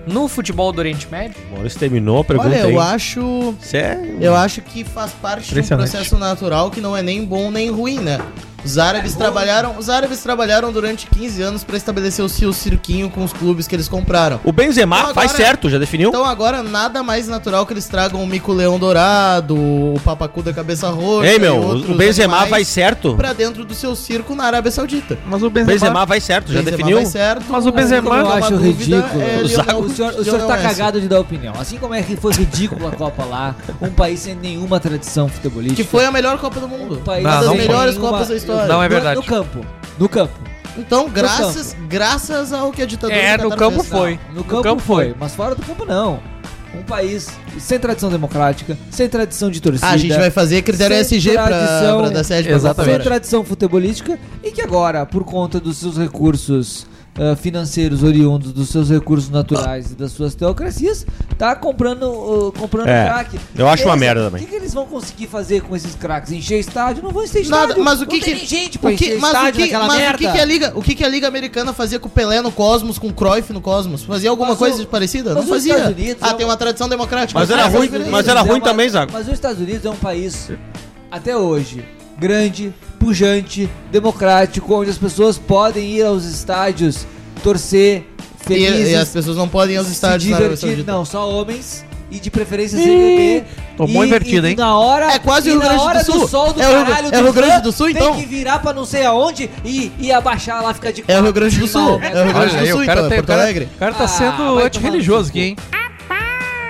Speaker 5: no futebol do Oriente Médio?
Speaker 6: O Maurício terminou a pergunta
Speaker 1: Olha,
Speaker 6: aí.
Speaker 1: eu acho.
Speaker 6: Isso é-
Speaker 1: Eu acho que faz parte de um
Speaker 3: Impressionante.
Speaker 1: processo natural que não é nem bom nem ruim, né? Os árabes trabalharam, os árabes trabalharam durante 15 anos pra estabelecer o seu cirquinho com os clubes que eles compraram.
Speaker 6: O Benzema
Speaker 1: Então,
Speaker 6: faz
Speaker 1: agora-
Speaker 6: certo, já definiu?
Speaker 1: Então agora nada mais natural que eles tragam o mico leão dourado, o papacu da cabeça roxa,
Speaker 6: Ei, meu,
Speaker 1: e
Speaker 6: o
Speaker 1: outros
Speaker 6: Benzema
Speaker 1: animais
Speaker 6: vai certo?
Speaker 1: pra dentro do seu circo na Arábia Saudita.
Speaker 3: Mas o
Speaker 6: O
Speaker 3: Benzema... é
Speaker 6: Benzema vai certo, já
Speaker 1: Benzema
Speaker 6: definiu?
Speaker 1: vai certo,
Speaker 3: Mas o Benzema-
Speaker 1: único
Speaker 2: Eu
Speaker 1: que
Speaker 2: acho
Speaker 1: uma dúvida
Speaker 2: ridículo.
Speaker 1: é
Speaker 6: O
Speaker 1: Lionel-
Speaker 6: Zago-
Speaker 2: O senhor, o senhor
Speaker 1: Lionel
Speaker 2: tá
Speaker 1: Messi.
Speaker 2: cagado de dar opinião. Assim como é que foi ridícula a Copa lá, um país sem nenhuma tradição futebolística.
Speaker 1: Que foi a melhor Copa do mundo.
Speaker 2: país
Speaker 3: Não,
Speaker 1: uma das
Speaker 3: não foi.
Speaker 1: melhores Copas da história.
Speaker 3: Não é
Speaker 2: No-
Speaker 3: verdade.
Speaker 2: No campo. No campo.
Speaker 1: Então, graças, graças ao que a ditadura
Speaker 5: É,
Speaker 1: do
Speaker 5: no
Speaker 1: Catar
Speaker 5: campo
Speaker 1: fez.
Speaker 5: foi.
Speaker 2: No campo, foi. mas fora do campo não. Um país sem tradição democrática, sem tradição de torcida.
Speaker 1: Ah, a gente vai fazer critério
Speaker 2: Sem
Speaker 1: SG pra,
Speaker 2: tradição.
Speaker 1: pra dar sede pra
Speaker 2: sem
Speaker 1: Exatamente.
Speaker 2: tradição futebolística e que agora, por conta dos seus recursos ah, financeiros oriundos dos seus recursos naturais e das suas teocracias, tá comprando uh, comprando
Speaker 6: É,
Speaker 2: craque.
Speaker 6: eu acho uma
Speaker 2: Eles-
Speaker 6: merda
Speaker 2: O
Speaker 6: também.
Speaker 2: que, que eles vão conseguir fazer com esses craques? Encher estádio? Não vão encher estádio.
Speaker 1: Nada, mas o
Speaker 2: Não
Speaker 1: que
Speaker 2: tem
Speaker 1: que
Speaker 2: nem gente pra
Speaker 1: o que,
Speaker 2: encher
Speaker 1: mas o
Speaker 2: estádio
Speaker 1: que,
Speaker 2: naquela
Speaker 1: mas o
Speaker 2: merda.
Speaker 1: que, é que a liga, o que que a liga americana fazia com o Pelé no Cosmos, com o Cruyff no Cosmos? Fazia alguma
Speaker 2: Mas o-
Speaker 1: coisa parecida?
Speaker 2: mas
Speaker 1: Não
Speaker 2: os
Speaker 1: fazia.
Speaker 2: Estados Unidos
Speaker 1: ah,
Speaker 2: é um-
Speaker 1: tem uma tradição democrática.
Speaker 6: Mas era
Speaker 1: Essa é a
Speaker 6: ruim,
Speaker 1: diferença.
Speaker 6: mas era
Speaker 2: é
Speaker 6: ruim
Speaker 2: uma-
Speaker 6: também, Zago.
Speaker 2: Mas os Estados Unidos é um país, até hoje, grande, pujante, democrático, onde as pessoas podem ir aos estádios, torcer,
Speaker 1: E,
Speaker 2: felizes,
Speaker 1: e as pessoas não podem ir aos estádios
Speaker 2: se
Speaker 1: na Arábia
Speaker 2: divertir.
Speaker 1: Saudita.
Speaker 2: Não, só homens e de preferência sem beber.
Speaker 3: tomou
Speaker 2: E-
Speaker 3: invertido,
Speaker 2: e
Speaker 3: hein?
Speaker 2: Na hora,
Speaker 1: É quase
Speaker 2: e
Speaker 1: o Rio
Speaker 2: na
Speaker 1: Grande do
Speaker 2: hora
Speaker 1: Sul.
Speaker 2: sol do
Speaker 1: É o Rio-
Speaker 2: caralho
Speaker 1: é o Rio
Speaker 2: fã,
Speaker 1: Grande do Sul, então?
Speaker 2: Tem que virar pra não sei aonde e, e abaixar lá, ficar de
Speaker 1: É o Rio
Speaker 2: quatro
Speaker 1: Grande do
Speaker 2: em cima,
Speaker 1: Sul.
Speaker 2: né?
Speaker 1: É o Rio Grande
Speaker 3: Olha
Speaker 1: do
Speaker 3: aí,
Speaker 1: Sul, então,
Speaker 3: o um cara
Speaker 1: é
Speaker 3: tem- o
Speaker 1: Porto
Speaker 3: cara
Speaker 1: Alegre.
Speaker 3: o cara tá
Speaker 2: Ah, vai
Speaker 3: sendo
Speaker 2: tomar
Speaker 3: antirreligioso
Speaker 2: no cu.
Speaker 3: aqui, hein?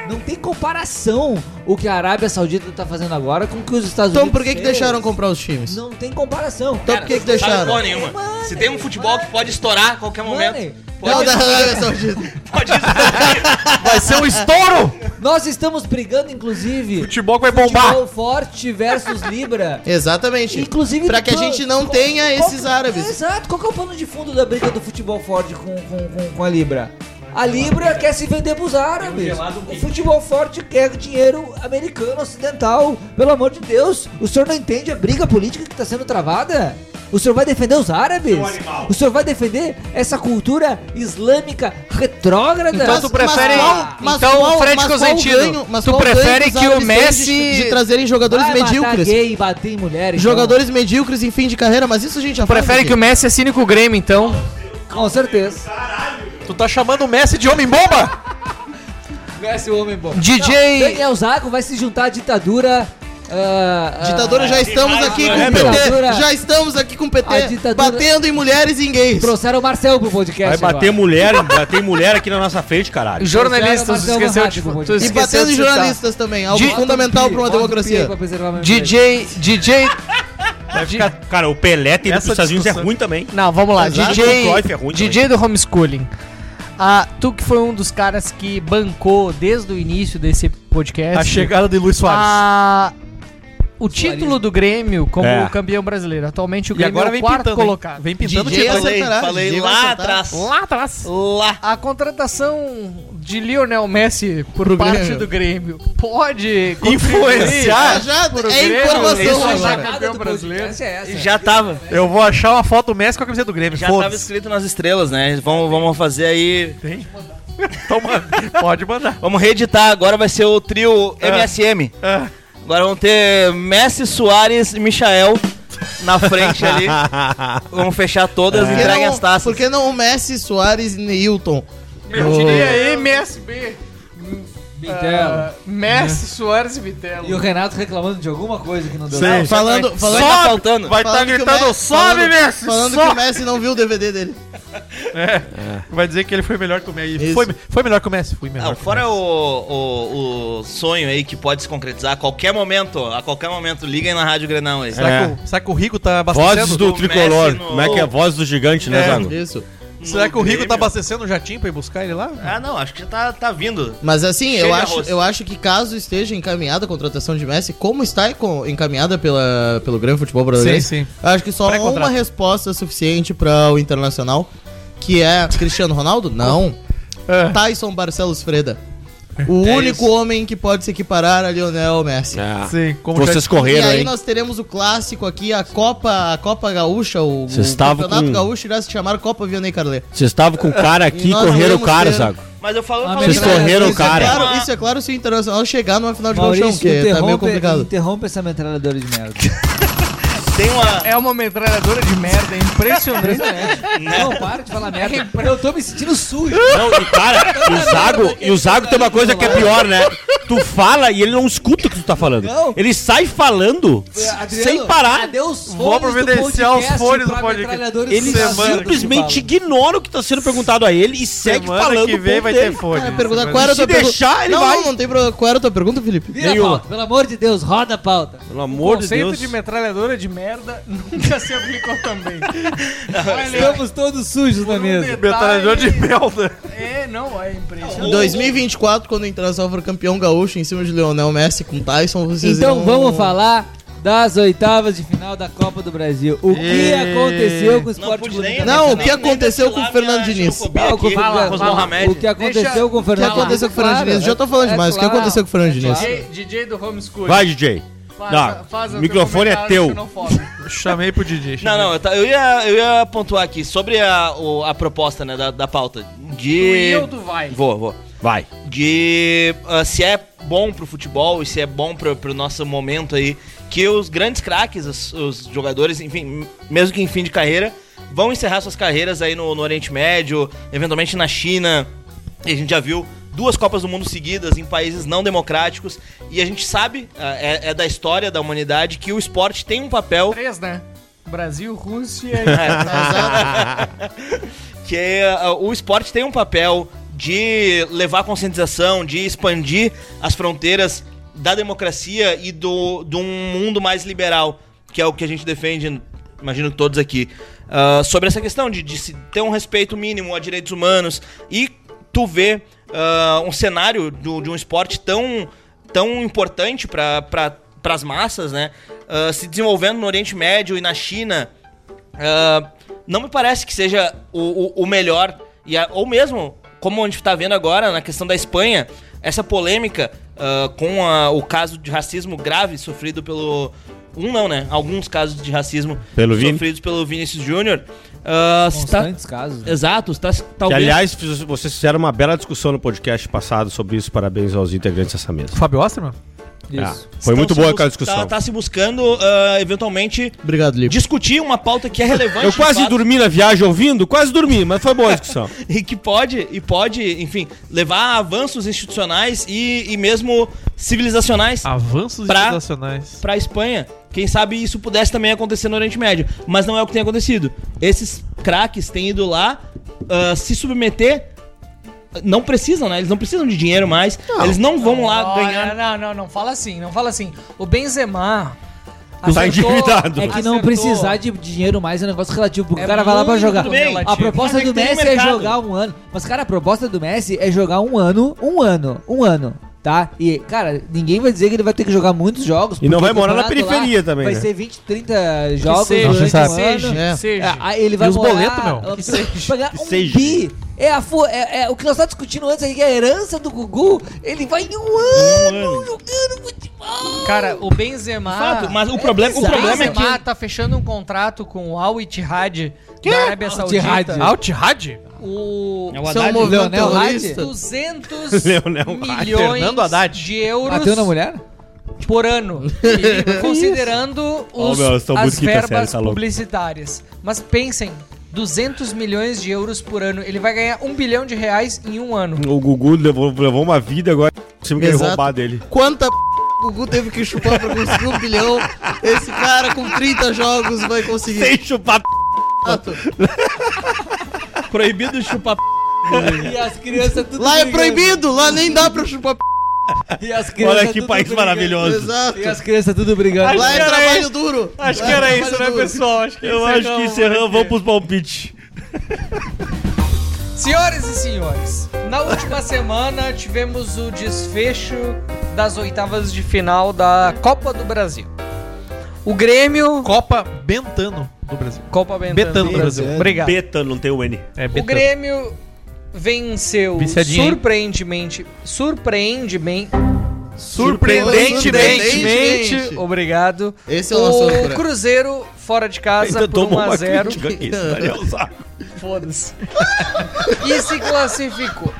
Speaker 2: Não tem comparação o que a Arábia Saudita tá fazendo agora com o que os Estados
Speaker 1: Então
Speaker 2: Unidos
Speaker 1: por que que
Speaker 2: fez.
Speaker 1: deixaram comprar os times?
Speaker 2: Não tem comparação.
Speaker 1: Então por que que deixaram?
Speaker 10: Porra nenhuma.
Speaker 2: Money,
Speaker 10: Se tem um futebol que pode estourar a qualquer momento,
Speaker 2: Money.
Speaker 1: Não, da Arábia Saudita.
Speaker 10: pode estourar.
Speaker 3: Vai ser um estouro!
Speaker 2: Nós estamos brigando, inclusive,
Speaker 3: Futebol
Speaker 1: é
Speaker 3: que vai bombar!
Speaker 2: futebol forte versus libra.
Speaker 1: Exatamente.
Speaker 2: Inclusive,
Speaker 1: Pra que a
Speaker 2: qual-
Speaker 1: gente não
Speaker 2: qual-
Speaker 1: tenha
Speaker 2: qual-
Speaker 1: esses árabes.
Speaker 2: Exato. Qual que é o pano de fundo da briga do futebol forte com, com, com, com a libra? A libra quer se vender pros árabes. O futebol forte quer dinheiro americano, ocidental. Pelo amor de Deus, o senhor não entende a briga política que está sendo travada? O senhor vai defender os árabes? O senhor vai defender essa cultura islâmica retrógrada?
Speaker 3: Então tu prefere- então, Fred Cosentino, tu
Speaker 1: qual ganho
Speaker 3: prefere
Speaker 1: os
Speaker 3: que o
Speaker 1: árabes têm de-
Speaker 3: Messi-
Speaker 1: De, trazerem jogadores
Speaker 2: Vai matar
Speaker 1: medíocres.
Speaker 2: gay, bater em mulher. então.
Speaker 1: Jogadores medíocres em fim de carreira, mas isso a gente já fala
Speaker 3: Prefere
Speaker 1: aqui.
Speaker 3: que o Messi assine com o Grêmio, então?
Speaker 2: Com certeza.
Speaker 3: Tu tá chamando o Messi de homem-bomba?
Speaker 2: Conhece o homem bom.
Speaker 3: DJ-
Speaker 2: Daniel Zago vai se juntar à ditadura. ah, ah,
Speaker 1: Ditadura, já estamos aqui
Speaker 3: né?
Speaker 1: com
Speaker 2: é,
Speaker 1: o
Speaker 2: meu.
Speaker 1: PT.
Speaker 2: Ditadura.
Speaker 1: Já estamos aqui com o
Speaker 2: A
Speaker 1: PT.
Speaker 2: ditadura-
Speaker 1: Batendo em mulheres e em gays.
Speaker 2: Trouxeram o Marcel pro podcast.
Speaker 6: Vai bater
Speaker 2: agora.
Speaker 6: mulher, bater mulher aqui na nossa frente, caralho.
Speaker 3: Jornalistas, tu
Speaker 2: Marcelo
Speaker 3: esqueceu
Speaker 2: Marrado,
Speaker 3: de,
Speaker 2: por
Speaker 3: tu
Speaker 5: é um
Speaker 2: favor.
Speaker 1: E
Speaker 3: esqueceu
Speaker 1: batendo
Speaker 3: de
Speaker 1: em
Speaker 3: citar.
Speaker 1: jornalistas também. Algo
Speaker 3: Di-
Speaker 1: fundamental pra uma
Speaker 2: Bota um pi, bota um pi aí
Speaker 1: democracia.
Speaker 2: pra preservar meu
Speaker 3: DJ, DJ,
Speaker 6: Vai ficar- Cara, o Pelé tem ido
Speaker 3: Essa
Speaker 6: pros Estados Unidos é
Speaker 3: discussão.
Speaker 6: ruim também.
Speaker 1: Tá
Speaker 5: Não, vamos lá.
Speaker 1: Exato.
Speaker 5: DJ,
Speaker 6: O Cruyff é ruim
Speaker 5: DJ do homeschooling. Ah, tu que foi um dos caras que bancou desde o início desse podcast.
Speaker 3: a chegada de Luiz Soares.
Speaker 5: a- o título
Speaker 2: Suarismo.
Speaker 5: do Grêmio como
Speaker 6: É.
Speaker 5: campeão brasileiro. Atualmente o
Speaker 3: e
Speaker 5: Grêmio
Speaker 3: agora
Speaker 5: é o
Speaker 3: vem
Speaker 5: quarto
Speaker 3: pintando,
Speaker 5: colocado.
Speaker 3: hein? Vem pintando
Speaker 1: DJ
Speaker 3: o título.
Speaker 1: acertaram,
Speaker 10: falei
Speaker 1: DJ
Speaker 10: lá
Speaker 1: acertaram.
Speaker 10: atrás.
Speaker 5: Lá atrás.
Speaker 10: Lá.
Speaker 5: A contratação de Lionel Messi por
Speaker 1: Pro
Speaker 5: parte
Speaker 1: Grêmio.
Speaker 5: do Grêmio pode
Speaker 1: Ah,
Speaker 3: Influenciar?
Speaker 1: já,
Speaker 5: Pro
Speaker 1: é
Speaker 5: Grêmio,
Speaker 1: informação
Speaker 5: isso
Speaker 1: agora.
Speaker 5: Então, campeão brasileiro.
Speaker 1: é
Speaker 10: Já tava.
Speaker 3: Eu vou achar uma foto do Messi com a camiseta do Grêmio.
Speaker 10: Já tava
Speaker 3: Foda-se.
Speaker 10: escrito nas estrelas, né? Vamos, vamos fazer aí.
Speaker 3: Toma, pode mandar.
Speaker 10: Vamos reeditar. Agora vai ser o trio MSM.
Speaker 3: Ah.
Speaker 10: Agora vão ter Messi, Soares e Michael na frente ali. Vamos fechar todas e
Speaker 1: Por que
Speaker 10: entreguem
Speaker 1: É. não-
Speaker 10: as taças.
Speaker 1: Por que não o Messi, Soares e Neilton?
Speaker 5: Eu diria MSB.
Speaker 3: Ah,
Speaker 5: Messi, Soares e
Speaker 2: Né? E o
Speaker 5: Vitelo.
Speaker 2: Renato reclamando de alguma coisa que não deu
Speaker 6: Sim.
Speaker 2: certo.
Speaker 1: Falando, falando,
Speaker 10: tá faltando.
Speaker 3: Vai estar
Speaker 1: falando que o
Speaker 3: gritando,
Speaker 1: Me-
Speaker 3: sobe,
Speaker 1: falando-
Speaker 3: Messi!
Speaker 1: Falando
Speaker 3: sobe!
Speaker 1: que o Messi não viu o DVD dele.
Speaker 3: Vai dizer que ele foi melhor que o Messi.
Speaker 1: Isso.
Speaker 3: Foi, foi melhor que o Messi? Fui melhor.
Speaker 10: Não,
Speaker 3: que o
Speaker 10: fora
Speaker 3: Messi.
Speaker 10: o, o, o sonho aí que pode se concretizar a qualquer momento, a qualquer momento, liguem na Rádio Grenal aí.
Speaker 3: Será,
Speaker 6: É.
Speaker 3: que o, será que o Rigo tá abastecendo?
Speaker 6: Vozes
Speaker 10: do
Speaker 6: do tricolor.
Speaker 10: Messi no-
Speaker 6: Como é que é? Vozes do gigante, né,
Speaker 3: É.
Speaker 6: Zago?
Speaker 1: Isso.
Speaker 3: Será que o Rigo
Speaker 10: Grêmio.
Speaker 3: tá abastecendo o jatinho pra ir buscar ele lá?
Speaker 10: Ah, não, acho que já tá, tá vindo.
Speaker 1: Mas assim,
Speaker 10: Cheio
Speaker 1: eu
Speaker 10: de
Speaker 1: acho,
Speaker 10: arroz.
Speaker 1: eu acho que caso esteja encaminhada a contratação de Messi, como está enco- encaminhada pela, pelo Grêmio Futebol Brasileiro,
Speaker 3: Sim, sim.
Speaker 1: acho que só
Speaker 3: Pré-contrato.
Speaker 1: uma resposta é suficiente para o Internacional, que é Cristiano Ronaldo? Não.
Speaker 3: É.
Speaker 1: Tyson Barcelos Freda. O único homem que pode se equiparar a Lionel
Speaker 3: É.
Speaker 1: Messi.
Speaker 6: Ah,
Speaker 3: Sim, como
Speaker 6: Vocês
Speaker 1: E
Speaker 6: correram,
Speaker 1: aí
Speaker 6: hein?
Speaker 1: nós teremos o clássico aqui, a Copa, a Copa Gaúcha, o, o
Speaker 6: Vocês estavam
Speaker 1: Campeonato
Speaker 6: com-
Speaker 1: Gaúcho irá se chamar Copa Vianney Carlet.
Speaker 6: Vocês estavam com o cara
Speaker 1: E
Speaker 6: aqui e
Speaker 1: nós
Speaker 6: correram o
Speaker 1: vamos
Speaker 6: cara,
Speaker 1: ter-
Speaker 6: Zago.
Speaker 10: Mas eu falo, eu
Speaker 2: Ah,
Speaker 10: falo
Speaker 2: mas
Speaker 6: Vocês
Speaker 10: isso, né?
Speaker 6: correram o
Speaker 1: Isso é
Speaker 6: cara.
Speaker 1: claro, isso é claro se o Internacional chegar numa final de gauchão,
Speaker 2: Maurício,
Speaker 1: porque tá meio
Speaker 2: interrompe,
Speaker 1: complicado.
Speaker 2: interrompe essa metralhadora de merda.
Speaker 10: né? Tem uma.
Speaker 5: É uma metralhadora de merda, é impressionante.
Speaker 3: É.
Speaker 2: não, para de falar merda. Eu tô me sentindo sujo.
Speaker 6: Não, e cara, o Zago, e o Zago tem uma coisa que é pior, né? tu fala e ele não escuta o que tu tá falando.
Speaker 2: Não. É,
Speaker 6: Ele sai falando sem parar.
Speaker 2: Adeus,
Speaker 3: Vou providenciar os fones do podcast.
Speaker 6: Ele
Speaker 3: Semana que
Speaker 6: simplesmente ignora o que tá sendo perguntado a ele e segue
Speaker 3: Semana
Speaker 6: falando
Speaker 3: que
Speaker 6: o
Speaker 3: vem
Speaker 6: ponto
Speaker 3: vai
Speaker 6: dele.
Speaker 3: ter fone.
Speaker 1: Cara, pergunta qual era a
Speaker 6: Se
Speaker 1: tua pergu-
Speaker 6: deixar, ele
Speaker 1: não,
Speaker 6: vai.
Speaker 1: Não, não tem problema. Qual era a tua pergunta, Felipe?
Speaker 2: Vira a
Speaker 6: Nenhuma.
Speaker 2: pauta, pelo amor de Deus, roda a pauta.
Speaker 6: Pelo amor de
Speaker 5: conceito
Speaker 6: Deus.
Speaker 5: de metralhadora de merda nunca se aplicou também. Olha, um
Speaker 2: Estamos todos sujos na mesa.
Speaker 3: Metralhador de melda.
Speaker 5: É, não, é impressionante.
Speaker 1: Em 2024, quando o Internacional for campeão gaúcho em cima de Leonel Messi com Tyson, vocês
Speaker 2: Então
Speaker 1: irão-
Speaker 2: vamos falar das oitavas de final da Copa do Brasil. O que
Speaker 3: E-
Speaker 2: aconteceu com o
Speaker 4: Não
Speaker 2: Sport
Speaker 4: pude
Speaker 2: Clube
Speaker 4: nem-
Speaker 2: Internacional?
Speaker 1: Não, o
Speaker 4: nem-
Speaker 1: que
Speaker 4: nem
Speaker 1: aconteceu com o
Speaker 4: desfilar
Speaker 1: Fernando
Speaker 4: minha
Speaker 1: Diniz?
Speaker 4: xenofobia
Speaker 2: Ah, o,
Speaker 4: aqui
Speaker 2: que,
Speaker 4: com os Mohamed.
Speaker 2: o que aconteceu
Speaker 5: Deixa-
Speaker 2: com o
Speaker 1: O que
Speaker 2: Fernando
Speaker 1: aconteceu com o Fernando
Speaker 2: Claro,
Speaker 1: Diniz? Já tô falando
Speaker 2: é
Speaker 1: demais. O que
Speaker 2: claro.
Speaker 1: aconteceu com o Fernando Diniz?
Speaker 5: É, DJ, DJ do homeschool.
Speaker 6: Vai, DJ. Não, o microfone é teu.
Speaker 3: Chamei pro DJ.
Speaker 4: Não, não, eu, tá- eu ia, eu ia pontuar aqui sobre a, o- a proposta né, da, da pauta. De.
Speaker 5: E tu vai.
Speaker 4: Vou, vou.
Speaker 6: Vai.
Speaker 4: de ah, se é bom pro futebol e se é bom pro, pro nosso momento aí, que os grandes craques, os, os jogadores, enfim, m- mesmo que em fim de carreira, vão encerrar suas carreiras aí no, no Oriente Médio, eventualmente na China. E a gente já viu duas Copas do Mundo seguidas em países não democráticos. E a gente sabe, ah, é, é da história da humanidade, que o esporte tem um papel
Speaker 5: Três, né? Brasil, Rússia
Speaker 6: É,
Speaker 4: que ah, o esporte tem um papel de levar conscientização, de expandir as fronteiras da democracia e do, de um mundo mais liberal, que é o que a gente defende, imagino que todos aqui, ah, sobre essa questão de, de se ter um respeito mínimo a direitos humanos e tu vê ah, um cenário do- de um esporte tão, tão importante para as massas, né? ah, se desenvolvendo no Oriente Médio e na China, ah, não me parece que seja o, o- o melhor, e a- ou mesmo, como a gente está vendo agora na questão da Espanha, essa polêmica ah, com a- o caso de racismo grave sofrido pelo. Um não, né? Alguns casos de racismo
Speaker 6: Pelo Vini.
Speaker 4: sofridos pelo Vinícius Júnior. Ah, se tá-
Speaker 2: Constantes casos. né?
Speaker 4: Exato, está
Speaker 6: Que,
Speaker 4: talvez.
Speaker 6: aliás, fiz- vocês fizeram uma bela discussão no podcast passado sobre isso. Parabéns aos integrantes dessa mesa.
Speaker 3: Fábio Osterman?
Speaker 2: Tá. Isso.
Speaker 6: É, Foi muito
Speaker 4: estão
Speaker 6: boa aquela
Speaker 4: se bus- Tá,
Speaker 6: discussão.
Speaker 4: tá se buscando, ah, eventualmente,
Speaker 1: Obrigado, Lipe.
Speaker 4: discutir uma pauta que é relevante.
Speaker 6: Eu
Speaker 4: de
Speaker 6: quase
Speaker 4: fato.
Speaker 6: dormi na viagem ouvindo, quase dormi, mas foi boa a discussão.
Speaker 4: e que pode e pode, enfim, levar a avanços institucionais e, e mesmo civilizacionais
Speaker 5: Ah.
Speaker 4: pra
Speaker 3: Avanços
Speaker 4: Pra-
Speaker 3: internacionais.
Speaker 4: para Espanha. Quem sabe isso pudesse também acontecer no Oriente Médio, mas não é o que tem acontecido. Esses craques têm ido lá ah, se submeter não precisam, né? Eles não precisam de dinheiro mais. Eles não vão lá
Speaker 5: Olha,
Speaker 4: ganhar.
Speaker 5: Não, não, não fala assim, não fala assim. O Benzema.
Speaker 6: Tá endividado.
Speaker 2: É que não
Speaker 5: acertou.
Speaker 2: precisar de dinheero mais é um negócio relativo. porque
Speaker 5: É
Speaker 2: O cara vai lá pra
Speaker 5: muito
Speaker 2: jogar.
Speaker 5: bem.
Speaker 2: A
Speaker 4: Mas
Speaker 2: proposta
Speaker 4: é que
Speaker 2: do
Speaker 4: tem um
Speaker 2: Messi é
Speaker 4: mercado.
Speaker 2: jogar um ano. Mas, cara, a proposta do Messi é jogar um ano, um ano, um ano. Tá? E, cara, ninguém vai dizer que ele vai ter que jogar muitos jogos.
Speaker 6: E não vai
Speaker 2: porque o
Speaker 6: morar na
Speaker 2: campeonato lá
Speaker 6: periferia também,
Speaker 2: Vai
Speaker 6: né?
Speaker 2: ser 20, 30
Speaker 5: Que
Speaker 2: jogos
Speaker 5: seja,
Speaker 2: durante
Speaker 5: que
Speaker 2: um
Speaker 5: seja,
Speaker 2: ano.
Speaker 1: É.
Speaker 5: seja.
Speaker 2: É, aí ele vai
Speaker 3: os
Speaker 2: morar,
Speaker 3: boletos, meu?
Speaker 2: Que Pagar um
Speaker 6: seja.
Speaker 2: bi. É, a fo- é- é o que nós estávamos discutindo antes aí, que é a herança do Gugu. Ele vai em um ano, jogando
Speaker 1: É.
Speaker 2: futebol.
Speaker 5: Cara, o Benzema.
Speaker 4: Fato, mas o problema, o
Speaker 5: o
Speaker 4: problema é que
Speaker 5: Benzema tá fechando um contrato com o Al Ittihad da Arábia
Speaker 2: Ittihad.
Speaker 5: Saudita.
Speaker 3: Altirad?
Speaker 5: O
Speaker 1: É Haddad,
Speaker 2: movimento
Speaker 1: Leonel
Speaker 2: terrorista.
Speaker 1: Haddad.
Speaker 5: 200
Speaker 6: Leonel
Speaker 5: milhões
Speaker 3: Fernando Haddad.
Speaker 5: de euros
Speaker 2: Bateu na mulher?
Speaker 5: por ano, e considerando
Speaker 6: Ó,
Speaker 5: os,
Speaker 6: meu, eu sou muito
Speaker 5: as
Speaker 6: quinta série,
Speaker 5: verbas
Speaker 6: tá louco.
Speaker 5: publicitárias. Mas pensem, 200 milhões de euros por ano. Ele vai ganhar um bilhão de reais em um ano.
Speaker 6: O Gugu levou, levou uma vida agora em cima que ele
Speaker 1: Exato.
Speaker 6: roubar dele.
Speaker 1: Quanta p... o Gugu teve que chupar pra conseguir um bilhão? Esse cara com 30 jogos vai conseguir.
Speaker 6: Sem chupar.
Speaker 1: Exato.
Speaker 4: proibido chupar p...
Speaker 2: E as crianças tudo né?
Speaker 1: Lá é
Speaker 2: brigando.
Speaker 1: proibido, lá nem dá pra chupar p...
Speaker 2: E as crianças
Speaker 6: Olha que
Speaker 2: tudo
Speaker 6: país
Speaker 2: brigando.
Speaker 6: maravilhoso.
Speaker 1: Exato.
Speaker 2: E assim, as crianças tudo brigando.
Speaker 1: Lá é
Speaker 6: era
Speaker 1: trabalho
Speaker 6: isso.
Speaker 1: duro.
Speaker 6: Acho
Speaker 1: Lá
Speaker 6: que
Speaker 1: é
Speaker 6: era
Speaker 1: trabalho
Speaker 6: isso, né,
Speaker 1: duro.
Speaker 3: pessoal? Acho que
Speaker 6: Eu acho é que encerramos, vamos pros palpites.
Speaker 5: Senhoras e senhores, na última semana tivemos o desfecho das oitavas de final da Copa do Brasil. O Grêmio.
Speaker 3: Copa Bentano do Brasil.
Speaker 5: Copa Bentano,
Speaker 3: Betano do Brasil.
Speaker 5: Obrigado.
Speaker 6: Beta, não tem o N.
Speaker 3: É
Speaker 5: O Grêmio venceu
Speaker 3: Viciadinho, hein?
Speaker 5: surpreendentemente, surpreendentemente,
Speaker 1: Surpreendentemente.
Speaker 5: obrigado.
Speaker 1: Esse é o nosso
Speaker 5: O
Speaker 1: âncora.
Speaker 5: Cruzeiro fora de casa por
Speaker 6: Ainda tomou uma
Speaker 5: 1x0.
Speaker 6: crítica que isso, Daniel Zago.
Speaker 5: Foda-se. e se classificou.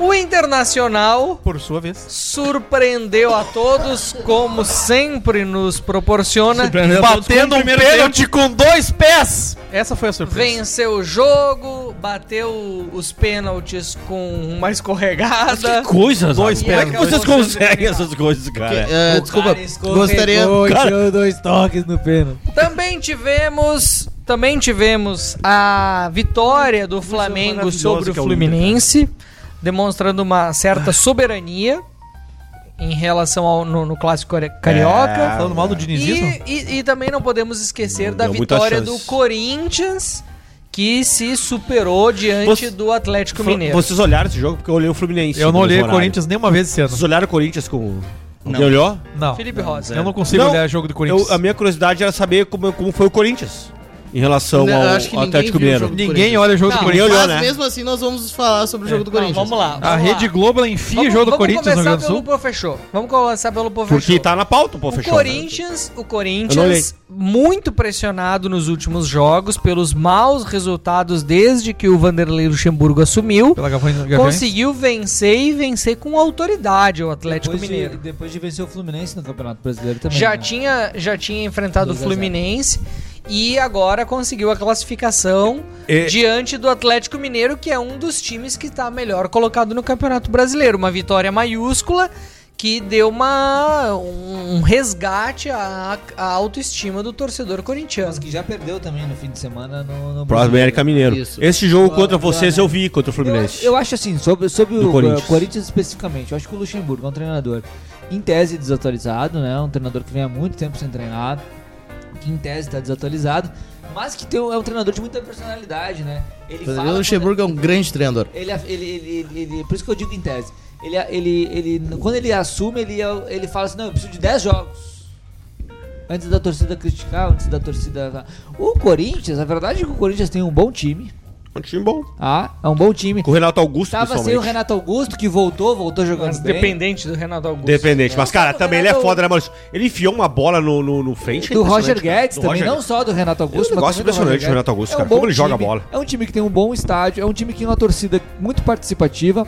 Speaker 5: O Internacional
Speaker 3: Por sua vez.
Speaker 5: surpreendeu a todos, como sempre nos proporciona.
Speaker 3: Batendo um pênalti com dois pés. Essa foi a surpresa.
Speaker 5: Venceu o jogo, Bateu os pênaltis com uma escorregada.
Speaker 6: Coisas. Dois
Speaker 5: Como é que vocês conseguem essas
Speaker 6: coisas,
Speaker 1: É, desculpa, gostaria.
Speaker 2: Tirou dois toques no pênalti.
Speaker 5: Também tivemos, também tivemos a vitória do Flamengo
Speaker 6: maravilhosa
Speaker 5: sobre o
Speaker 6: é que é o Ah. Inter,
Speaker 5: Fluminense, demonstrando uma certa soberania em relação ao no, no clássico cari-
Speaker 6: É,
Speaker 5: carioca.
Speaker 3: Falando mal do dinizismo?
Speaker 5: E, e- e também não podemos esquecer da
Speaker 6: Deu muita
Speaker 5: vitória
Speaker 6: chance.
Speaker 5: do Corinthians, que se superou diante
Speaker 6: Você-
Speaker 5: do Atlético
Speaker 6: Fla-
Speaker 5: Mineiro.
Speaker 6: Vocês olharam esse jogo porque eu olhei o Fluminense.
Speaker 3: Eu não
Speaker 6: no
Speaker 3: olhei o
Speaker 6: horário.
Speaker 3: Corinthians nenhuma vez esse ano.
Speaker 6: Vocês olharam o Corinthians com.
Speaker 4: Não.
Speaker 6: Quem olhou?
Speaker 3: Não.
Speaker 5: Felipe Rosa.
Speaker 3: Eu não consigo
Speaker 6: Não,
Speaker 3: olhar jogo do Corinthians.
Speaker 6: Eu, a minha curiosidade era saber como, como foi o Corinthians em relação
Speaker 1: Não, eu
Speaker 6: ao,
Speaker 1: acho que
Speaker 6: ao
Speaker 1: ninguém
Speaker 6: Atlético
Speaker 1: viu o
Speaker 6: Mineiro.
Speaker 1: jogo.
Speaker 3: Ninguém olha jogo
Speaker 5: Não,
Speaker 3: do
Speaker 6: Ninguém
Speaker 3: Corinthians.
Speaker 6: olhou,
Speaker 1: Mas
Speaker 6: né?
Speaker 1: mesmo assim nós vamos falar sobre o jogo do
Speaker 5: Não,
Speaker 1: Corinthians.
Speaker 5: vamos lá.
Speaker 3: A
Speaker 5: vamos lá.
Speaker 3: Rede Globo ela enfia
Speaker 5: Vamos-
Speaker 3: jogo do
Speaker 5: vamos
Speaker 3: Corinthians no Rio
Speaker 5: começar
Speaker 3: Grande do
Speaker 5: pelo Pô
Speaker 3: Sul.
Speaker 5: Fechou. Vamos começar pelo Pô
Speaker 6: Porque
Speaker 5: Fechou.
Speaker 6: tá na pauta, pô,
Speaker 5: O
Speaker 3: né?
Speaker 6: fechou.
Speaker 5: Corinthians, o
Speaker 6: Eu não olhei.
Speaker 5: Corinthians muito pressionado nos últimos jogos pelos maus resultados desde que o Vanderlei Luxemburgo assumiu,
Speaker 3: Pela Gaviões- Gaviões.
Speaker 5: conseguiu vencer e vencer com autoridade o Atlético
Speaker 2: Depois de,
Speaker 5: Mineiro.
Speaker 2: depois de vencer o Fluminense no Campeonato Brasileiro também.
Speaker 5: Já
Speaker 2: né?
Speaker 5: tinha já tinha enfrentado o
Speaker 2: Dois a zero.
Speaker 5: Fluminense e agora conseguiu a classificação
Speaker 6: E-
Speaker 5: diante do Atlético Mineiro, que é um dos times que está
Speaker 2: tá
Speaker 5: melhor colocado no Campeonato Brasileiro, uma vitória maiúscula que deu uma um resgate à, à autoestima do torcedor corintiano.
Speaker 2: Mas que já perdeu também no fim de semana no, no
Speaker 6: Pro América Mineiro. é
Speaker 1: Isso.
Speaker 6: Esse jogo
Speaker 2: Claro,
Speaker 6: contra vocês
Speaker 2: claro.
Speaker 6: eu vi contra o
Speaker 2: Eu,
Speaker 6: Fluminense.
Speaker 2: acho- eu acho assim, sobre, sobre
Speaker 6: Do
Speaker 2: o
Speaker 6: Corinthians.
Speaker 2: Corinthians. especificamente, eu acho que o Luxemburgo é um treinador em tese desatualizado, né? Um treinador que vem há muito tempo sem treinar, que em tese tá desatualizado, mas que tem, um- é um treinador de muita personalidade, né? Ele
Speaker 1: O
Speaker 2: quando-
Speaker 1: Luxemburgo é um grande treinador.
Speaker 2: Ele, ele, ele, ele- ele- por isso que eu digo em tese. Ele, ele, ele, quando ele assume, ele, ele fala assim: não, eu preciso de 10 jogos. Antes da torcida criticar, antes da torcida. tá? O Corinthians, a verdade é que o Corinthians tem um bom time.
Speaker 6: Um time bom.
Speaker 2: Ah, é um bom time.
Speaker 6: Com o Renato Augusto,
Speaker 2: Tava sem o
Speaker 6: principalmente.
Speaker 2: Renato Augusto, que voltou, voltou jogando
Speaker 5: Mas
Speaker 2: bem.
Speaker 5: dependente do Renato Augusto.
Speaker 6: Dependente. Mas, cara,
Speaker 2: o
Speaker 6: também ele é
Speaker 2: Renato-
Speaker 6: foda, né, Maurício? Ele enfiou uma bola no, no, no frente. é
Speaker 2: Do Roger
Speaker 6: impressionante, cara.
Speaker 2: Guedes
Speaker 6: Do
Speaker 2: também,
Speaker 6: Roger
Speaker 2: não
Speaker 6: Guedes.
Speaker 2: só do Renato Augusto,
Speaker 6: É um negócio
Speaker 2: também do
Speaker 6: impressionante o Renato Augusto, cara.
Speaker 2: bom
Speaker 6: Como ele joga a
Speaker 2: time,
Speaker 6: bola.
Speaker 2: É um time que tem um bom estádio, é um time que tem uma torcida muito participativa.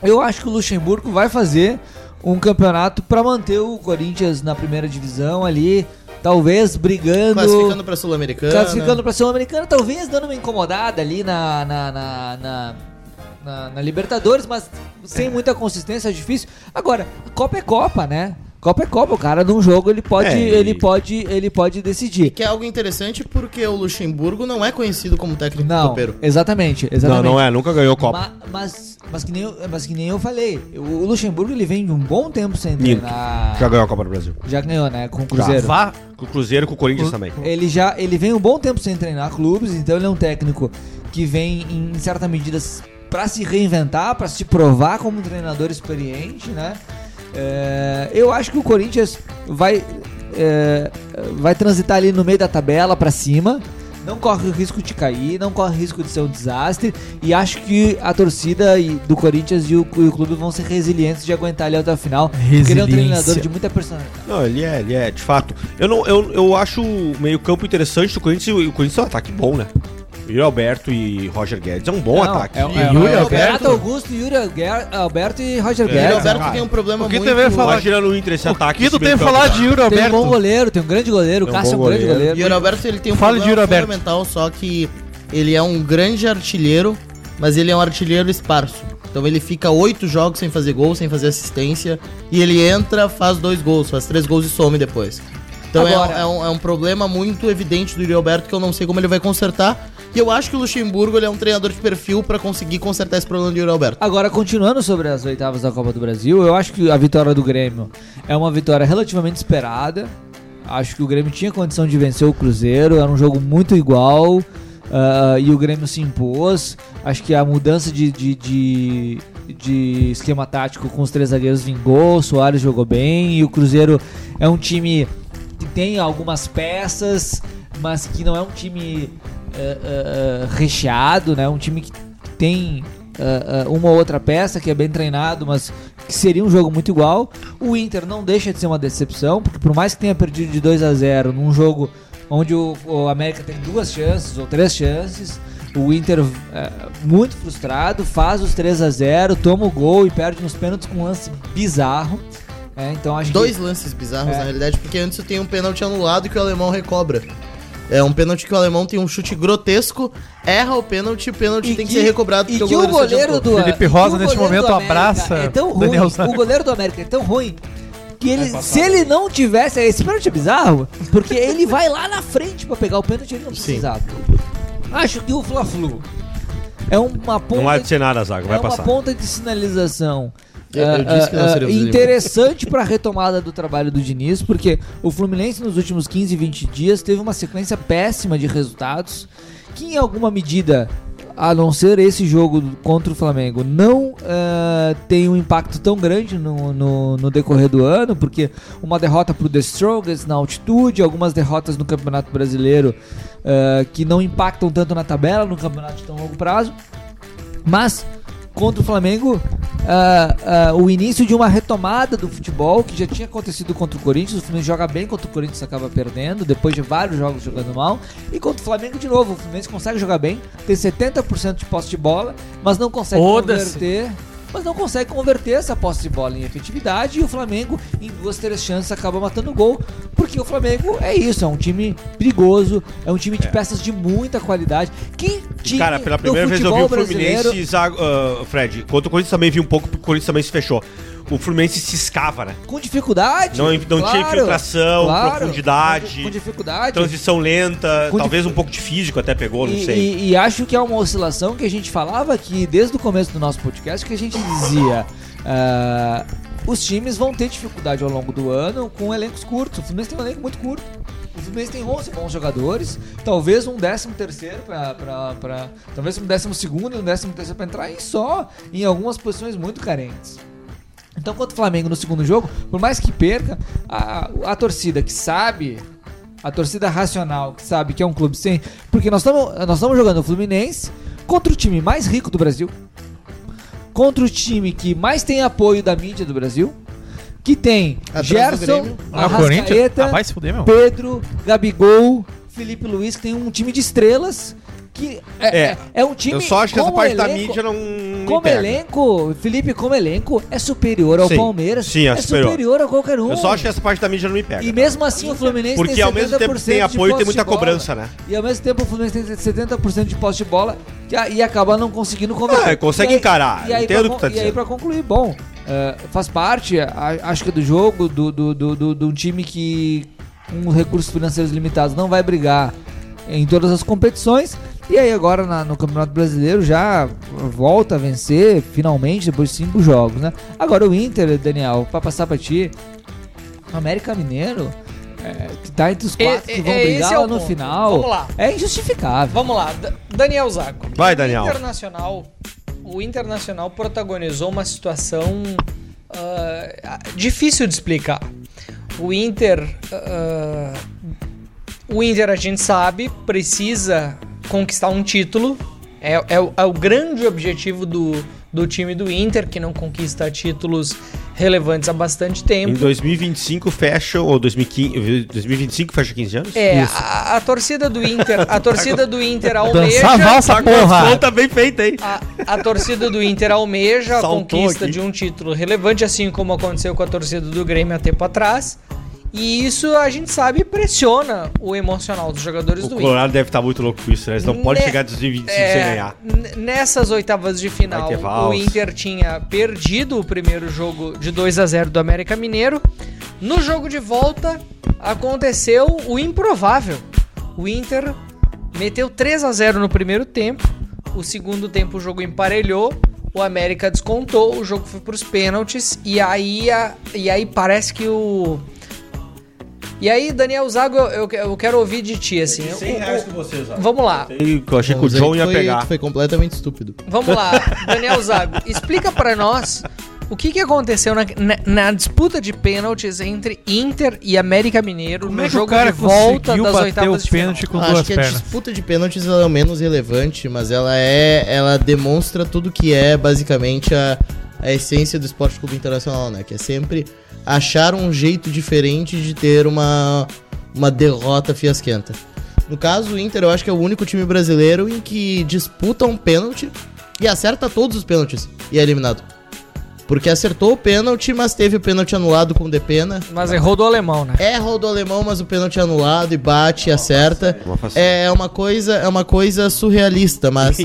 Speaker 2: Eu acho que o Luxemburgo vai fazer um campeonato pra manter o Corinthians na primeira divisão ali, talvez brigando,
Speaker 1: Classificando pra Sul-Americana.
Speaker 2: classificando pra Sul-Americana, talvez dando uma incomodada ali na na, na, na- na- na Libertadores, mas sem muita consistência é difícil. Agora, Copa é Copa, né? Copa é Copa, o cara num jogo ele pode,
Speaker 6: É, e-
Speaker 2: ele pode, ele pode decidir.
Speaker 1: Que é algo interessante porque o Luxemburgo não é conhecido como técnico
Speaker 2: Não,
Speaker 1: copeiro.
Speaker 2: exatamente,
Speaker 6: um Não,
Speaker 2: exatamente.
Speaker 6: não é. Nunca ganhou Copa.
Speaker 2: Ma- Mas, mas, que nem eu, mas que nem eu falei, o o Luxemburgo ele vem de um bom tempo sem
Speaker 6: Minto.
Speaker 2: treinar.
Speaker 6: Já ganhou a Copa do Brasil.
Speaker 2: Já ganhou, né? Com o Cruzeiro.
Speaker 3: Vá.
Speaker 6: Com o Cruzeiro com o Corinthians também.
Speaker 2: Ele já ele vem um bom tempo sem treinar clubes, então ele é um técnico que vem em certa medida s- pra se reinventar, pra se provar como um treinador experiente, né? É, eu acho que o Corinthians vai é, vai transitar ali no meio da tabela pra cima. Não corre o risco de cair, não corre o risco de ser um desastre. E acho que a torcida e- do Corinthians e o, e o clube vão ser resilientes de aguentar ali até o final. Porque ele é um
Speaker 3: Resiliência.
Speaker 2: treinador de muita personalidade.
Speaker 6: Não, ele é, ele é, de fato. Eu, não, eu, eu acho o meio-campo interessante do Corinthians e o Corinthians é um ataque bom, né? Yuri Alberto e Roger Guedes. É um bom
Speaker 2: Não,
Speaker 6: ataque.
Speaker 2: é-
Speaker 6: E-
Speaker 2: é-
Speaker 3: Yuri
Speaker 2: é o
Speaker 3: Alberto?
Speaker 2: Renato Augusto, Yuri Alger- Alberto e Roger
Speaker 1: O
Speaker 2: Guedes.
Speaker 1: Alberto
Speaker 6: cara.
Speaker 1: tem um problema
Speaker 3: O que tu
Speaker 1: muito...
Speaker 3: vai falar?
Speaker 6: Imagina no Inter esse ataque.
Speaker 3: que tu
Speaker 6: esse
Speaker 3: tem a
Speaker 6: meio-campo,
Speaker 3: falar
Speaker 6: cara.
Speaker 3: de Yuri
Speaker 2: Tem um bom
Speaker 3: Alberto?
Speaker 2: goleiro, tem um grande goleiro. O
Speaker 6: Tem um
Speaker 2: Cássio é um
Speaker 6: bom
Speaker 2: grande
Speaker 6: goleiro.
Speaker 1: E
Speaker 2: goleiro.
Speaker 1: o Alberto ele tem um
Speaker 3: Fala de
Speaker 1: problema
Speaker 3: Yuri Alberto.
Speaker 1: fundamental, só que ele é um grande artilheiro, mas ele é um artilheiro esparso. Então ele fica oito jogos sem fazer gol, sem fazer assistência, e ele entra, faz dois gols, faz três gols e some depois. Então é um-
Speaker 2: Agora-
Speaker 1: é, um, é um problema muito evidente do Yuri Alberto que eu não sei como ele vai consertar. E eu acho que o Luxemburgo ele é um treinador de perfil pra conseguir consertar esse problema do Yuri Alberto.
Speaker 2: Agora, continuando sobre as oitavas da Copa do Brasil, eu acho que a vitória do Grêmio é uma vitória relativamente esperada. Acho que o Grêmio tinha condição de vencer o Cruzeiro, era um jogo muito igual ah, e o Grêmio se impôs. Acho que a mudança de, de, de, de esquema tático com os três zagueiros vingou, o Soares jogou bem e o Cruzeiro é um time que tem algumas peças, mas que não é um time eh, eh, eh, recheado, né? Um time que tem eh, eh, uma ou outra peça que é bem treinado, mas que seria um jogo muito igual. O Inter não deixa de ser uma decepção, porque por mais que tenha perdido de 2 a 0 num jogo onde o, o América tem duas chances ou três chances, o Inter eh, muito frustrado, faz os 3 a 0 toma o gol e perde nos pênaltis com um lance bizarro. É, então acho que-
Speaker 1: Dois lances bizarros,
Speaker 2: É.
Speaker 1: na realidade, porque antes eu tenho um pênalti anulado que o alemão recobra. É um pênalti que o alemão tem um chute grotesco, erra o pênalti, o pênalti
Speaker 5: E
Speaker 1: tem que, ser recobrado
Speaker 2: E que o
Speaker 1: se
Speaker 2: goleiro
Speaker 1: adiantou.
Speaker 2: do
Speaker 3: Felipe
Speaker 2: e que o
Speaker 3: Rosa, neste
Speaker 2: goleiro
Speaker 3: momento,
Speaker 2: do América
Speaker 3: abraça
Speaker 2: É tão ruim.
Speaker 3: Daniel Zago.
Speaker 2: O goleiro do América é tão ruim que ele, se ele não tivesse. Esse pênalti é bizarro, porque ele vai lá na frente pra pegar o pênalti ele não precisava. Acho que o Fla-Flu é uma ponta.
Speaker 6: Não vai acontecer nada, Zago.
Speaker 2: é
Speaker 6: Vai
Speaker 2: uma
Speaker 6: passar.
Speaker 2: ponta de sinalização.
Speaker 1: É, Eu- eu
Speaker 2: ah,
Speaker 1: disse que não
Speaker 2: ah,
Speaker 1: seríamos
Speaker 2: interessante pra retomada do trabalho do Diniz, porque o Fluminense nos últimos 15, 20 dias teve uma sequência péssima de resultados que, em alguma medida, a não ser esse jogo contra o Flamengo, não ah, tem um impacto tão grande no, no- no decorrer do ano, porque uma derrota pro The Strongest na altitude, algumas derrotas no Campeonato Brasileiro ah, que não impactam tanto na tabela, no campeonato de tão longo prazo. Mas contra o Flamengo, ah, ah, o início de uma retomada do futebol que já tinha acontecido contra o Corinthians. O Fluminense joga bem contra o Corinthians, acaba perdendo depois de vários jogos jogando mal. E contra o Flamengo de novo, o Fluminense consegue jogar bem, tem 70% de posse de bola, mas não consegue
Speaker 3: Foda-se.
Speaker 2: converter. Mas não consegue converter essa posse de bola em efetividade e o Flamengo, em duas, três chances, acaba matando o gol. Porque o Flamengo é isso, é um time perigoso, é um time de peças de muita qualidade. Que time
Speaker 6: Cara, pela
Speaker 2: do
Speaker 6: primeira vez eu vi
Speaker 2: futebol
Speaker 6: o Fluminense
Speaker 2: brasileiro
Speaker 6: e Zago, ah, Fred. Contra o Corinthians também vi um pouco, porque o Corinthians também se fechou. O Fluminense se escava, né?
Speaker 2: Com dificuldade.
Speaker 6: Não, não tinha
Speaker 2: claro,
Speaker 6: infiltração,
Speaker 2: claro.
Speaker 6: profundidade, Então,
Speaker 2: Com, com dificuldade.
Speaker 6: transição lenta,
Speaker 2: Com
Speaker 6: talvez um pouco de físico até pegou, não
Speaker 2: e,
Speaker 6: sei.
Speaker 2: e- e acho que é uma oscilação que a gente falava aqui desde o começo do nosso podcast, que a gente dizia. ah, os times vão ter dificuldade ao longo do ano com elencos curtos. O Fluminense tem um elenco muito curto. O Fluminense tem 11 bons jogadores, talvez um décimo terceiro pra, pra, pra- Talvez um décimo segundo e um décimo terceiro pra entrar, e só em algumas posições muito carentes. Então, contra o Flamengo no segundo jogo, por mais que perca, a, a torcida que sabe, a torcida racional que sabe que é um clube sem. Porque nós estamos nós tamo jogando o Fluminense contra o time mais rico do Brasil, contra o time que mais tem apoio da mídia do Brasil, que tem
Speaker 1: Atrás do
Speaker 2: Gerson,
Speaker 1: Grêmio.
Speaker 3: Ah, Corinthians. Ah,
Speaker 2: Arrascaeta,
Speaker 3: vai se fuder, meu.
Speaker 2: Pedro, Gabigol, Felipe Luiz, que tem um time de estrelas. Que é,
Speaker 6: É.
Speaker 2: é, é um time.
Speaker 6: eu só acho que essa
Speaker 2: como
Speaker 6: parte da
Speaker 2: elenco-
Speaker 6: mídia não me
Speaker 2: como
Speaker 6: pega.
Speaker 2: elenco, Felipe, como elenco, é superior ao
Speaker 6: Sim,
Speaker 2: Palmeiras.
Speaker 6: sim, é
Speaker 2: é superior.
Speaker 6: superior.
Speaker 2: a qualquer um.
Speaker 6: Eu só acho que essa parte da mídia não me pega. né?
Speaker 2: E mesmo assim o Fluminense
Speaker 6: Porque
Speaker 2: tem
Speaker 6: ao mesmo tempo que tem
Speaker 2: 70% de
Speaker 6: apoio, tem
Speaker 2: posse
Speaker 6: muita
Speaker 2: de bola.
Speaker 6: cobrança, né?
Speaker 2: E ao mesmo tempo o Fluminense tem 70% de posse de bola e a- e acaba não conseguindo converter.
Speaker 6: Ah, consegue
Speaker 2: E aí-
Speaker 6: encarar,
Speaker 2: E aí,
Speaker 6: entendo o
Speaker 2: pra,
Speaker 6: que
Speaker 2: con-
Speaker 6: tá
Speaker 2: e aí
Speaker 6: dizendo.
Speaker 2: pra concluir, bom, eh, faz parte, a- acho que do jogo, do, do, do, do- de um time que com recursos financeiros limitados não vai brigar em todas as competições. E aí agora na- no Campeonato Brasileiro já volta a vencer, finalmente, depois de cinco jogos, né? Agora o Inter, Daniel, pra passar pra ti, o América Mineiro, é, que tá entre os quatro
Speaker 5: É-
Speaker 2: que
Speaker 5: é-
Speaker 2: vão
Speaker 5: é-
Speaker 2: brigar
Speaker 5: esse é
Speaker 2: lá
Speaker 5: o
Speaker 2: no
Speaker 5: ponto.
Speaker 2: final,
Speaker 5: Vamos lá.
Speaker 2: é injustificável.
Speaker 5: Vamos lá, Da- Daniel Zago.
Speaker 6: Vai, Daniel.
Speaker 5: O Internacional, o Internacional protagonizou uma situação ah, difícil de explicar. O Inter, ah, o Inter a gente sabe, precisa conquistar um título. É, é o- é o grande objetivo do, do time do Inter, que não conquista títulos relevantes há bastante tempo.
Speaker 6: Em 2025 fecha, ou 2015, 2025 fecha 15 anos?
Speaker 5: É, a, a torcida do Inter, a torcida do Inter
Speaker 3: Dançar a
Speaker 5: almeja
Speaker 3: valsa, porra.
Speaker 6: Conta tá bem feita, hein?
Speaker 2: Ah,
Speaker 5: A, a torcida do Inter almeja a
Speaker 6: Saltou
Speaker 5: conquista
Speaker 6: aqui.
Speaker 5: de um título relevante, assim como aconteceu com a torcida do Grêmio há tempo atrás. E isso a gente sabe pressiona o emocional dos jogadores
Speaker 6: O
Speaker 5: do Inter.
Speaker 6: Colorado deve estar muito louco com isso, né? Eles não podem
Speaker 5: Ne-
Speaker 6: chegar em 2025 sem
Speaker 5: É,
Speaker 6: ganhar.
Speaker 5: n- nessas oitavas de final,
Speaker 6: Vai ter
Speaker 5: o
Speaker 6: vals.
Speaker 5: Inter tinha perdido o primeiro jogo de 2 a 0 do América Mineiro. No jogo de volta, aconteceu o improvável. O Inter meteu 3 a 0 no primeiro tempo. O segundo tempo o jogo emparelhou. O América descontou, o jogo foi para os pênaltis e aí a- e aí parece que o e aí, Daniel Zago, eu, eu- eu quero ouvir de ti, assim.
Speaker 6: É
Speaker 5: O- o-
Speaker 6: vocês,
Speaker 5: vamos lá.
Speaker 6: Eu achei que o
Speaker 1: Vamos dizer
Speaker 6: John ia
Speaker 1: Então, foi-
Speaker 6: pegar.
Speaker 1: Foi completamente estúpido.
Speaker 5: Vamos lá, Daniel Zago, explica pra nós o que, que aconteceu na, na- na disputa de pênaltis entre Inter e América Mineiro
Speaker 3: Como
Speaker 5: no
Speaker 3: é que o
Speaker 5: jogo
Speaker 3: cara
Speaker 5: de volta
Speaker 3: conseguiu
Speaker 5: das
Speaker 3: bater
Speaker 5: oitavas
Speaker 3: o
Speaker 5: de final.
Speaker 3: pênalti com
Speaker 1: Ah,
Speaker 3: duas
Speaker 1: Acho que a
Speaker 3: pernas?
Speaker 1: disputa de pênaltis ela é o menos relevante, mas ela é. Ela demonstra tudo que é basicamente a, a essência do Esporte Clube Internacional, né? Que é sempre achar um jeito diferente de ter uma, uma derrota fiasquenta. No caso, o Inter eu acho que é o único time brasileiro em que disputa um pênalti e acerta todos os pênaltis e é eliminado. Porque acertou o pênalti, mas teve o pênalti anulado com o de pena.
Speaker 5: Mas errou do alemão, né?
Speaker 1: Erra o do alemão, mas o pênalti é anulado e bate, e acerta.
Speaker 6: Uma façanha.
Speaker 1: É uma coisa, é uma coisa surrealista, mas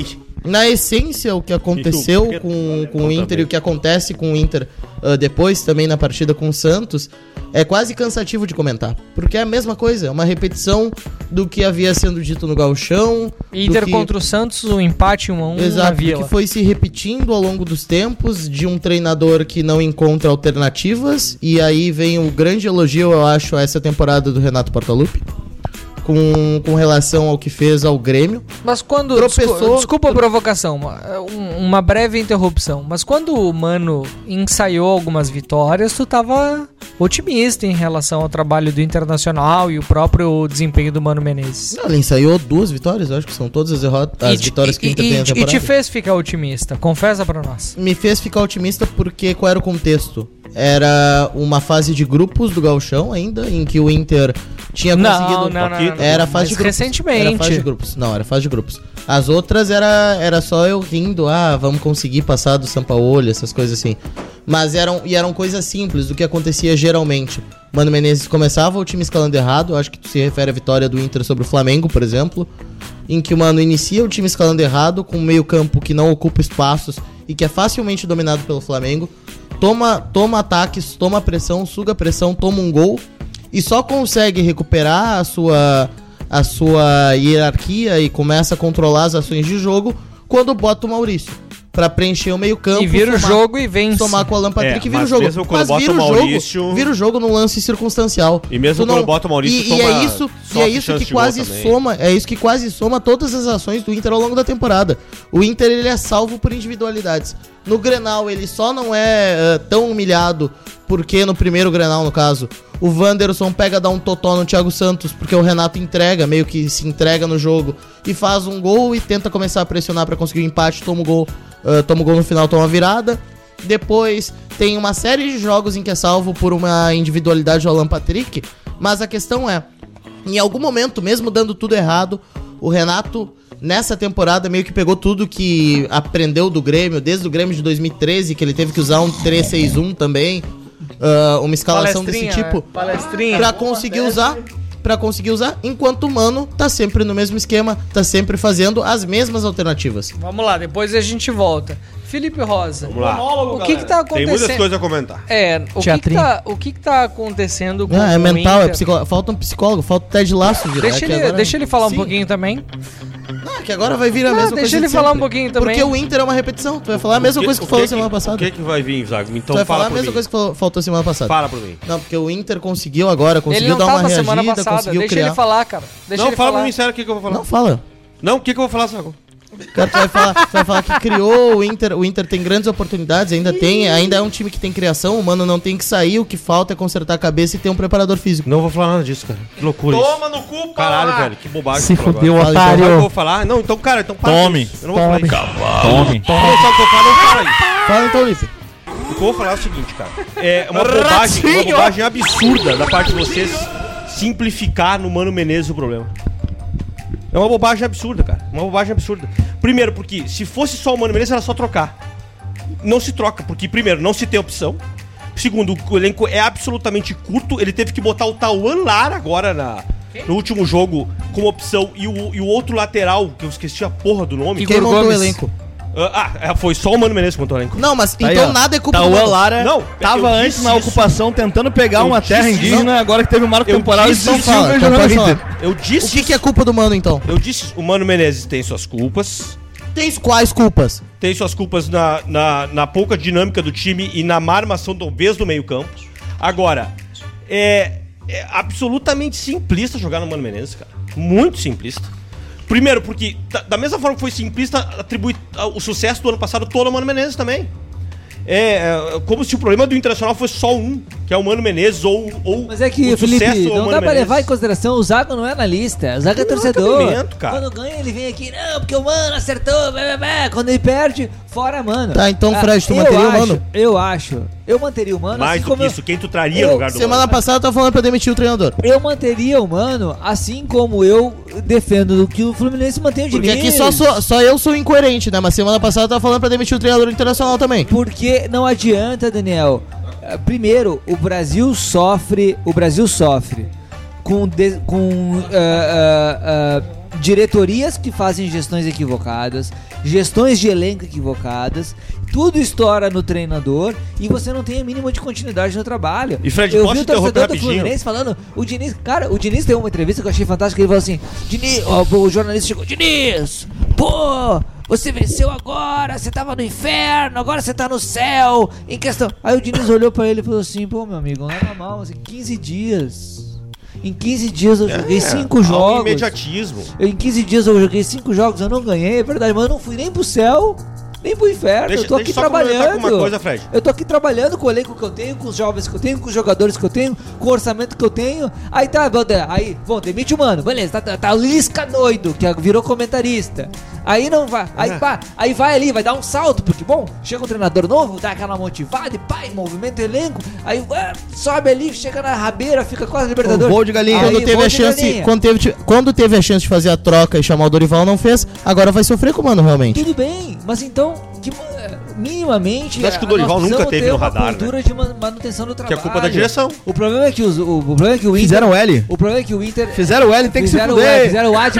Speaker 1: na essência o que aconteceu
Speaker 6: E tu,
Speaker 1: com, com o
Speaker 6: também.
Speaker 1: Inter e o que acontece com o Inter ah, depois também na partida com o Santos é quase cansativo de comentar, porque é a mesma coisa, é uma repetição do que havia sendo dito no Gauchão, do
Speaker 5: Inter
Speaker 1: que-
Speaker 5: contra o Santos, um empate 1 um a 1 na
Speaker 1: Exato, que
Speaker 5: Vila.
Speaker 1: foi se repetindo ao longo dos tempos de um treinador que não encontra alternativas. E aí vem o grande elogio, eu acho, a essa temporada do Renato Portaluppi. Com, com relação ao que fez ao Grêmio.
Speaker 5: Mas quando.
Speaker 1: Tropeçou-
Speaker 5: descu- desculpa a provocação, uma, um- uma breve interrupção. Mas quando o Mano ensaiou algumas vitórias, tu tava otimista em relação ao trabalho do Internacional e o próprio desempenho do Mano Menezes.
Speaker 1: Ele ensaiou duas vitórias, eu acho que são todas as, derrotas, as
Speaker 5: te-
Speaker 1: vitórias que o
Speaker 5: e-
Speaker 1: Inter
Speaker 5: e-
Speaker 1: tem na
Speaker 5: e te- E
Speaker 1: temporada.
Speaker 5: te fez ficar otimista, confessa pra nós.
Speaker 1: me fez ficar otimista porque qual era o contexto? Era uma fase de grupos do Gauchão ainda, em que o Inter tinha conseguido.
Speaker 6: tá
Speaker 1: Era fase
Speaker 5: Mas
Speaker 1: de grupos.
Speaker 5: recentemente.
Speaker 1: Era fase de grupos. Não, era fase de grupos. As outras era, era só eu rindo, ah, vamos conseguir passar do Sampaoli, essas coisas assim. Mas eram, e eram coisas simples do que acontecia geralmente. Mano Menezes começava o time escalando errado, acho que tu se refere à vitória do Inter sobre o Flamengo, por exemplo, em que o Mano inicia o time escalando errado, com um meio campo que não ocupa espaços e que é facilmente dominado pelo Flamengo, toma, toma ataques, toma pressão, suga pressão, toma um gol e só consegue recuperar a sua a sua hierarquia e começa a controlar as ações de jogo quando bota o Maurício Pra preencher o meio-campo
Speaker 5: E vira o
Speaker 1: somar-
Speaker 5: jogo e vence.
Speaker 1: somar com o Alan Patrick
Speaker 6: É,
Speaker 1: e vira o
Speaker 6: mas
Speaker 1: jogo.
Speaker 6: mesmo quando bota
Speaker 1: vira
Speaker 6: o Maurício-
Speaker 1: jogo, vira o jogo num lance circunstancial.
Speaker 6: E mesmo
Speaker 1: Tu
Speaker 6: quando bota o Maurício,
Speaker 1: e, e
Speaker 6: toma-
Speaker 1: é isso, e é
Speaker 6: sofre
Speaker 1: isso
Speaker 6: chance
Speaker 1: que
Speaker 6: de gol
Speaker 1: quase
Speaker 6: também.
Speaker 1: soma, é isso que quase soma todas as ações do Inter ao longo da temporada. O Inter ele é salvo por individualidades. No Grenal ele só não é eh, tão humilhado porque no primeiro Grenal no caso, o Wanderson pega dar um totó no Thiago Santos porque o Renato entrega, meio que se entrega no jogo e faz um gol e tenta começar a pressionar pra conseguir o empate, toma o gol, eh, toma o gol no final, toma a virada. Depois tem uma série de jogos em que é salvo por uma individualidade do Alan Patrick. Mas a questão é, em algum momento, mesmo dando tudo errado, o Renato, nessa temporada, meio que pegou tudo que aprendeu do Grêmio, desde o Grêmio de 2013, que ele teve que usar um 3-6-1 também, ah, uma escalação desse
Speaker 5: Palestrinha,
Speaker 1: tipo,
Speaker 5: né? Palestrinha.
Speaker 1: pra conseguir usar. Pra conseguir usar, enquanto o Mano tá sempre no mesmo esquema, tá sempre fazendo as mesmas alternativas.
Speaker 5: Vamos lá, depois a gente volta. Felipe Rosa.
Speaker 6: Vamos lá.
Speaker 5: O que que tá
Speaker 6: Tem
Speaker 5: acontecendo?
Speaker 6: muitas coisas a comentar.
Speaker 5: É, o que que,
Speaker 3: Teatrinho.
Speaker 5: tá, o que que tá acontecendo com
Speaker 1: Ah, é
Speaker 5: o
Speaker 1: mental, é
Speaker 5: um Inter?
Speaker 1: psicólogo. Falta um psicólogo, falta o Ted Laço virar.
Speaker 5: Deixa
Speaker 1: que
Speaker 5: ele,
Speaker 1: agora- é
Speaker 5: deixa ele falar
Speaker 1: Sim.
Speaker 5: um pouquinho também.
Speaker 1: Ah, que agora vai vir a
Speaker 5: Ah,
Speaker 1: mesma
Speaker 5: deixa
Speaker 1: coisa. de
Speaker 5: ele falar
Speaker 1: sempre.
Speaker 5: um pouquinho também.
Speaker 1: Porque o Inter é uma repetição. Tu vai falar a mesma
Speaker 6: O
Speaker 1: coisa que
Speaker 6: o
Speaker 1: tu falou semana passada.
Speaker 6: O que, que vai vir, Zago?
Speaker 1: tu
Speaker 6: Então
Speaker 1: vai
Speaker 6: fala
Speaker 1: falar a
Speaker 6: por
Speaker 1: mesma
Speaker 6: mim.
Speaker 1: coisa que falou- faltou semana passada.
Speaker 6: Fala por mim.
Speaker 1: Não, porque o Inter conseguiu agora,
Speaker 5: Ele
Speaker 1: conseguiu
Speaker 5: não
Speaker 1: dar uma
Speaker 5: tava
Speaker 1: reagida,
Speaker 5: semana passada.
Speaker 1: conseguiu
Speaker 5: Deixa
Speaker 1: criar.
Speaker 5: ele falar, cara. Deixa
Speaker 6: não,
Speaker 5: ele
Speaker 6: fala
Speaker 5: falar.
Speaker 6: pra mim sério o que, que eu vou falar.
Speaker 1: Não fala.
Speaker 6: Não, o que, que eu vou falar, Zago?
Speaker 1: Cara, tu vai falar, tu vai falar que criou o Inter. O Inter tem grandes oportunidades, ainda tem, ainda é um time que tem criação, o mano não tem que sair, o que falta é consertar a cabeça e ter um preparador físico.
Speaker 6: Não vou falar nada disso, cara. Que loucura
Speaker 9: Toma no cu,
Speaker 6: isso. Caralho, velho, que bobagem.
Speaker 3: Se
Speaker 6: que falou
Speaker 3: fudeu,
Speaker 1: Fala, então,
Speaker 6: Agora. Agora eu vou
Speaker 3: otário.
Speaker 6: falar. Não, então, cara, então para.
Speaker 9: Tome.
Speaker 6: Eu não vou falar isso.
Speaker 9: Tome.
Speaker 6: Não, sabe o que eu falo? Não fala isso.
Speaker 1: Fala então, Lipe.
Speaker 6: O que eu vou falar é o seguinte, cara. É uma bobagem, uma bobagem absurda da parte de vocês simplificar no Mano Menezes o problema. É uma bobagem absurda, cara. Uma bobagem absurda. Primeiro, porque se fosse só o Mano Menezes, era só trocar. Não se troca, porque, primeiro, não se tem opção. Segundo, o elenco é absolutamente curto. Ele teve que botar o Tauan Lara agora na, no último jogo como opção. E o, e o outro lateral, que eu esqueci a porra do nome.
Speaker 1: Quem montou
Speaker 5: Gomes.
Speaker 1: o elenco?
Speaker 6: Ah, é, foi só o Mano Menezes que montou o elenco.
Speaker 1: Não, mas
Speaker 4: aí,
Speaker 1: então
Speaker 4: ó.
Speaker 1: nada é culpa
Speaker 6: Tá
Speaker 1: do
Speaker 4: Tauan
Speaker 1: Mano.
Speaker 4: Lara
Speaker 6: Não, eu
Speaker 4: Tá, tava
Speaker 6: disse
Speaker 4: antes na
Speaker 6: isso.
Speaker 4: ocupação tentando pegar
Speaker 6: Eu
Speaker 4: uma terra
Speaker 6: disse
Speaker 4: indígena, agora que teve um marco
Speaker 6: Eu
Speaker 4: temporal
Speaker 6: disse
Speaker 4: eles
Speaker 1: Então
Speaker 4: estão
Speaker 1: fala,
Speaker 4: sim,
Speaker 1: então
Speaker 4: ganhando
Speaker 1: pode
Speaker 4: o Inter.
Speaker 1: falar.
Speaker 6: Eu
Speaker 1: O
Speaker 6: disse
Speaker 1: que, que é culpa do mano, então?
Speaker 6: Eu disse, o Mano Menezes tem suas culpas,
Speaker 1: Tem quais culpas?
Speaker 6: tem suas culpas na, na, na pouca dinâmica do time e na má armação talvez do meio campo. Agora, é, é absolutamente simplista jogar no Mano Menezes, cara. Muito simplista. Primeiro, porque da, da mesma forma que foi simplista, atribui ah, o sucesso do ano passado todo ao Mano Menezes também. É, é, como se o problema do Internacional fosse só um, que é o Mano Menezes ou, ou
Speaker 2: Mas é que,
Speaker 6: o
Speaker 2: Felipe,
Speaker 6: ao
Speaker 2: não
Speaker 6: Mano
Speaker 2: dá pra
Speaker 6: Menezes.
Speaker 2: levar em consideração, o Zago não é analista, o Zago é
Speaker 6: Não,
Speaker 2: torcedor.
Speaker 6: tá momento, cara.
Speaker 2: Quando ganha, ele vem aqui, não, porque o mano acertou, blá, blá, blá. quando ele perde, fora mano.
Speaker 1: Tá, então, Fred, tu
Speaker 2: eu
Speaker 1: manteria o
Speaker 2: acho,
Speaker 1: Mano?
Speaker 2: Eu acho, eu manteria o mano. assim
Speaker 6: Mais do que
Speaker 2: eu-
Speaker 6: isso, quem tu traria
Speaker 2: Eu-
Speaker 6: no lugar do
Speaker 1: Semana
Speaker 6: Mano?
Speaker 1: passada eu tava falando pra demitir o treinador.
Speaker 2: Eu manteria o mano, assim como eu defendo que o Fluminense mantenha o
Speaker 1: Porque
Speaker 2: Diniz.
Speaker 1: aqui só, sou- só eu sou incoerente, né? Mas semana passada eu tava falando pra demitir o treinador internacional também.
Speaker 2: Porque não adianta, Daniel. Eh, Primeiro, o Brasil sofre, o Brasil sofre com, de- com ah, ah, ah, diretorias que fazem gestões equivocadas, gestões de elenco equivocadas, tudo estoura no treinador e você não tem a mínima de continuidade no trabalho.
Speaker 6: E, Fred,
Speaker 2: eu
Speaker 6: posso
Speaker 2: vi o
Speaker 6: interromper
Speaker 2: torcedor do
Speaker 6: rapidinho?
Speaker 2: Fluminense falando, o Diniz, cara, o Diniz tem uma entrevista que eu achei fantástica, ele falou assim, Diniz, ó, o jornalista chegou, Diniz, pô, você venceu agora, você tava no inferno, agora você tá no céu, em questão... Aí o Diniz olhou pra ele e falou assim, pô, meu amigo, não é normal, assim, 15 dias... Em 15 dias eu joguei 5
Speaker 6: Há um
Speaker 2: jogos.
Speaker 6: imediatismo.
Speaker 2: Eu, em 15 dias eu joguei 5 jogos, eu não ganhei, é verdade, mas eu não fui nem pro céu, nem pro inferno.
Speaker 6: Deixa-
Speaker 2: eu tô
Speaker 6: deixa
Speaker 2: aqui
Speaker 6: eu só complementar
Speaker 2: trabalhando.
Speaker 6: com uma coisa, Fred.
Speaker 2: Eu tô aqui trabalhando com o elenco que eu tenho, com os jovens que eu tenho, com os jogadores que eu tenho, com o orçamento que eu tenho. Aí tá, Baldé, aí, bom, demite o mano, beleza, tá, tá, tá o Lisca doido, que virou comentarista. Aí não vai,
Speaker 6: É.
Speaker 2: aí pá, aí vai ali, vai dar um salto, porque bom, chega um treinador novo, dá aquela motivada e pá, e movimenta o elenco, aí ah, sobe ali, chega na rabeira, fica quase libertador.
Speaker 4: voo de galinha.
Speaker 2: Aí,
Speaker 1: Quando teve,
Speaker 2: voo
Speaker 1: a
Speaker 2: de
Speaker 1: chance,
Speaker 2: galinha.
Speaker 1: quando, teve, quando teve a chance de fazer a troca e chamar o Dorival, não fez. Agora vai sofrer com o Mano, realmente.
Speaker 2: Tudo bem, mas então, que, eh, minimamente.
Speaker 6: Você acha que o
Speaker 2: a-
Speaker 6: Dorival
Speaker 2: nós
Speaker 6: nunca
Speaker 2: precisamos
Speaker 6: teve
Speaker 2: ter
Speaker 6: no
Speaker 2: uma
Speaker 6: radar, né?
Speaker 2: cultura de man- manutenção do
Speaker 6: Que
Speaker 2: trabalho.
Speaker 6: é culpa da direção.
Speaker 2: O problema é que, os, o, o problema é que o Inter.
Speaker 4: Fizeram L?
Speaker 2: O problema é que o Inter.
Speaker 4: Fizeram L, tem que se
Speaker 2: fizeram,
Speaker 4: fuder.
Speaker 2: o- fizeram o A de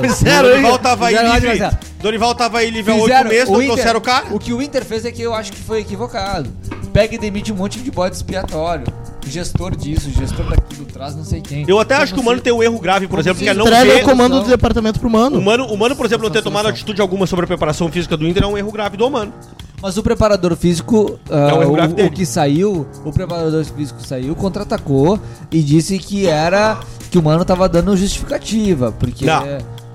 Speaker 4: Fizeram
Speaker 6: Dorival tava aí
Speaker 2: Fizeram lá de
Speaker 6: livre.
Speaker 2: Marcelo.
Speaker 6: Dorival tava aí livre há oito
Speaker 2: Fizeram-
Speaker 6: meses,
Speaker 2: o
Speaker 6: não
Speaker 2: Inter-
Speaker 6: trouxeram o cara.
Speaker 2: O que o Inter fez é que eu acho que foi equivocado. Pega e demite um monte de bode expiatório. Gestor disso, gestor daquilo, traz não sei quem.
Speaker 6: Eu até acho que o
Speaker 2: não
Speaker 6: Mano
Speaker 2: sei-
Speaker 6: tem um erro grave, por exemplo, que é não
Speaker 1: Entrega
Speaker 6: ver...
Speaker 1: o comando
Speaker 2: não.
Speaker 1: do departamento pro
Speaker 6: O
Speaker 1: Mano.
Speaker 6: Mano, o Mano, por exemplo, não ter tomado atitude alguma sobre a preparação física do Inter é um erro grave do Mano.
Speaker 2: Mas o preparador físico, ah,
Speaker 6: É o erro grave
Speaker 2: o,
Speaker 6: dele.
Speaker 2: o que saiu, o preparador físico saiu, contra-atacou e disse que era que o mano tava dando justificativa, porque
Speaker 6: Não.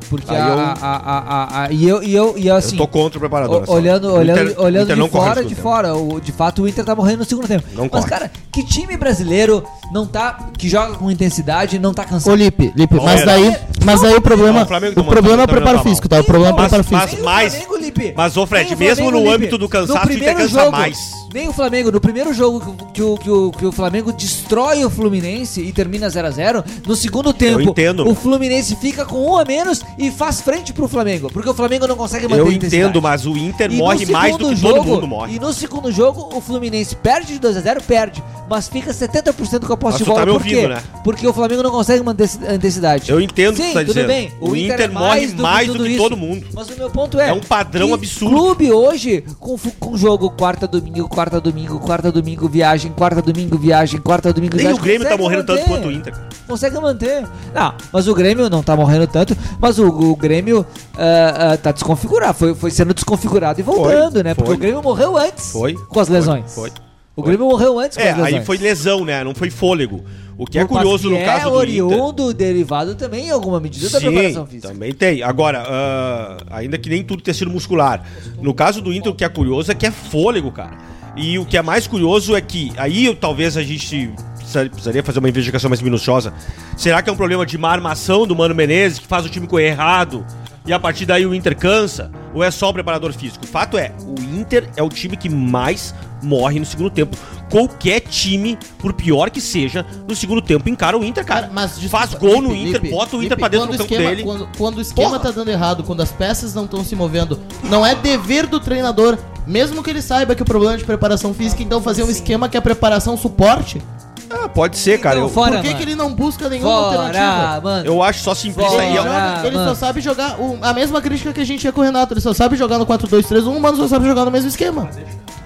Speaker 2: porque
Speaker 6: Aí
Speaker 2: a,
Speaker 6: eu-
Speaker 2: a, a, a- a- e eu e eu e assim,
Speaker 6: eu tô contra o preparador.
Speaker 2: o-
Speaker 6: assim.
Speaker 2: olhando
Speaker 6: O
Speaker 2: olhando
Speaker 6: Inter-
Speaker 2: olhando
Speaker 6: Inter
Speaker 2: de
Speaker 6: não corre
Speaker 2: fora
Speaker 6: no
Speaker 2: de
Speaker 6: segundo
Speaker 2: fora, o, de fato o Inter tá morrendo no segundo tempo.
Speaker 6: Não
Speaker 2: Mas
Speaker 6: corre.
Speaker 2: cara, que time brasileiro não tá que joga com intensidade, e não tá
Speaker 1: Ô,
Speaker 2: cansado?
Speaker 1: Lipe, Lipe,
Speaker 6: Olha.
Speaker 1: mas daí, mas daí o problema,
Speaker 6: é. Não, o Flamengo
Speaker 1: o
Speaker 6: tá
Speaker 1: problema é o
Speaker 6: mandando,
Speaker 1: preparo
Speaker 6: tá mal.
Speaker 1: físico, tá? O problema é o
Speaker 6: Mas-
Speaker 1: preparo
Speaker 6: mas-
Speaker 1: físico.
Speaker 2: Nem o
Speaker 6: mais-
Speaker 2: Flamengo, Lipe.
Speaker 6: mas, ô, Fred,
Speaker 2: Nem o
Speaker 6: mesmo no
Speaker 2: Lipe.
Speaker 6: âmbito do cansaço, o Inter
Speaker 2: primeiro
Speaker 6: cansa
Speaker 2: jogo,
Speaker 6: mais.
Speaker 2: Nem o Flamengo, no primeiro jogo que, o- que, o- que o Flamengo destrói o Fluminense e termina 0 a 0 no segundo tempo
Speaker 6: entendo.
Speaker 2: o Fluminense fica com um a menos e faz frente pro Flamengo, porque o Flamengo não consegue manter
Speaker 6: Eu
Speaker 2: a intensidade.
Speaker 6: entendo, mas o Inter
Speaker 2: E no
Speaker 6: morre mais do
Speaker 2: segundo
Speaker 6: que todo mundo morre.
Speaker 2: E no segundo jogo, o Fluminense perde de 2x0, perde, mas fica 70% com a
Speaker 6: Mas
Speaker 2: posse de
Speaker 6: tu tá
Speaker 2: bola.
Speaker 6: me
Speaker 2: Por quê?
Speaker 6: ouvindo, né?
Speaker 2: Porque o Flamengo não consegue manter esse- a intensidade.
Speaker 6: Eu entendo o que
Speaker 2: Sim,
Speaker 6: tu tá
Speaker 2: tudo
Speaker 6: dizendo.
Speaker 2: bem. O, Inter, é
Speaker 6: morre
Speaker 2: mais do
Speaker 6: mais
Speaker 2: que,
Speaker 6: do
Speaker 2: tudo
Speaker 6: que
Speaker 2: isso.
Speaker 6: todo mundo.
Speaker 2: Mas o meu ponto é...
Speaker 6: É um padrão
Speaker 2: que
Speaker 6: absurdo.
Speaker 2: clube hoje, com, fu- com jogo quarta, domingo, quarta, domingo, quarta, domingo, viagem, quarta, domingo, viagem, quarta, domingo,
Speaker 6: Nem
Speaker 2: viagem...
Speaker 6: o Grêmio tá
Speaker 2: consegue
Speaker 6: morrendo tanto
Speaker 2: manter
Speaker 6: quanto o Inter.
Speaker 2: consegue manter. Não, mas o Grêmio não tá morrendo tanto, mas o, o Grêmio ah, ah, tá desconfigurado, foi, foi sendo desconfigurado e voltando, né? Porque
Speaker 6: foi.
Speaker 2: o Grêmio morreu antes
Speaker 6: Foi,
Speaker 2: com as
Speaker 6: foi,
Speaker 2: lesões.
Speaker 6: foi,
Speaker 2: O Grêmio morreu antes com
Speaker 6: É,
Speaker 2: as lesões.
Speaker 6: aí foi lesão, né? Não foi fôlego. O que é
Speaker 2: Mas
Speaker 6: curioso no
Speaker 2: que
Speaker 6: caso do
Speaker 2: é
Speaker 6: Inter.
Speaker 2: oriundo derivado também em alguma medida da preparação
Speaker 6: Sim,
Speaker 2: física.
Speaker 6: também tem. Agora, ah, ainda que nem tudo tecido muscular. No caso do Inter, o que é curioso é que é fôlego, cara. E o que é mais curioso é que, aí eu- talvez a gente precisa- precisaria fazer uma investigação mais minuciosa. Será que é um problema de má armação do Mano Menezes, que faz o time correr errado, e a partir daí o Inter cansa? Ou é só o preparador físico? O fato é, o Inter é o time que mais morre no segundo tempo. Qualquer time, por pior que seja, no segundo tempo encara o Inter, cara. faz gol no Inter, bota o Inter pra dentro do campo
Speaker 1: esquema,
Speaker 6: dele.
Speaker 1: Quando, quando o esquema tá dando errado, quando as peças não estão se movendo, não é dever do treinador, mesmo que ele saiba que o problema é de preparação física, então fazer um esquema que a preparação suporte.
Speaker 6: Ah, pode ser, cara.
Speaker 2: Então,
Speaker 6: eu,
Speaker 2: fora,
Speaker 1: por que,
Speaker 2: mano.
Speaker 1: que ele não busca nenhuma
Speaker 2: Fora,
Speaker 1: alternativa?
Speaker 2: mano.
Speaker 6: eu acho só simplista
Speaker 2: Fora.
Speaker 1: Ele,
Speaker 6: aí.
Speaker 1: joga-
Speaker 6: ó.
Speaker 2: Ah,
Speaker 1: ele
Speaker 2: mano.
Speaker 1: só sabe jogar o- a mesma crítica que a gente ia com o Renato. Ele só sabe jogar no 4-2-3-1, o um, mano só sabe jogar no mesmo esquema.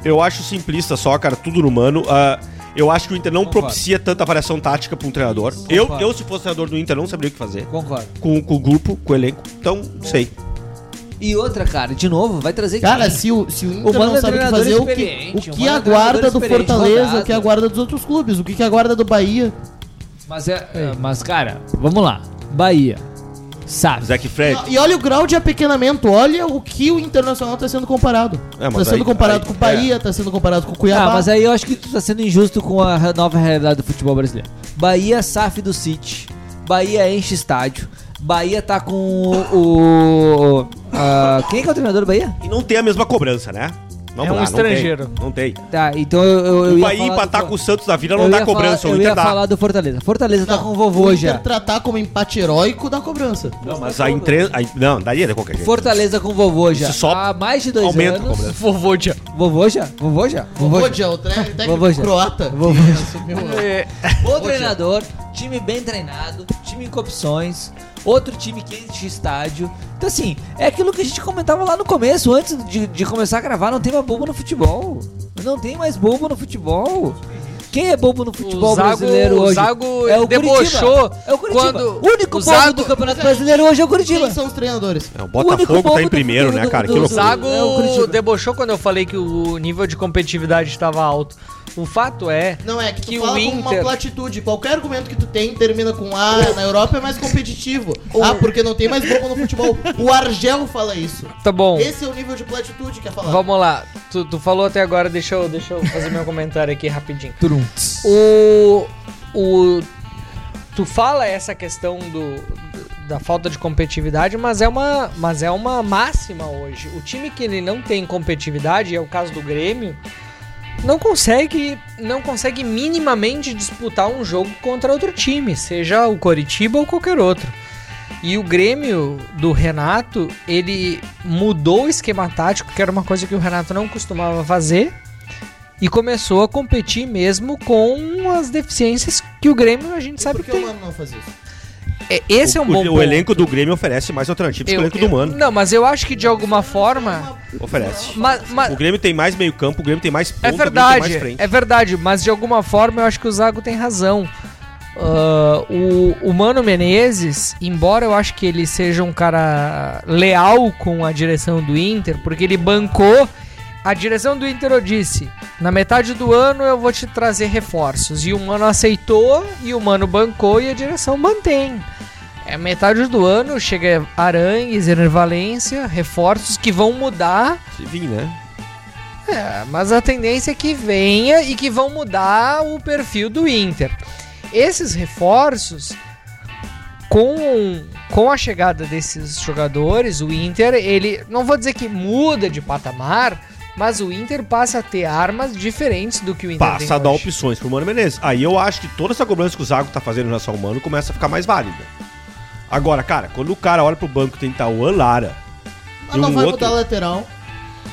Speaker 6: Eu acho simplista só, cara, tudo no mano. Ah, eu acho que o Inter não
Speaker 2: Então
Speaker 6: propicia tanta variação tática pra um treinador. Eu,
Speaker 2: Concordo.
Speaker 6: eu, se fosse treinador do Inter, não saberia o que fazer.
Speaker 2: Concordo.
Speaker 6: Com, com o grupo, com o elenco. Então, não sei.
Speaker 2: E outra, cara, de novo, vai trazer
Speaker 1: Cara,
Speaker 2: quem?
Speaker 1: se o, se o Inter
Speaker 2: O Mano
Speaker 1: não
Speaker 2: é
Speaker 1: sabe o que
Speaker 2: treinador
Speaker 1: fazer, o que,
Speaker 2: experiente,
Speaker 1: o
Speaker 2: o
Speaker 1: que
Speaker 2: Mano é
Speaker 1: aguarda
Speaker 2: treinador
Speaker 1: do
Speaker 2: experiente,
Speaker 1: Fortaleza,
Speaker 2: rodado.
Speaker 1: o que aguarda dos outros clubes, o que, que aguarda do Bahia.
Speaker 2: Mas, é, é, mas, cara, vamos lá. Bahia. Sabe.
Speaker 6: Zac Fred.
Speaker 1: E olha o grau de apequenamento, olha o que o Internacional está sendo comparado.
Speaker 6: É, mas
Speaker 1: Está sendo
Speaker 6: aí-
Speaker 1: comparado
Speaker 6: aí- é.
Speaker 1: com o Bahia, está sendo comparado com o Cuiabá.
Speaker 2: Ah, mas aí eu acho que tu tá sendo injusto com a re- nova realidade do futebol brasileiro. Bahia SAF do City. Bahia enche estádio. Bahia tá com o. o- ah, quem é que é o treinador do Bahia?
Speaker 6: E não tem a mesma cobrança, né? Não,
Speaker 5: É um
Speaker 6: não tem,
Speaker 5: estrangeiro.
Speaker 6: Não tem.
Speaker 2: Tá, então eu, eu, eu
Speaker 6: o
Speaker 2: ia
Speaker 6: Bahia
Speaker 2: falar
Speaker 6: empatar
Speaker 2: do-
Speaker 6: com o Santos da Vila
Speaker 2: eu
Speaker 6: não dá
Speaker 2: ia
Speaker 6: cobrança,
Speaker 2: falar,
Speaker 6: o
Speaker 2: Eu
Speaker 6: Inter
Speaker 2: ia
Speaker 6: dá.
Speaker 2: falar do Fortaleza. Fortaleza tá com o
Speaker 1: O
Speaker 2: vovô
Speaker 1: Inter
Speaker 2: já.
Speaker 1: tratar como empate heróico da cobrança.
Speaker 6: Não, mas a entre... a- Não, daria de qualquer jeito.
Speaker 2: Fortaleza com o vovô já.
Speaker 6: Isso só
Speaker 2: Há mais de dois
Speaker 6: aumenta a
Speaker 2: anos.
Speaker 6: cobrança.
Speaker 5: Vovô já.
Speaker 2: Vovô já? Vovô já? Vovô já.
Speaker 1: Vovodja, o tre- técnico
Speaker 2: Vovodja.
Speaker 1: croata. que
Speaker 2: Vovodja.
Speaker 1: assumiu-
Speaker 5: É.
Speaker 2: Bom treinador, time bem treinado, time com opções, outro time quente de estádio. Então, assim, é aquilo que a gente comentava lá no começo, antes de, de começar a gravar, não tem mais bobo no futebol. Não tem mais bobo no futebol. Quem é bobo no futebol
Speaker 5: Zago-
Speaker 2: brasileiro hoje?
Speaker 5: o Zago
Speaker 2: é o
Speaker 5: debochou
Speaker 2: Curitiba. É o Curitiba.
Speaker 5: quando-
Speaker 2: o único
Speaker 5: o
Speaker 2: bobo
Speaker 5: Zago-
Speaker 2: do Campeonato Brasileiro hoje é o Curitiba.
Speaker 1: Quem são os treinadores?
Speaker 6: É, o
Speaker 2: único
Speaker 6: Botafogo
Speaker 2: bobo
Speaker 6: tá em
Speaker 2: do-
Speaker 6: primeiro,
Speaker 2: do-
Speaker 6: né, cara?
Speaker 2: do-
Speaker 6: que
Speaker 5: O
Speaker 6: loucura.
Speaker 5: Zago
Speaker 2: É o Curitiba.
Speaker 5: debochou quando eu falei que o nível de competitividade estava alto. O fato é
Speaker 1: Não é que tu
Speaker 5: Que o
Speaker 1: fala com uma
Speaker 5: Inter-
Speaker 1: platitude. Qualquer argumento que tu tem termina com ah, na Europa é mais competitivo. Ah, porque não tem mais bobo no futebol. O Argel fala isso.
Speaker 5: Tá bom.
Speaker 1: Esse é o nível de platitude que é falar.
Speaker 5: Vamos lá. Tu, tu falou até agora, deixa eu, deixa eu fazer meu comentário aqui rapidinho.
Speaker 2: Turum.
Speaker 5: O. O. Tu fala essa questão do, da falta de competitividade, mas é, uma, mas é uma máxima hoje. O time que ele não tem competitividade, é o caso do Grêmio, não consegue, não consegue minimamente disputar um jogo contra outro time, seja o Coritiba ou qualquer outro. E o Grêmio do Renato, ele mudou o esquema tático, que era uma coisa que o Renato não costumava fazer, e começou a competir mesmo com as deficiências que o Grêmio a gente sabe
Speaker 1: Por
Speaker 5: que
Speaker 1: que o
Speaker 5: tem.
Speaker 1: Mano não faz isso?
Speaker 5: É, Esse é um
Speaker 6: O-
Speaker 5: bom
Speaker 6: o,
Speaker 5: ponto.
Speaker 6: elenco do Grêmio oferece mais alternativas que o
Speaker 5: Eu-
Speaker 6: elenco do
Speaker 5: eu-
Speaker 6: Mano.
Speaker 5: Não, mas eu acho que de alguma forma.
Speaker 6: Oferece.
Speaker 5: Mas, mas-
Speaker 6: O Grêmio tem mais meio campo, o Grêmio tem mais
Speaker 5: é
Speaker 6: ponta, o Grêmio tem mais
Speaker 5: verdade,
Speaker 6: frente.
Speaker 5: é verdade, mas de alguma forma eu acho que o Zago tem razão. Ah, o, o Mano Menezes, embora eu acho que ele seja um cara leal com a direção do Inter, porque ele bancou. A direção do Inter eu disse: na metade do ano eu vou te trazer reforços. E o Mano aceitou, e o Mano bancou, e a direção mantém. É metade do ano, chega Arangues, Enervalência, reforços que vão mudar
Speaker 6: Se vir, né?
Speaker 5: é, mas a tendência é que venha e que vão mudar o perfil do Inter. Esses reforços, com, com a chegada desses jogadores, o Inter, ele não vou dizer que muda de patamar, mas o Inter passa a ter armas diferentes do que o Inter tem
Speaker 6: Passa a dar
Speaker 5: hoje.
Speaker 6: opções pro Mano Menezes. Aí eu acho que toda essa cobrança que o Zago tá fazendo em relação ao Mano começa a ficar mais válida. Agora, cara, quando o cara olha pro banco tem Tauan Lara,
Speaker 1: Mas Ah,
Speaker 6: E
Speaker 1: não
Speaker 6: um
Speaker 1: vai
Speaker 6: outro?
Speaker 1: mudar lateral.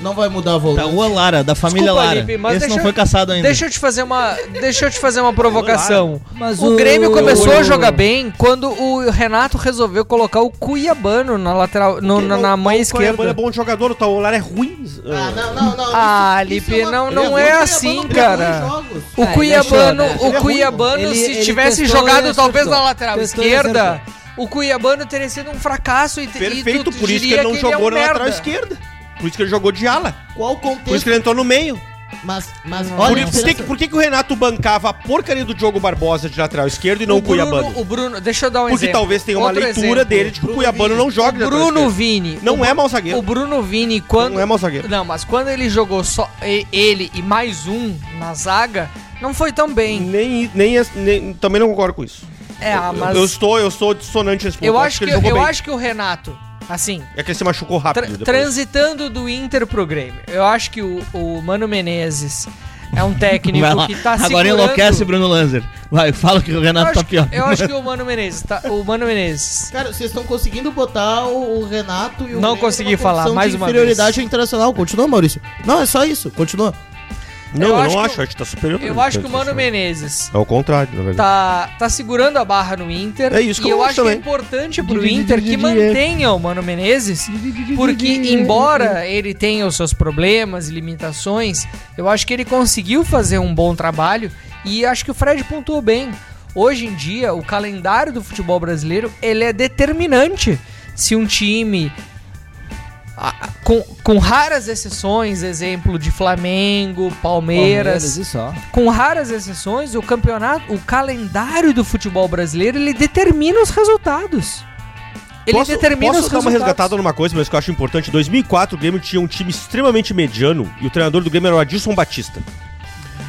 Speaker 1: Não vai mudar volante.
Speaker 4: Tauan Lara, da família
Speaker 5: Desculpa,
Speaker 4: Lara.
Speaker 5: Lipe, mas
Speaker 4: Esse
Speaker 5: deixa
Speaker 4: não
Speaker 5: eu-
Speaker 4: foi caçado ainda.
Speaker 5: Deixa eu te fazer uma, deixa eu te fazer uma provocação.
Speaker 2: Mas
Speaker 5: O Grêmio começou a jogar bem quando o Renato resolveu colocar o Cuiabano na lateral, no- na, na mão
Speaker 6: O Cuiabano é
Speaker 5: esquerda.
Speaker 6: bom jogador, o Tauan Lara é ruim.
Speaker 1: Ah, não, não, não.
Speaker 5: Ah,
Speaker 1: isso- isso
Speaker 5: Lipe,
Speaker 1: uma-
Speaker 5: não-
Speaker 1: Ele
Speaker 5: não
Speaker 1: bom,
Speaker 5: é
Speaker 1: ele bom,
Speaker 5: assim,
Speaker 1: não tem
Speaker 5: cara.
Speaker 1: bons jogos.
Speaker 5: O
Speaker 2: Ah, ele
Speaker 5: Cuiabano,
Speaker 2: achou, né?
Speaker 5: o
Speaker 1: Ele é
Speaker 5: Cuiabano
Speaker 2: ruim.
Speaker 5: se
Speaker 2: Ele- ele
Speaker 5: tivesse
Speaker 2: testou
Speaker 5: jogado
Speaker 2: e
Speaker 5: talvez
Speaker 2: acertou.
Speaker 5: na lateral
Speaker 2: Testou e
Speaker 5: esquerda,
Speaker 2: acertou.
Speaker 5: o Cuiabano teria sido um fracasso e te- e
Speaker 6: Perfeito,
Speaker 5: tu
Speaker 6: por isso que
Speaker 5: diria
Speaker 6: ele não
Speaker 5: é um
Speaker 6: jogou na
Speaker 5: merda.
Speaker 6: lateral esquerda. Por isso que ele jogou de ala.
Speaker 1: Qual o
Speaker 6: Por isso
Speaker 1: contexto?
Speaker 6: que ele entrou no meio.
Speaker 1: Mas, mas
Speaker 6: Por,
Speaker 1: olha a
Speaker 6: isso- por que,
Speaker 1: diferença.
Speaker 6: por que que o Renato bancava a porcaria do Diogo Barbosa de lateral esquerdo e não o,
Speaker 5: o Bruno,
Speaker 6: Cuiabano?
Speaker 5: o Bruno, deixa eu dar um
Speaker 6: Porque
Speaker 5: exemplo.
Speaker 6: talvez tenha uma
Speaker 5: Outro
Speaker 6: leitura
Speaker 5: exemplo.
Speaker 6: dele de que o Cuiabano não joga de
Speaker 5: O
Speaker 6: lateral
Speaker 5: Bruno
Speaker 6: esquerdo.
Speaker 5: Vini. o
Speaker 6: Não
Speaker 5: Bru-
Speaker 6: é mau zagueiro.
Speaker 5: O Bruno Vini, quando.
Speaker 6: Não é mau zagueiro.
Speaker 5: Não, mas quando ele jogou só e- ele e mais um na zaga, não foi tão bem.
Speaker 6: Nem, nem, nem- também não concordo com isso.
Speaker 5: É, ah,
Speaker 6: Eu-
Speaker 5: mas.
Speaker 6: eu, estou, eu estou dissonante nesse ponto.
Speaker 5: eu acho que,
Speaker 6: ele jogou
Speaker 5: eu
Speaker 6: bem.
Speaker 5: acho que o Renato, assim,
Speaker 6: É que ele se machucou
Speaker 5: Tra-
Speaker 6: rápido. depois.
Speaker 5: transitando do Inter pro Grêmio. Eu acho que o, o Mano Menezes é um técnico
Speaker 4: Vai lá.
Speaker 5: que tá
Speaker 4: Agora enlouquece Bruno Lanzer. Vai, fala que o
Speaker 5: eu
Speaker 4: Renato
Speaker 5: acho,
Speaker 4: tá pior.
Speaker 5: eu acho que o Mano Menezes, tá, o Mano Menezes.
Speaker 1: Cara, vocês estão conseguindo botar o o Renato e o
Speaker 5: Não
Speaker 1: Grêmio
Speaker 5: consegui
Speaker 1: numa
Speaker 5: falar,
Speaker 1: condição
Speaker 5: mais
Speaker 1: de
Speaker 5: uma
Speaker 1: inferioridade
Speaker 5: vez.
Speaker 1: internacional. Continua, Maurício. Não, é só isso. Continua.
Speaker 6: Não,
Speaker 5: eu
Speaker 6: eu,
Speaker 5: acho
Speaker 6: não
Speaker 5: que
Speaker 6: acho,
Speaker 5: o-
Speaker 6: acho que tá superior.
Speaker 5: Eu acho que o Mano Menezes
Speaker 6: É o contrário, na verdade.
Speaker 5: tá, tá segurando a barra no Inter.
Speaker 6: É isso que
Speaker 5: e
Speaker 6: eu
Speaker 5: eu
Speaker 6: acho
Speaker 5: acho que é
Speaker 6: também.
Speaker 5: importante pro Inter que
Speaker 6: é.
Speaker 5: mantenha o Mano Menezes. Porque, embora ele tenha os seus problemas e limitações, eu acho que ele conseguiu fazer um bom trabalho e acho que o Fred pontuou bem. Hoje em dia, o calendário do futebol brasileiro ele é determinante se um time a- com, com raras exceções, exemplo de Flamengo, Palmeiras,
Speaker 2: Palmeiras e só.
Speaker 5: com raras exceções, o campeonato, o calendário do futebol brasileiro, ele determina os resultados. Tá, Ele
Speaker 6: posso,
Speaker 5: determina
Speaker 6: posso
Speaker 5: os
Speaker 6: dar uma
Speaker 5: resultados.
Speaker 6: resgatada numa coisa, mas que eu acho importante. Em 2004, o Grêmio tinha um time extremamente mediano e o treinador do Grêmio era o Adilson Batista.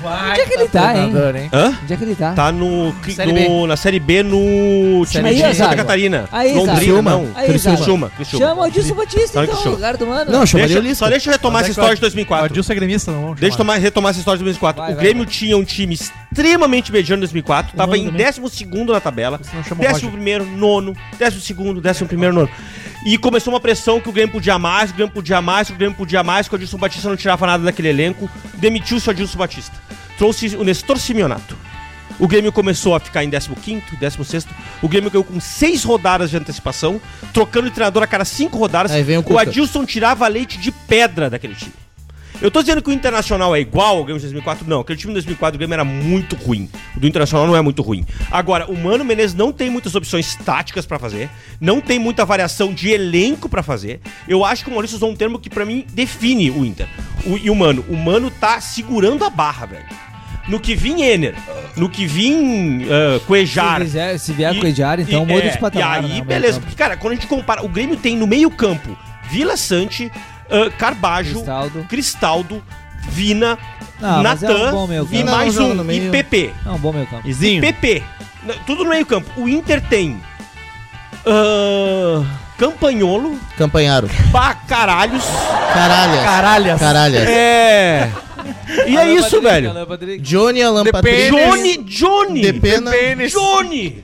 Speaker 2: Onde é que ele tá, hein?
Speaker 3: Nadando, hein?
Speaker 6: Hã?
Speaker 2: Onde é que ele tá?
Speaker 6: Tá no, cri-
Speaker 5: Série
Speaker 6: no-
Speaker 5: B.
Speaker 6: na Série B no
Speaker 5: Série B.
Speaker 6: time
Speaker 5: é
Speaker 6: de
Speaker 2: Aí,
Speaker 6: Santa
Speaker 2: Zago.
Speaker 6: Catarina.
Speaker 2: Aí, Zago.
Speaker 6: Londrina,
Speaker 2: Criciúma.
Speaker 6: não.
Speaker 2: Aí,
Speaker 6: Criciúma.
Speaker 2: Zago.
Speaker 6: Criciúma.
Speaker 2: Chama o Adilson Batista,
Speaker 5: Tá,
Speaker 6: Claro que
Speaker 2: então,
Speaker 6: chama.
Speaker 2: no lugar do mano.
Speaker 1: Não, chama
Speaker 6: Deixa,
Speaker 1: ele
Speaker 6: só deixa eu retomar essa história de 2004.
Speaker 3: Adilson é gremista, não vamos
Speaker 6: Deixa eu
Speaker 3: chamar.
Speaker 6: tomar, retomar essa história de 2004.
Speaker 2: Vai,
Speaker 6: o
Speaker 2: vai,
Speaker 6: Grêmio tinha um time extremamente mediano em 2004. Tava
Speaker 3: Mano
Speaker 6: em
Speaker 3: também.
Speaker 6: 12 na tabela.
Speaker 3: Você não chama o
Speaker 6: 11
Speaker 3: Roger.
Speaker 6: primeiro, nono. 12 º 11 primeiro, nono. E começou uma pressão que o Grêmio podia mais, o Grêmio podia mais, o Grêmio podia mais, que o Adilson Batista não tirava nada daquele elenco. Demitiu-se o Adilson Batista. Trouxe o Nestor Simeonato. O Grêmio começou a ficar em 15º, 16º. O Grêmio ganhou com seis rodadas de antecipação, trocando de treinador a cada cinco rodadas.
Speaker 1: Aí vem o
Speaker 6: o
Speaker 1: Cuca.
Speaker 6: Adilson tirava leite de pedra daquele time. Eu tô dizendo que o Internacional é igual ao Grêmio de 2004? Não, aquele time de 2004 do Grêmio era muito ruim. O do Internacional não é muito ruim. Agora, o Mano Menezes não tem muitas opções táticas pra fazer, não tem muita variação de elenco pra fazer. Eu acho que o Maurício usou um termo que pra mim define o Inter. O- e o Mano, o Mano tá segurando a barra, velho. No que vim Ener, no que vim ah, Cuejar,
Speaker 2: Se, quiser, se vier
Speaker 6: e-
Speaker 2: com o Ediário, então
Speaker 6: e-
Speaker 2: muda
Speaker 6: é,
Speaker 2: de patamar.
Speaker 6: E aí,
Speaker 2: né, o meio
Speaker 6: beleza.
Speaker 2: campo.
Speaker 6: Porque, cara, quando a gente compara, o Grêmio tem no meio-campo Vila Sante, ah, Carbajo,
Speaker 2: Cristaldo.
Speaker 6: Cristaldo, Vina,
Speaker 5: Ah,
Speaker 2: Não, mas é um
Speaker 6: Natan
Speaker 2: bom meio
Speaker 6: e
Speaker 2: campo.
Speaker 6: mais
Speaker 1: Não, joga
Speaker 6: um,
Speaker 1: no
Speaker 6: e
Speaker 1: meio.
Speaker 6: PP.
Speaker 2: É um bom meio campo.
Speaker 3: Izinho.
Speaker 6: PP. N- Tudo no meio-campo. O Inter tem. ah, Campanholo,
Speaker 1: Campanharo.
Speaker 6: pá, caralhos.
Speaker 1: Caralhas.
Speaker 3: Caralhas.
Speaker 1: Caralhas.
Speaker 6: É. E é isso, velho.
Speaker 1: Johnny Alan Patrick.
Speaker 6: Johnny, Johnny.
Speaker 1: De pena.
Speaker 6: Johnny!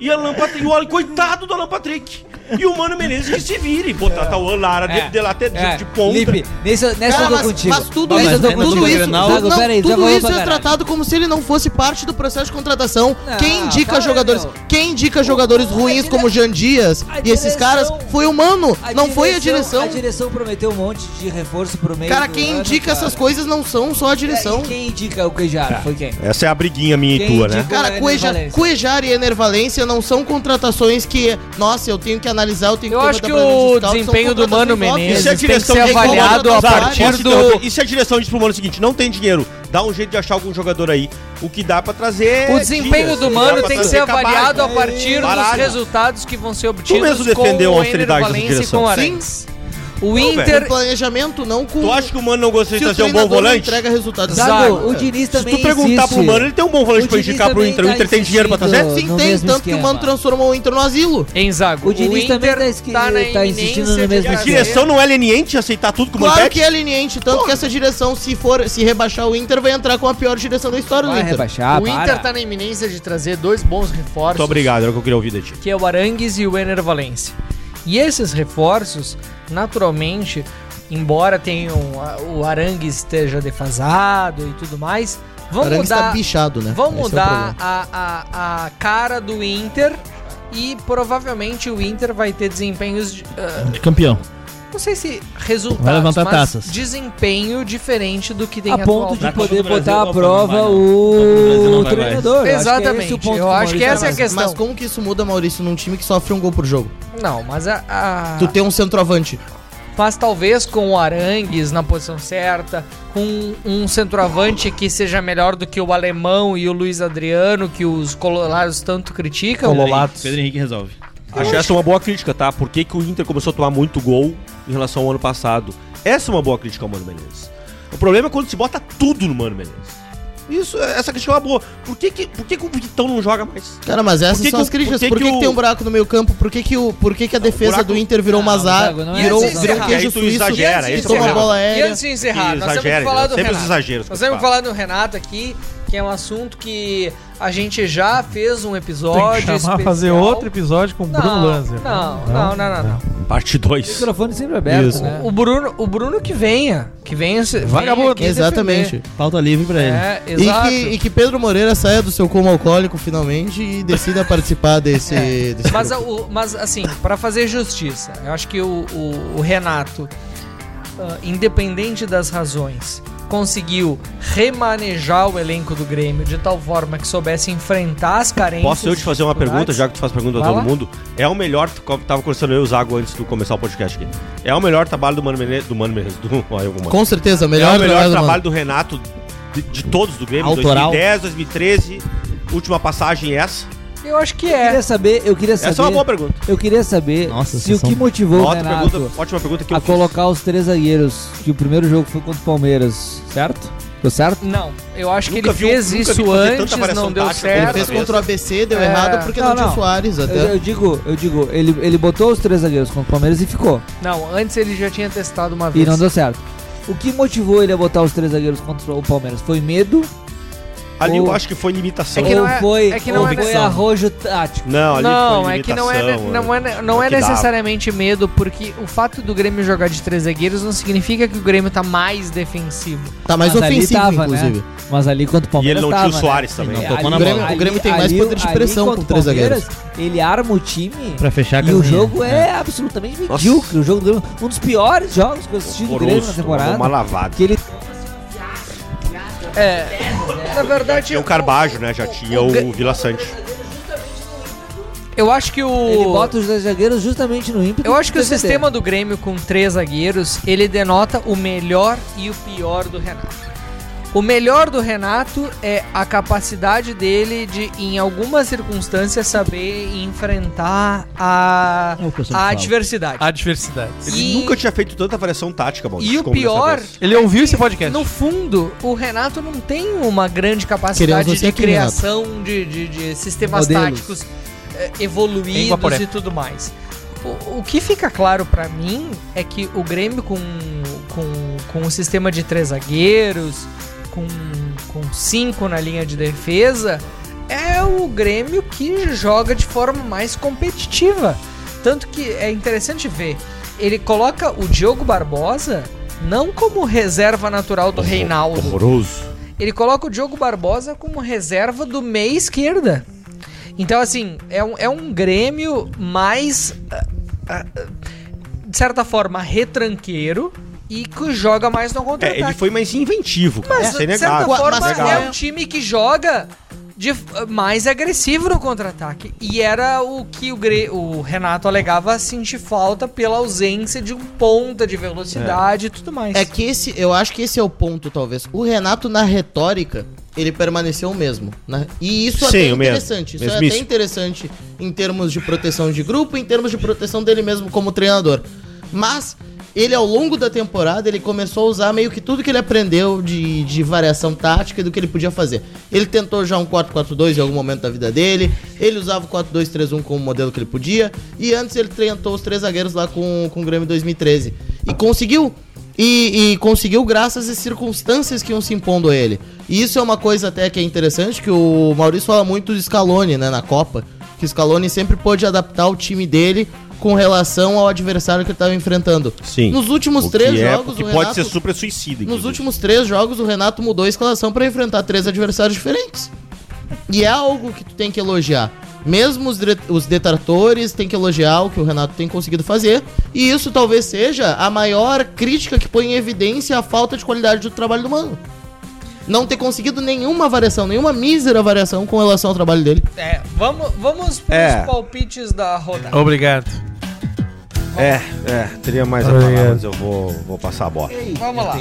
Speaker 6: E Alan Patrick, olha, coitado do Alan Patrick. E o Mano Menezes que se vire, botar Tauan Lara
Speaker 3: É.
Speaker 6: de, de, late- de- de ponta.
Speaker 2: Lipe, É. nessa, nessa
Speaker 1: Cara,
Speaker 2: eu tô
Speaker 1: mas,
Speaker 2: contigo.
Speaker 1: mas tudo
Speaker 2: Nessa eu
Speaker 1: isso,
Speaker 2: tô
Speaker 1: tudo
Speaker 2: contigo.
Speaker 1: isso,
Speaker 2: Zago,
Speaker 1: não,
Speaker 2: peraí, já
Speaker 1: tudo
Speaker 2: vamos
Speaker 1: isso
Speaker 2: pra
Speaker 1: é
Speaker 2: caralho.
Speaker 1: tratado como se ele não fosse parte do processo de contratação.
Speaker 2: Não,
Speaker 1: quem indica
Speaker 2: para,
Speaker 1: jogadores,
Speaker 2: meu.
Speaker 1: quem indica jogadores
Speaker 2: a
Speaker 1: ruins
Speaker 2: dire-
Speaker 1: como Jean Dias
Speaker 2: a
Speaker 1: e esses
Speaker 2: direção-
Speaker 1: caras foi o mano,
Speaker 2: A
Speaker 1: não foi a direção.
Speaker 2: A direção prometeu um monte de reforço pro meio
Speaker 1: Cara,
Speaker 2: do
Speaker 1: quem
Speaker 2: ano,
Speaker 1: indica
Speaker 2: cara.
Speaker 1: essas coisas não são só a direção.
Speaker 2: E quem indica o Cuejara? Foi quem?
Speaker 6: Essa é a briguinha minha
Speaker 2: Quem indica o
Speaker 1: Cara,
Speaker 2: Ener
Speaker 1: Cueja,
Speaker 2: Valencia?
Speaker 1: Cuejar e Ener Valência não são contratações que, nossa, eu tenho que analisar, eu tenho que
Speaker 5: Eu
Speaker 1: ter
Speaker 5: acho
Speaker 1: uma
Speaker 5: que
Speaker 1: tabela de
Speaker 5: o
Speaker 1: scout, são
Speaker 5: desempenho do
Speaker 1: contratações
Speaker 5: Mano
Speaker 1: óbvias.
Speaker 5: Menezes
Speaker 6: Isso é
Speaker 5: tem que
Speaker 6: direção
Speaker 5: ser
Speaker 6: de
Speaker 5: avaliado a
Speaker 1: contratação.
Speaker 5: partir
Speaker 1: Posso
Speaker 6: Zago, do...
Speaker 5: do...
Speaker 6: E se é a direção diz pro Mano o seguinte, não tem dinheiro, dá um jeito de achar algum jogador aí. O que dá pra trazer... é
Speaker 5: O desempenho
Speaker 6: Dias,
Speaker 5: do
Speaker 6: dá
Speaker 5: Mano
Speaker 6: pra
Speaker 5: tem que
Speaker 6: trazer é
Speaker 5: ser
Speaker 6: Camargo.
Speaker 5: avaliado a partir dos
Speaker 6: Baralho.
Speaker 5: resultados que vão ser obtidos
Speaker 6: mesmo defendeu
Speaker 5: com
Speaker 6: a austeridade
Speaker 5: Ener
Speaker 6: dessa
Speaker 5: Valencia e
Speaker 6: direção.
Speaker 5: com o
Speaker 6: Sim.
Speaker 5: Arangues. O
Speaker 1: Com
Speaker 5: Inter...
Speaker 1: Um planejamento, não com...
Speaker 6: é Tu acha que o Mano não gostaria
Speaker 1: se
Speaker 6: de
Speaker 1: o
Speaker 6: trazer um bom
Speaker 1: treinador não
Speaker 6: volante?
Speaker 1: entrega resultados.
Speaker 2: Zago,
Speaker 1: Zago,
Speaker 2: o Diniz
Speaker 6: Se
Speaker 2: também
Speaker 6: tu perguntar
Speaker 2: insiste.
Speaker 6: pro Mano, ele tem um bom volante
Speaker 2: O
Speaker 6: pra
Speaker 2: Diniz
Speaker 1: é
Speaker 6: indicar pro
Speaker 2: também
Speaker 6: Inter.
Speaker 2: tá
Speaker 6: O Inter tem dinheiro pra trazer?
Speaker 2: insistindo.
Speaker 1: Sim,
Speaker 2: no
Speaker 1: tem,
Speaker 2: mesmo
Speaker 1: tanto que
Speaker 2: esquema.
Speaker 1: o Mano transformou o Inter no asilo.
Speaker 5: Em Zago.
Speaker 2: O Diniz também tá esqui- tá insistindo no
Speaker 5: iminência de
Speaker 2: mesmo
Speaker 6: A
Speaker 2: Mas
Speaker 5: trazer-
Speaker 6: direção não é leniente a aceitar tudo que o Mano
Speaker 1: Claro
Speaker 6: pede?
Speaker 1: que é leniente, tanto que essa direção, se for se rebaixar o Inter, vai entrar com a pior direção da história
Speaker 2: Vai
Speaker 1: do Inter.
Speaker 2: rebaixar,
Speaker 11: o Inter
Speaker 2: para.
Speaker 11: tá na iminência de trazer dois bons reforços.
Speaker 1: é.
Speaker 6: Muito obrigado, era o que eu queria ouvir de ti.
Speaker 5: que é o Arangues e o Ener Valencia. E esses reforços, naturalmente, embora tenham a- o Arangues esteja defasado e tudo mais, vão
Speaker 1: Arangues
Speaker 5: mudar,
Speaker 1: tá bichado, né?
Speaker 5: vão
Speaker 1: Esse é o
Speaker 5: mudar
Speaker 1: problema.
Speaker 5: a, a, a cara do Inter e provavelmente o Inter vai ter desempenhos, de- ah,
Speaker 12: Campeão.
Speaker 5: não sei se resultados,
Speaker 12: Vai levantar
Speaker 5: mas
Speaker 12: taças.
Speaker 5: desempenho diferente do que tem
Speaker 2: a ponto de
Speaker 5: atualmente.
Speaker 2: poder
Speaker 9: Brasil,
Speaker 2: botar à
Speaker 9: Copa do Brasil
Speaker 2: prova
Speaker 9: não Copa do Brasil
Speaker 2: o
Speaker 9: não vai mais.
Speaker 2: treinador. Eu acho que é esse
Speaker 5: Exatamente,
Speaker 2: o ponto
Speaker 5: eu acho que essa
Speaker 2: Maurício
Speaker 5: é a
Speaker 2: Gamalho.
Speaker 5: questão.
Speaker 1: Mas como que isso muda, Maurício, num time que sofre um gol por jogo?
Speaker 5: Não, mas a, a-
Speaker 1: Tu tem um centroavante.
Speaker 5: Mas talvez com o Arangues na posição certa, com um centroavante que seja melhor do que o alemão e o Luiz Adriano, que os colorados tanto criticam.
Speaker 3: Cololatos.
Speaker 4: Pedro Henrique resolve.
Speaker 6: Acho essa uma boa crítica, tá? Por que, que o Inter começou a tomar muito gol em relação ao ano passado? Essa é uma boa crítica ao Mano Menezes. O problema é quando se bota tudo no Mano Menezes. Isso, essa crítica é uma boa. Por que, que, por que, que o Vitão não joga mais?
Speaker 1: Cara, mas
Speaker 6: Por
Speaker 1: essas
Speaker 6: que
Speaker 1: são
Speaker 6: que
Speaker 1: as
Speaker 6: o-
Speaker 1: críticas.
Speaker 6: por que
Speaker 1: Por que,
Speaker 6: que
Speaker 1: que
Speaker 6: o-
Speaker 1: tem um buraco no meio campo? Por que, que, o, por que, que a defesa
Speaker 6: buraco-
Speaker 1: do Inter virou uma
Speaker 2: Não,
Speaker 1: azar?
Speaker 2: Zago, não é
Speaker 1: Virou,
Speaker 5: assim,
Speaker 1: virou um
Speaker 5: Zago.
Speaker 1: queijo
Speaker 6: Aí tu
Speaker 1: suíço
Speaker 6: exagera,
Speaker 1: que
Speaker 6: esse é
Speaker 1: toma
Speaker 6: exagera.
Speaker 1: bola
Speaker 5: E
Speaker 1: aérea.
Speaker 5: antes de encerrar, nós temos
Speaker 6: Exagera,
Speaker 5: que falar do
Speaker 6: né? sempre os
Speaker 5: Renato.
Speaker 6: exageros
Speaker 5: Nós
Speaker 6: que eu
Speaker 5: temos que
Speaker 6: falo.
Speaker 5: falar do Renato aqui, que é um assunto que a gente já fez um
Speaker 3: Tem
Speaker 5: episódio
Speaker 3: que chamar
Speaker 5: especial.
Speaker 3: fazer outro episódio com o
Speaker 5: não,
Speaker 3: Bruno Lanzer.
Speaker 5: Não, não, não, não, não.
Speaker 6: Parte
Speaker 2: O
Speaker 6: 2.
Speaker 2: microfone sempre aberto,
Speaker 12: Isso.
Speaker 2: né?
Speaker 5: O Bruno, o Bruno que venha, que venha, se- venha
Speaker 12: Vagabundo.
Speaker 5: aqui
Speaker 1: Exatamente.
Speaker 12: Pauta livre pra ele.
Speaker 5: defender. É,
Speaker 1: E
Speaker 5: exato.
Speaker 1: que, e que Pedro Moreira saia do seu coma alcoólico finalmente e decida participar desse. desse
Speaker 5: Mas,
Speaker 1: grupo.
Speaker 5: a- o- mas, assim, pra fazer justiça, eu acho que o, o- o Renato, ah, independente das razões, conseguiu remanejar o elenco do Grêmio de tal forma que soubesse enfrentar as carências.
Speaker 6: Posso eu te fazer uma pergunta, já que tu faz pergunta a
Speaker 5: Vai
Speaker 6: todo
Speaker 5: lá.
Speaker 6: mundo? É o melhor, tava conversando eu e o Zago antes de começar o podcast aqui. É o melhor trabalho do Mano Menezes, do Mano Menezes, do, olha, o Mano.
Speaker 1: Com certeza, o
Speaker 6: é
Speaker 1: melhor,
Speaker 6: o melhor
Speaker 1: do
Speaker 6: trabalho,
Speaker 1: Mano.
Speaker 6: do Renato de, de todos do Grêmio,
Speaker 12: Autoral.
Speaker 6: 2010, 2013, última passagem é essa.
Speaker 5: Eu acho que
Speaker 2: Eu
Speaker 5: é.
Speaker 2: queria saber, eu queria saber,
Speaker 6: Essa é uma boa pergunta.
Speaker 2: eu queria saber
Speaker 12: Nossa,
Speaker 2: se o
Speaker 12: sessão-
Speaker 2: que motivou o
Speaker 6: Uma Ótima
Speaker 2: Renato
Speaker 6: pergunta, ótima pergunta que eu
Speaker 2: a
Speaker 6: fiz.
Speaker 2: colocar os três zagueiros, que o primeiro jogo foi contra o Palmeiras, certo? Deu certo?
Speaker 5: Não, eu acho que
Speaker 1: Nunca
Speaker 5: ele
Speaker 1: viu-
Speaker 5: fez
Speaker 1: nunca vi
Speaker 5: isso
Speaker 1: fazer tanta
Speaker 5: antes,
Speaker 1: variação
Speaker 5: não deu
Speaker 1: tática com a
Speaker 5: certo.
Speaker 1: Ele fez contra o ABC, deu errado porque não, tinha o Soares
Speaker 2: Eu,
Speaker 1: até.
Speaker 2: eu digo, eu digo, ele, ele botou os três zagueiros contra o Palmeiras e ficou.
Speaker 5: Não, antes ele já tinha testado uma
Speaker 2: E
Speaker 5: vez.
Speaker 2: não deu certo. O que motivou ele a botar os três zagueiros contra o Palmeiras? Foi medo?
Speaker 6: Ali
Speaker 2: Ou-
Speaker 6: eu acho que foi limitação.
Speaker 2: Ou
Speaker 5: que não é-
Speaker 2: foi,
Speaker 5: é que não
Speaker 2: ou
Speaker 5: é
Speaker 2: foi
Speaker 5: convicção.
Speaker 2: arrojo tático?
Speaker 6: Não, ali
Speaker 5: não,
Speaker 6: foi
Speaker 5: é que não é,
Speaker 6: limitação,
Speaker 5: não é, não
Speaker 6: é
Speaker 5: é
Speaker 6: que dava.
Speaker 5: necessariamente medo, porque o fato do Grêmio jogar de três zagueiros não significa que o Grêmio tá mais defensivo.
Speaker 1: Tá mais
Speaker 2: Mas ali
Speaker 1: ofensivo,
Speaker 2: tava, né?
Speaker 1: inclusive.
Speaker 2: Mas ali contra o
Speaker 6: E
Speaker 2: Palmeiras
Speaker 6: ele não
Speaker 2: tava,
Speaker 6: tinha o Soares
Speaker 2: né?
Speaker 6: também.
Speaker 1: Não, tocou na bola. O Grêmio tem mais poder de pressão
Speaker 2: contra
Speaker 1: com três
Speaker 2: o Palmeiras, Ele arma o time
Speaker 12: Pra fechar a
Speaker 2: e o
Speaker 12: casinha.
Speaker 2: jogo é, absolutamente medíocre. O jogo do Grêmio, um dos piores jogos que eu assisti do Grêmio na
Speaker 6: Horroroso,
Speaker 2: temporada.
Speaker 6: uma lavada.
Speaker 2: Que ele
Speaker 5: É, na verdade,
Speaker 6: Tinha o Carbajo, né? Já tinha o Vila Sante.
Speaker 5: eu acho que o...
Speaker 2: Ele bota os dois zagueiros justamente no ímpeto.
Speaker 5: Eu acho que o
Speaker 2: do TBT.
Speaker 5: sistema do Grêmio com três zagueiros, ele denota o melhor e o pior do Renato. O melhor do Renato é a capacidade dele de, em algumas circunstâncias, saber enfrentar a,
Speaker 12: É o que eu sempre
Speaker 5: a
Speaker 12: falo.
Speaker 5: adversidade.
Speaker 3: A diversidade.
Speaker 6: Ele
Speaker 5: E-
Speaker 6: nunca tinha feito tanta variação tática, Maurício.
Speaker 5: E o
Speaker 6: como dessa
Speaker 5: pior,
Speaker 6: vez.
Speaker 3: Ele ouviu esse podcast.
Speaker 5: no fundo, o Renato não tem uma
Speaker 1: Queremos
Speaker 5: grande capacidade
Speaker 1: você
Speaker 5: de
Speaker 1: aqui,
Speaker 5: criação de, de- de sistemas
Speaker 2: Modelos.
Speaker 5: táticos eh,
Speaker 3: Em Guaporé.
Speaker 5: evoluídos e tudo mais. O, o que fica claro pra mim é que o Grêmio com, com, com o sistema de três zagueiros, com, com cinco na linha de defesa, é o Grêmio que joga de forma mais competitiva. Tanto que é interessante ver, ele coloca o Diogo Barbosa não como reserva natural do Reinaldo,
Speaker 6: Horroroso.
Speaker 5: ele coloca o Diogo Barbosa como reserva do meia esquerda. Então, assim, é um, é um Grêmio mais, ah, ah, ah, de certa forma, retranqueiro e que joga mais no
Speaker 6: É,
Speaker 5: contra-ataque.
Speaker 6: ele foi mais inventivo, cara.
Speaker 5: Mas,
Speaker 6: Isso é
Speaker 5: de certa
Speaker 6: negado.
Speaker 5: forma,
Speaker 6: Negado.
Speaker 5: é um time que joga de, mais agressivo no contra-ataque. E era o que o, Gre- o Renato alegava sentir falta pela ausência de um ponta de velocidade e tudo mais.
Speaker 1: É que esse, eu acho que esse é o ponto, talvez. O Renato, na retórica, ele permaneceu o mesmo. Né? E isso até
Speaker 6: Sim,
Speaker 1: é
Speaker 6: o mesmo.
Speaker 1: interessante. Isso é até
Speaker 6: Mesmíssimo.
Speaker 1: interessante em termos de proteção de grupo, em termos de proteção dele mesmo como treinador. Mas ele, ao longo da temporada, ele começou a usar meio que tudo que ele aprendeu de, de variação tática e do que ele podia fazer. Ele tentou já um 4-4-2 em algum momento da vida dele, ele usava o 4-2-3-1 como modelo que ele podia, e antes ele tentou os três zagueiros lá com, com o Grêmio 2013. E conseguiu e, e conseguiu graças às circunstâncias que iam se impondo a ele. E isso é uma coisa até que é interessante, que o Maurício fala muito de Scaloni, né, na Copa. Que o Scaloni sempre pôde adaptar o time dele com relação ao adversário que ele estava enfrentando.
Speaker 6: Sim.
Speaker 1: Nos últimos
Speaker 6: O
Speaker 1: três
Speaker 6: que é,
Speaker 1: jogos,
Speaker 6: Que
Speaker 1: o
Speaker 6: pode
Speaker 1: Renato,
Speaker 6: ser super suicida,
Speaker 1: nos últimos três jogos, o Renato mudou a escalação para enfrentar três adversários diferentes. E é algo que tu tem que elogiar. Mesmo os, dre- os detratores têm que elogiar o que o Renato tem conseguido fazer. E isso talvez seja a maior crítica que põe em evidência a falta de qualidade do trabalho do Mano. Não ter conseguido nenhuma variação, nenhuma mísera variação com relação ao trabalho dele.
Speaker 5: É, vamos, vamos pros
Speaker 6: É.
Speaker 5: palpites da rodada.
Speaker 3: Obrigado.
Speaker 6: É, é. Teria mais a falar, mas eu vou, vou passar a bola.
Speaker 5: Vamos lá.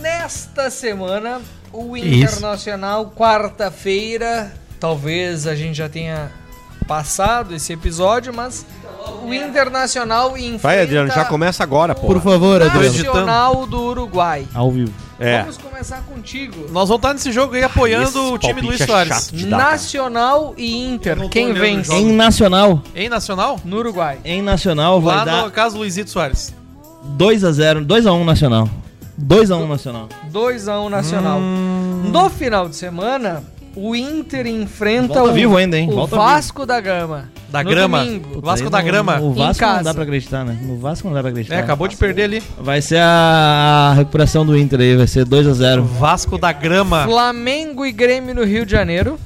Speaker 5: Nesta semana, o Internacional, quarta-feira, talvez a gente já tenha passado esse episódio, mas o Internacional enfrenta
Speaker 6: Vai, Adriano,
Speaker 5: tá.
Speaker 6: já começa agora, pô.
Speaker 1: Por favor,
Speaker 5: o
Speaker 1: Adriano.
Speaker 5: Nacional do Uruguai.
Speaker 12: Ao vivo.
Speaker 6: É.
Speaker 5: Vamos começar contigo.
Speaker 3: Nós vamos estar nesse jogo aí apoiando
Speaker 6: Esse
Speaker 3: o time do Luiz
Speaker 6: palpite é
Speaker 3: Soares.
Speaker 6: chato de dar, cara.
Speaker 5: Nacional e
Speaker 3: Eu não
Speaker 5: Inter,
Speaker 3: tô
Speaker 5: quem
Speaker 3: olhando o
Speaker 5: vence?
Speaker 3: jogo.
Speaker 10: Em Nacional,
Speaker 3: Em Nacional?
Speaker 5: No Uruguai.
Speaker 10: em Nacional vai
Speaker 3: Lá
Speaker 10: dar
Speaker 3: no caso Luizito Soares.
Speaker 10: 2x0, 2x1 Nacional. 2x1 Nacional.
Speaker 5: 2x1 Nacional.
Speaker 3: Hum.
Speaker 5: No final de semana, o Inter enfrenta
Speaker 10: Volta
Speaker 5: o,
Speaker 10: vivo ainda, hein?
Speaker 5: o
Speaker 10: Volta
Speaker 5: Vasco da Gama.
Speaker 3: Da
Speaker 5: no
Speaker 3: grama.
Speaker 5: domingo.
Speaker 3: Vasco
Speaker 10: Aí
Speaker 3: da
Speaker 10: no-
Speaker 3: Grama.
Speaker 10: O
Speaker 5: Em
Speaker 10: Vasco não
Speaker 5: casa.
Speaker 10: dá pra acreditar, né? No Vasco não dá pra acreditar.
Speaker 3: É, acabou de perder ali.
Speaker 10: Vai ser a recuperação do Inter aí, vai ser 2x0.
Speaker 3: Vasco da Grama.
Speaker 5: Flamengo e Grêmio no Rio de Janeiro.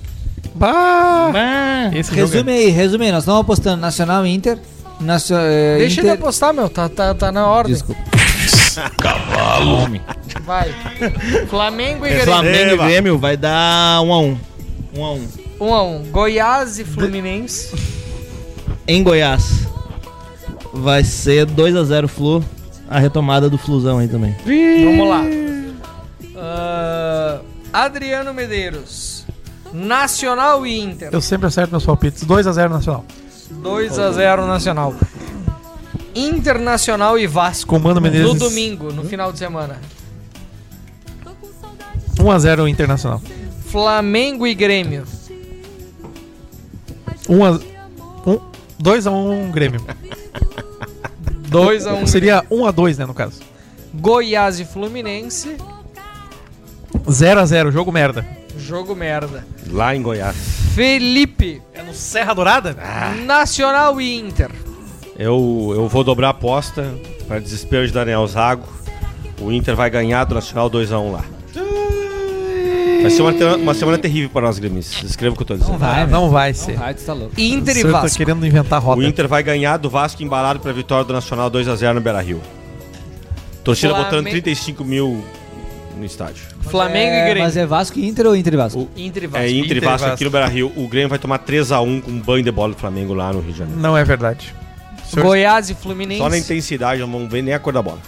Speaker 3: Bah!
Speaker 10: Ah,
Speaker 3: Esse jogo é
Speaker 2: Resume aí, resume aí. Nós estamos apostando Nacional e Inter. Nacio- eh,
Speaker 5: Deixa
Speaker 2: Inter-
Speaker 5: ele apostar, meu. Tá, tá, tá na ordem.
Speaker 2: Desculpa.
Speaker 5: Vai. Flamengo e
Speaker 4: É,
Speaker 5: Grêmio.
Speaker 10: Flamengo e
Speaker 6: Eva.
Speaker 10: Grêmio vai dar 1x1. 1x1.
Speaker 5: 1 a 1 Goiás e Fluminense.
Speaker 10: Em Goiás vai ser 2x0 Flu. A retomada do Flusão aí também.
Speaker 5: Vamos lá. Ah, Adriano Medeiros. Nacional e Inter.
Speaker 3: Eu sempre acerto meus palpites. 2x0 Nacional.
Speaker 5: 2 a 0 Nacional. Internacional e Vasco.
Speaker 3: Com o Mano Menezes.
Speaker 5: No domingo, no final de semana.
Speaker 3: 1x0 Internacional.
Speaker 5: Flamengo e Grêmio.
Speaker 3: 2x1 Grêmio.
Speaker 5: 2 a 1
Speaker 3: Seria 1x2, né, no caso.
Speaker 5: Goiás e Fluminense.
Speaker 3: 0x0, jogo merda.
Speaker 5: Jogo merda.
Speaker 6: Lá em Goiás.
Speaker 5: Felipe.
Speaker 3: É no Serra Dourada?
Speaker 5: Nacional e Inter.
Speaker 6: Eu, eu vou dobrar a aposta para desespero de Daniel Zago. O Inter vai ganhar do Nacional 2x1 lá. Vai ser uma, ter- uma semana terrível para nós, gremistas. Escreva o que eu tô dizendo.
Speaker 3: Ah, não vai ser.
Speaker 2: Ai, tu tá louco.
Speaker 5: Inter e
Speaker 3: Você tá
Speaker 5: Vasco.
Speaker 3: querendo inventar
Speaker 6: O
Speaker 3: roda.
Speaker 6: Inter vai ganhar do Vasco embalado para a vitória do Nacional 2x0 no Beira Rio. Torcida
Speaker 5: Flamengo-
Speaker 6: botando 35 mil no estádio.
Speaker 5: Flamengo
Speaker 2: É,
Speaker 5: e Grêmio.
Speaker 2: Mas é Vasco e Inter ou Inter e Vasco?
Speaker 6: O-
Speaker 5: Inter e Vasco.
Speaker 6: É Inter e
Speaker 3: Inter e
Speaker 6: Vasco
Speaker 3: Vasco.
Speaker 6: aqui no Beira Rio. O Grêmio vai tomar 3x1 com um banho de bola do Flamengo lá no Rio de Janeiro.
Speaker 3: Não é verdade.
Speaker 5: Goiás e Fluminense.
Speaker 6: Só na intensidade, não vamos ver nem a cor da bola.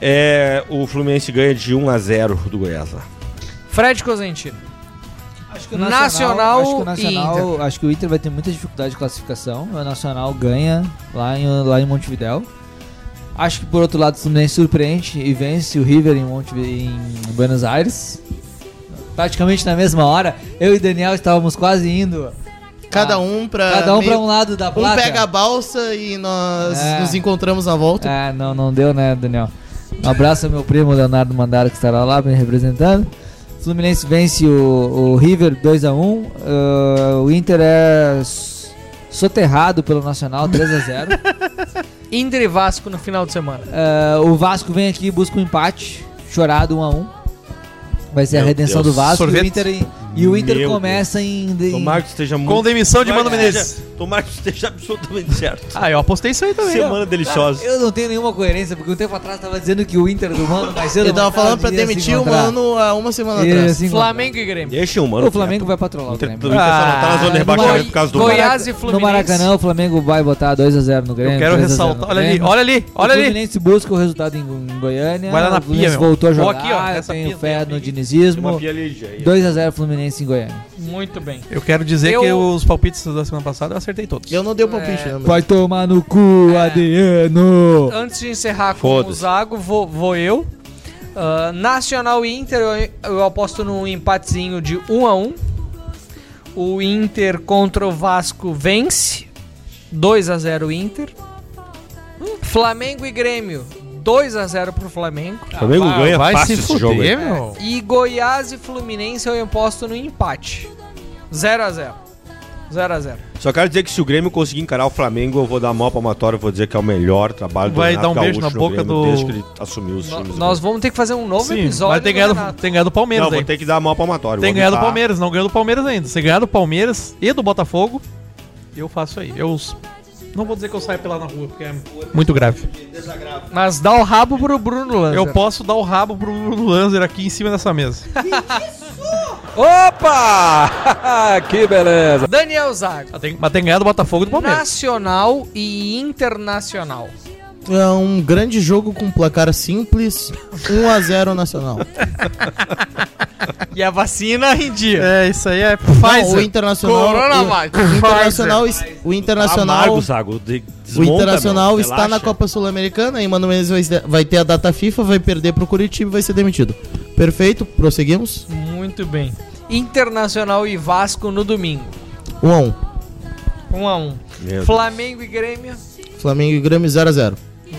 Speaker 6: É, o Fluminense ganha de 1x0 do Goiás lá.
Speaker 5: Fred Cosentino.
Speaker 2: Acho que o
Speaker 5: Nacional
Speaker 2: acho que o Nacional-
Speaker 5: e Inter.
Speaker 2: Acho que o Inter vai ter muita dificuldade de classificação. O Nacional ganha lá em, lá em Montevidéu. Acho que por outro lado o Fluminense surpreende e vence o River em, Montevi- em Buenos Aires. Praticamente na mesma hora, eu e Daniel estávamos quase indo.
Speaker 1: Cada um pra.
Speaker 2: Cada um
Speaker 1: meio-
Speaker 2: para um lado da
Speaker 1: Um
Speaker 2: placa.
Speaker 1: pega a balsa e nós
Speaker 2: É.
Speaker 1: nos encontramos na volta.
Speaker 2: Ah, não, não deu, né, Daniel? Um abraço ao meu primo Leonardo Mandaro, que estará lá me representando. Fluminense vence o, o River 2x1. ah, o Inter é s- soterrado pelo Nacional 3x0.
Speaker 5: Inter e Vasco no final de semana.
Speaker 2: Ah, o Vasco vem aqui e busca um empate, chorado 1x1. Vai ser a
Speaker 6: Meu
Speaker 2: redenção
Speaker 6: Deus.
Speaker 2: do Vasco. E o
Speaker 3: Sorvete.
Speaker 2: Inter, em- e o Inter
Speaker 6: Meu
Speaker 2: começa em, em.
Speaker 6: Tomara que esteja muito.
Speaker 3: Com demissão de Mano
Speaker 6: Tomara que
Speaker 3: Menezes.
Speaker 6: esteja- Tomara que esteja absolutamente certo.
Speaker 3: Ah, eu apostei isso aí também.
Speaker 6: Semana deliciosa.
Speaker 2: Eu não tenho nenhuma coerência, porque um tempo atrás tava dizendo que o Inter do Mano vai ser
Speaker 1: Ele tava falando pra demitir o mano há uma semana atrás.
Speaker 5: Flamengo e Grêmio.
Speaker 6: Deixa o mano. é
Speaker 2: O Flamengo vai patrolar o
Speaker 6: Inter,
Speaker 2: Grêmio.
Speaker 6: Inter só não tá na zona de
Speaker 2: Ah,
Speaker 6: rebaixamento
Speaker 2: Goi-
Speaker 6: por causa do
Speaker 5: Goiás e
Speaker 2: No
Speaker 5: Fluminense.
Speaker 2: Maracanã, o Flamengo vai botar 2x0 no Grêmio.
Speaker 3: Eu quero
Speaker 2: 3 a 0 no
Speaker 3: ressaltar. Olha ali,
Speaker 2: Grêmio.
Speaker 3: olha ali, olha
Speaker 2: o
Speaker 3: ali.
Speaker 2: Fluminense busca o resultado em, em Goiânia.
Speaker 3: Vai lá na
Speaker 2: o Fluminense
Speaker 3: pia, meu.
Speaker 2: voltou a
Speaker 3: Ó,
Speaker 2: jogar.
Speaker 3: aqui, ó,
Speaker 2: eu
Speaker 3: essa
Speaker 2: tenho
Speaker 3: pia,
Speaker 2: fé
Speaker 3: tem
Speaker 2: no
Speaker 3: uma pia.
Speaker 2: dinizismo.
Speaker 6: Flamengo.
Speaker 2: 2x0 Fluminense em Goiânia.
Speaker 5: Muito bem.
Speaker 3: Eu quero dizer
Speaker 5: Eu-
Speaker 3: que os palpites da semana passada eu acertei todos.
Speaker 1: Eu não dei o palpite,
Speaker 6: É.
Speaker 1: né? mano?
Speaker 2: Vai É. tomar no cu, Adriano.
Speaker 5: Antes de encerrar com
Speaker 6: Foda-se.
Speaker 5: o Zago, vou, vou eu. Ah, Nacional e Inter, eu, eu aposto num empatezinho de 1 a 1 O Inter contra o Vasco vence. 2 a 0 Inter. Flamengo e Grêmio, 2 a 0 pro Flamengo.
Speaker 6: Flamengo ganha
Speaker 3: vai
Speaker 6: fácil
Speaker 3: se
Speaker 6: esse
Speaker 3: fuder,
Speaker 6: jogo. aí.
Speaker 3: meu.
Speaker 5: E Goiás e Fluminense eu aposto no empate. 0 a 0 0 a 0
Speaker 6: Só quero dizer que se o Grêmio conseguir encarar o Flamengo, eu vou dar a maior palmatória, eu vou dizer que é o melhor trabalho
Speaker 3: Vai
Speaker 6: Renato
Speaker 3: dar um beijo
Speaker 6: Gaúcho
Speaker 3: na
Speaker 6: no
Speaker 3: boca
Speaker 6: Grêmio
Speaker 3: do-
Speaker 6: desde que ele assumiu os
Speaker 5: No-
Speaker 6: times. do
Speaker 5: Nós
Speaker 6: Grêmio.
Speaker 5: vamos ter que fazer um novo
Speaker 3: Sim,
Speaker 5: episódio.
Speaker 3: mas tem
Speaker 5: do
Speaker 3: ganhado,
Speaker 5: Renato.
Speaker 3: tem ganhado o Palmeiras
Speaker 6: Não, vou
Speaker 3: aí.
Speaker 6: ter que dar a maior palmatória.
Speaker 3: Tem
Speaker 6: vou
Speaker 3: ganhado o
Speaker 6: evitar.
Speaker 3: Palmeiras, não ganhou do Palmeiras ainda. Se ganhar do Palmeiras e do Botafogo, eu faço aí. Eu s- não vou dizer que eu saio pela na rua, porque é muito grave.
Speaker 5: Mas dá o rabo pro Bruno Lanza.
Speaker 3: Eu posso dar o rabo pro Bruno Lanzer aqui em cima dessa mesa.
Speaker 9: Opa! que beleza!
Speaker 5: Daniel Zago.
Speaker 3: Mas tem, mas tem ganhado o Botafogo e do Palmeiras.
Speaker 5: Nacional e internacional.
Speaker 1: É um grande jogo com placar simples, 1x0 Nacional.
Speaker 5: E a vacina em dia.
Speaker 3: É, isso aí é
Speaker 1: Não, o
Speaker 3: Pfizer.
Speaker 1: Internacional.
Speaker 5: Coronavac.
Speaker 1: O Internacional, es- o Internacional,
Speaker 6: Amargo, Zago.
Speaker 1: o
Speaker 6: de- desmonta,
Speaker 1: internacional
Speaker 6: meu,
Speaker 1: está na
Speaker 6: relaxa.
Speaker 1: Copa Sul-Americana e Mano Menezes vai, se- vai ter a data FIFA, vai perder pro Curitiba e vai ser demitido. Perfeito, prosseguimos.
Speaker 5: Muito bem. Internacional e Vasco no domingo.
Speaker 1: 1x1.
Speaker 5: 1 a 1
Speaker 6: Meu
Speaker 5: Flamengo e Grêmio
Speaker 1: Flamengo e Grêmio 0x0.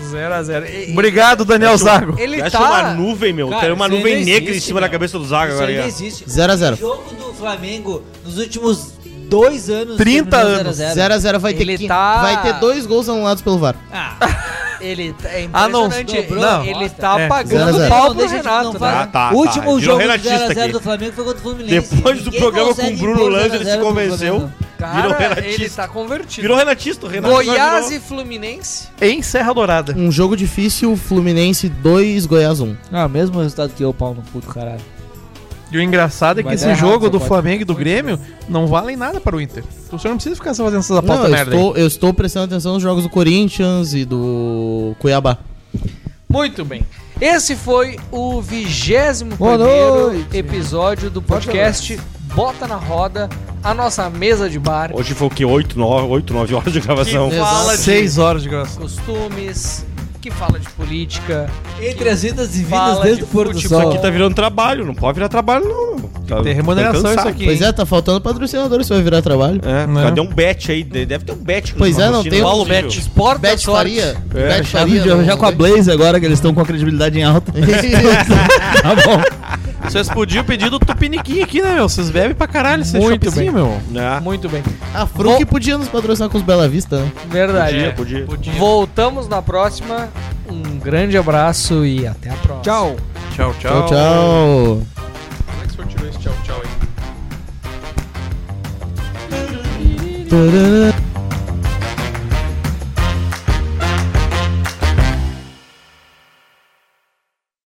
Speaker 5: 0 a 0 E- e-
Speaker 3: Obrigado, Daniel Zago.
Speaker 5: Ele
Speaker 6: Parece uma
Speaker 5: tá
Speaker 6: nuvem, meu.
Speaker 2: Cara,
Speaker 6: Tem uma
Speaker 2: isso aí
Speaker 6: nuvem
Speaker 2: não
Speaker 6: negra em
Speaker 2: existe,
Speaker 6: cima da
Speaker 2: meu.
Speaker 6: cabeça do Zago
Speaker 2: Isso
Speaker 6: agora.
Speaker 2: aí não
Speaker 6: aí.
Speaker 2: existe.
Speaker 1: 0 a 0.
Speaker 2: O jogo do Flamengo nos últimos dois anos.
Speaker 3: 30
Speaker 2: terminou
Speaker 3: anos.
Speaker 2: 0 a
Speaker 1: 0x0
Speaker 2: 0.
Speaker 1: vai ter
Speaker 5: Ele
Speaker 1: que-
Speaker 5: tá-
Speaker 1: Vai ter dois gols anulados pelo VAR.
Speaker 2: Ah,
Speaker 5: ele tá- é
Speaker 3: Ah, não,
Speaker 5: impressionante.
Speaker 3: dobrou, não.
Speaker 5: ele tá
Speaker 3: É,
Speaker 1: zero a
Speaker 5: pagando
Speaker 1: zero.
Speaker 5: pau
Speaker 2: Não,
Speaker 5: pro
Speaker 2: deixa de- né?
Speaker 5: Renato. né?
Speaker 2: não fala.
Speaker 6: Ah, tá,
Speaker 2: o último
Speaker 6: tá. Virou
Speaker 2: jogo do
Speaker 6: renatista
Speaker 2: 0x0
Speaker 6: aqui.
Speaker 2: do Flamengo foi contra o Fluminense.
Speaker 6: Depois do
Speaker 2: Ninguém
Speaker 6: programa com
Speaker 2: consegue
Speaker 6: o Bruno
Speaker 2: impor
Speaker 6: Lanza, ele se
Speaker 2: 0x0 pro
Speaker 6: convenceu.
Speaker 2: Flamengo.
Speaker 6: Ah, Virou
Speaker 5: Cara,
Speaker 6: renatista.
Speaker 5: ele tá convertido.
Speaker 6: Virou renatista. o Renato
Speaker 5: Goiás
Speaker 6: virou.
Speaker 5: e Fluminense.
Speaker 3: Em Serra Dourada.
Speaker 1: Um jogo difícil, Fluminense 2, Goiás 1.
Speaker 2: Ah, mesmo resultado que eu, pau no cu do caralho.
Speaker 3: E o engraçado é que
Speaker 2: Vai
Speaker 3: esse
Speaker 2: dar errado,
Speaker 3: jogo
Speaker 2: só
Speaker 3: do
Speaker 2: pode.
Speaker 3: Flamengo e do Grêmio não valem nada para o Inter. Então o senhor não precisa ficar fazendo essas
Speaker 1: Não,
Speaker 3: apostas
Speaker 1: eu
Speaker 3: merda aí.
Speaker 1: estou, eu estou prestando atenção nos jogos do Corinthians e do Cuiabá.
Speaker 5: Muito bem. Esse foi o 21
Speaker 2: Boa noite.
Speaker 5: episódio do podcast Bota na Roda, a nossa mesa de bar,
Speaker 6: Hoje foi o quê? 8, 9, 8, 9 horas de gravação.
Speaker 1: fala de-
Speaker 3: Seis horas de graça.
Speaker 5: costumes, que fala de política.
Speaker 2: Entre as idas e vindas
Speaker 5: fala
Speaker 2: desde
Speaker 5: de
Speaker 2: o pôr do
Speaker 5: futebol.
Speaker 6: Isso aqui tá virando trabalho, não pode virar trabalho, não. meu. Tá,
Speaker 3: ter remuneração
Speaker 6: cansado.
Speaker 3: isso aqui,
Speaker 1: Pois é, tá faltando patrocinador se vai virar trabalho.
Speaker 6: É,
Speaker 3: Né?
Speaker 6: cadê um bet aí? De- Deve ter um bet. com
Speaker 1: Pois
Speaker 6: os
Speaker 1: é, não
Speaker 6: patrocínios,
Speaker 1: tem um
Speaker 6: Paulo
Speaker 1: bet.
Speaker 6: Bet.
Speaker 5: Esporte
Speaker 1: Bet Faria.
Speaker 6: É,
Speaker 1: Bet Faria.
Speaker 12: já,
Speaker 1: não-
Speaker 12: já com a Blaze agora, que eles estão com a credibilidade em alta. tá bom.
Speaker 3: Vocês podiam pedir do Tupiniquim aqui, né, meu? Vocês bebem pra caralho esse
Speaker 5: Muito
Speaker 3: chopezinho,
Speaker 5: bem.
Speaker 3: meu.
Speaker 6: É,
Speaker 5: Muito bem.
Speaker 1: A Fruc podia nos patrocinar com os Bela Vista, né?
Speaker 5: Verdade.
Speaker 6: podia, podia.
Speaker 5: Voltamos na próxima. Um grande abraço e até a próxima.
Speaker 2: Tchau.
Speaker 3: Tchau, tchau.
Speaker 1: Tchau, tchau.
Speaker 3: Como é que você tirou esse tchau, tchau aí?
Speaker 1: Tcharam.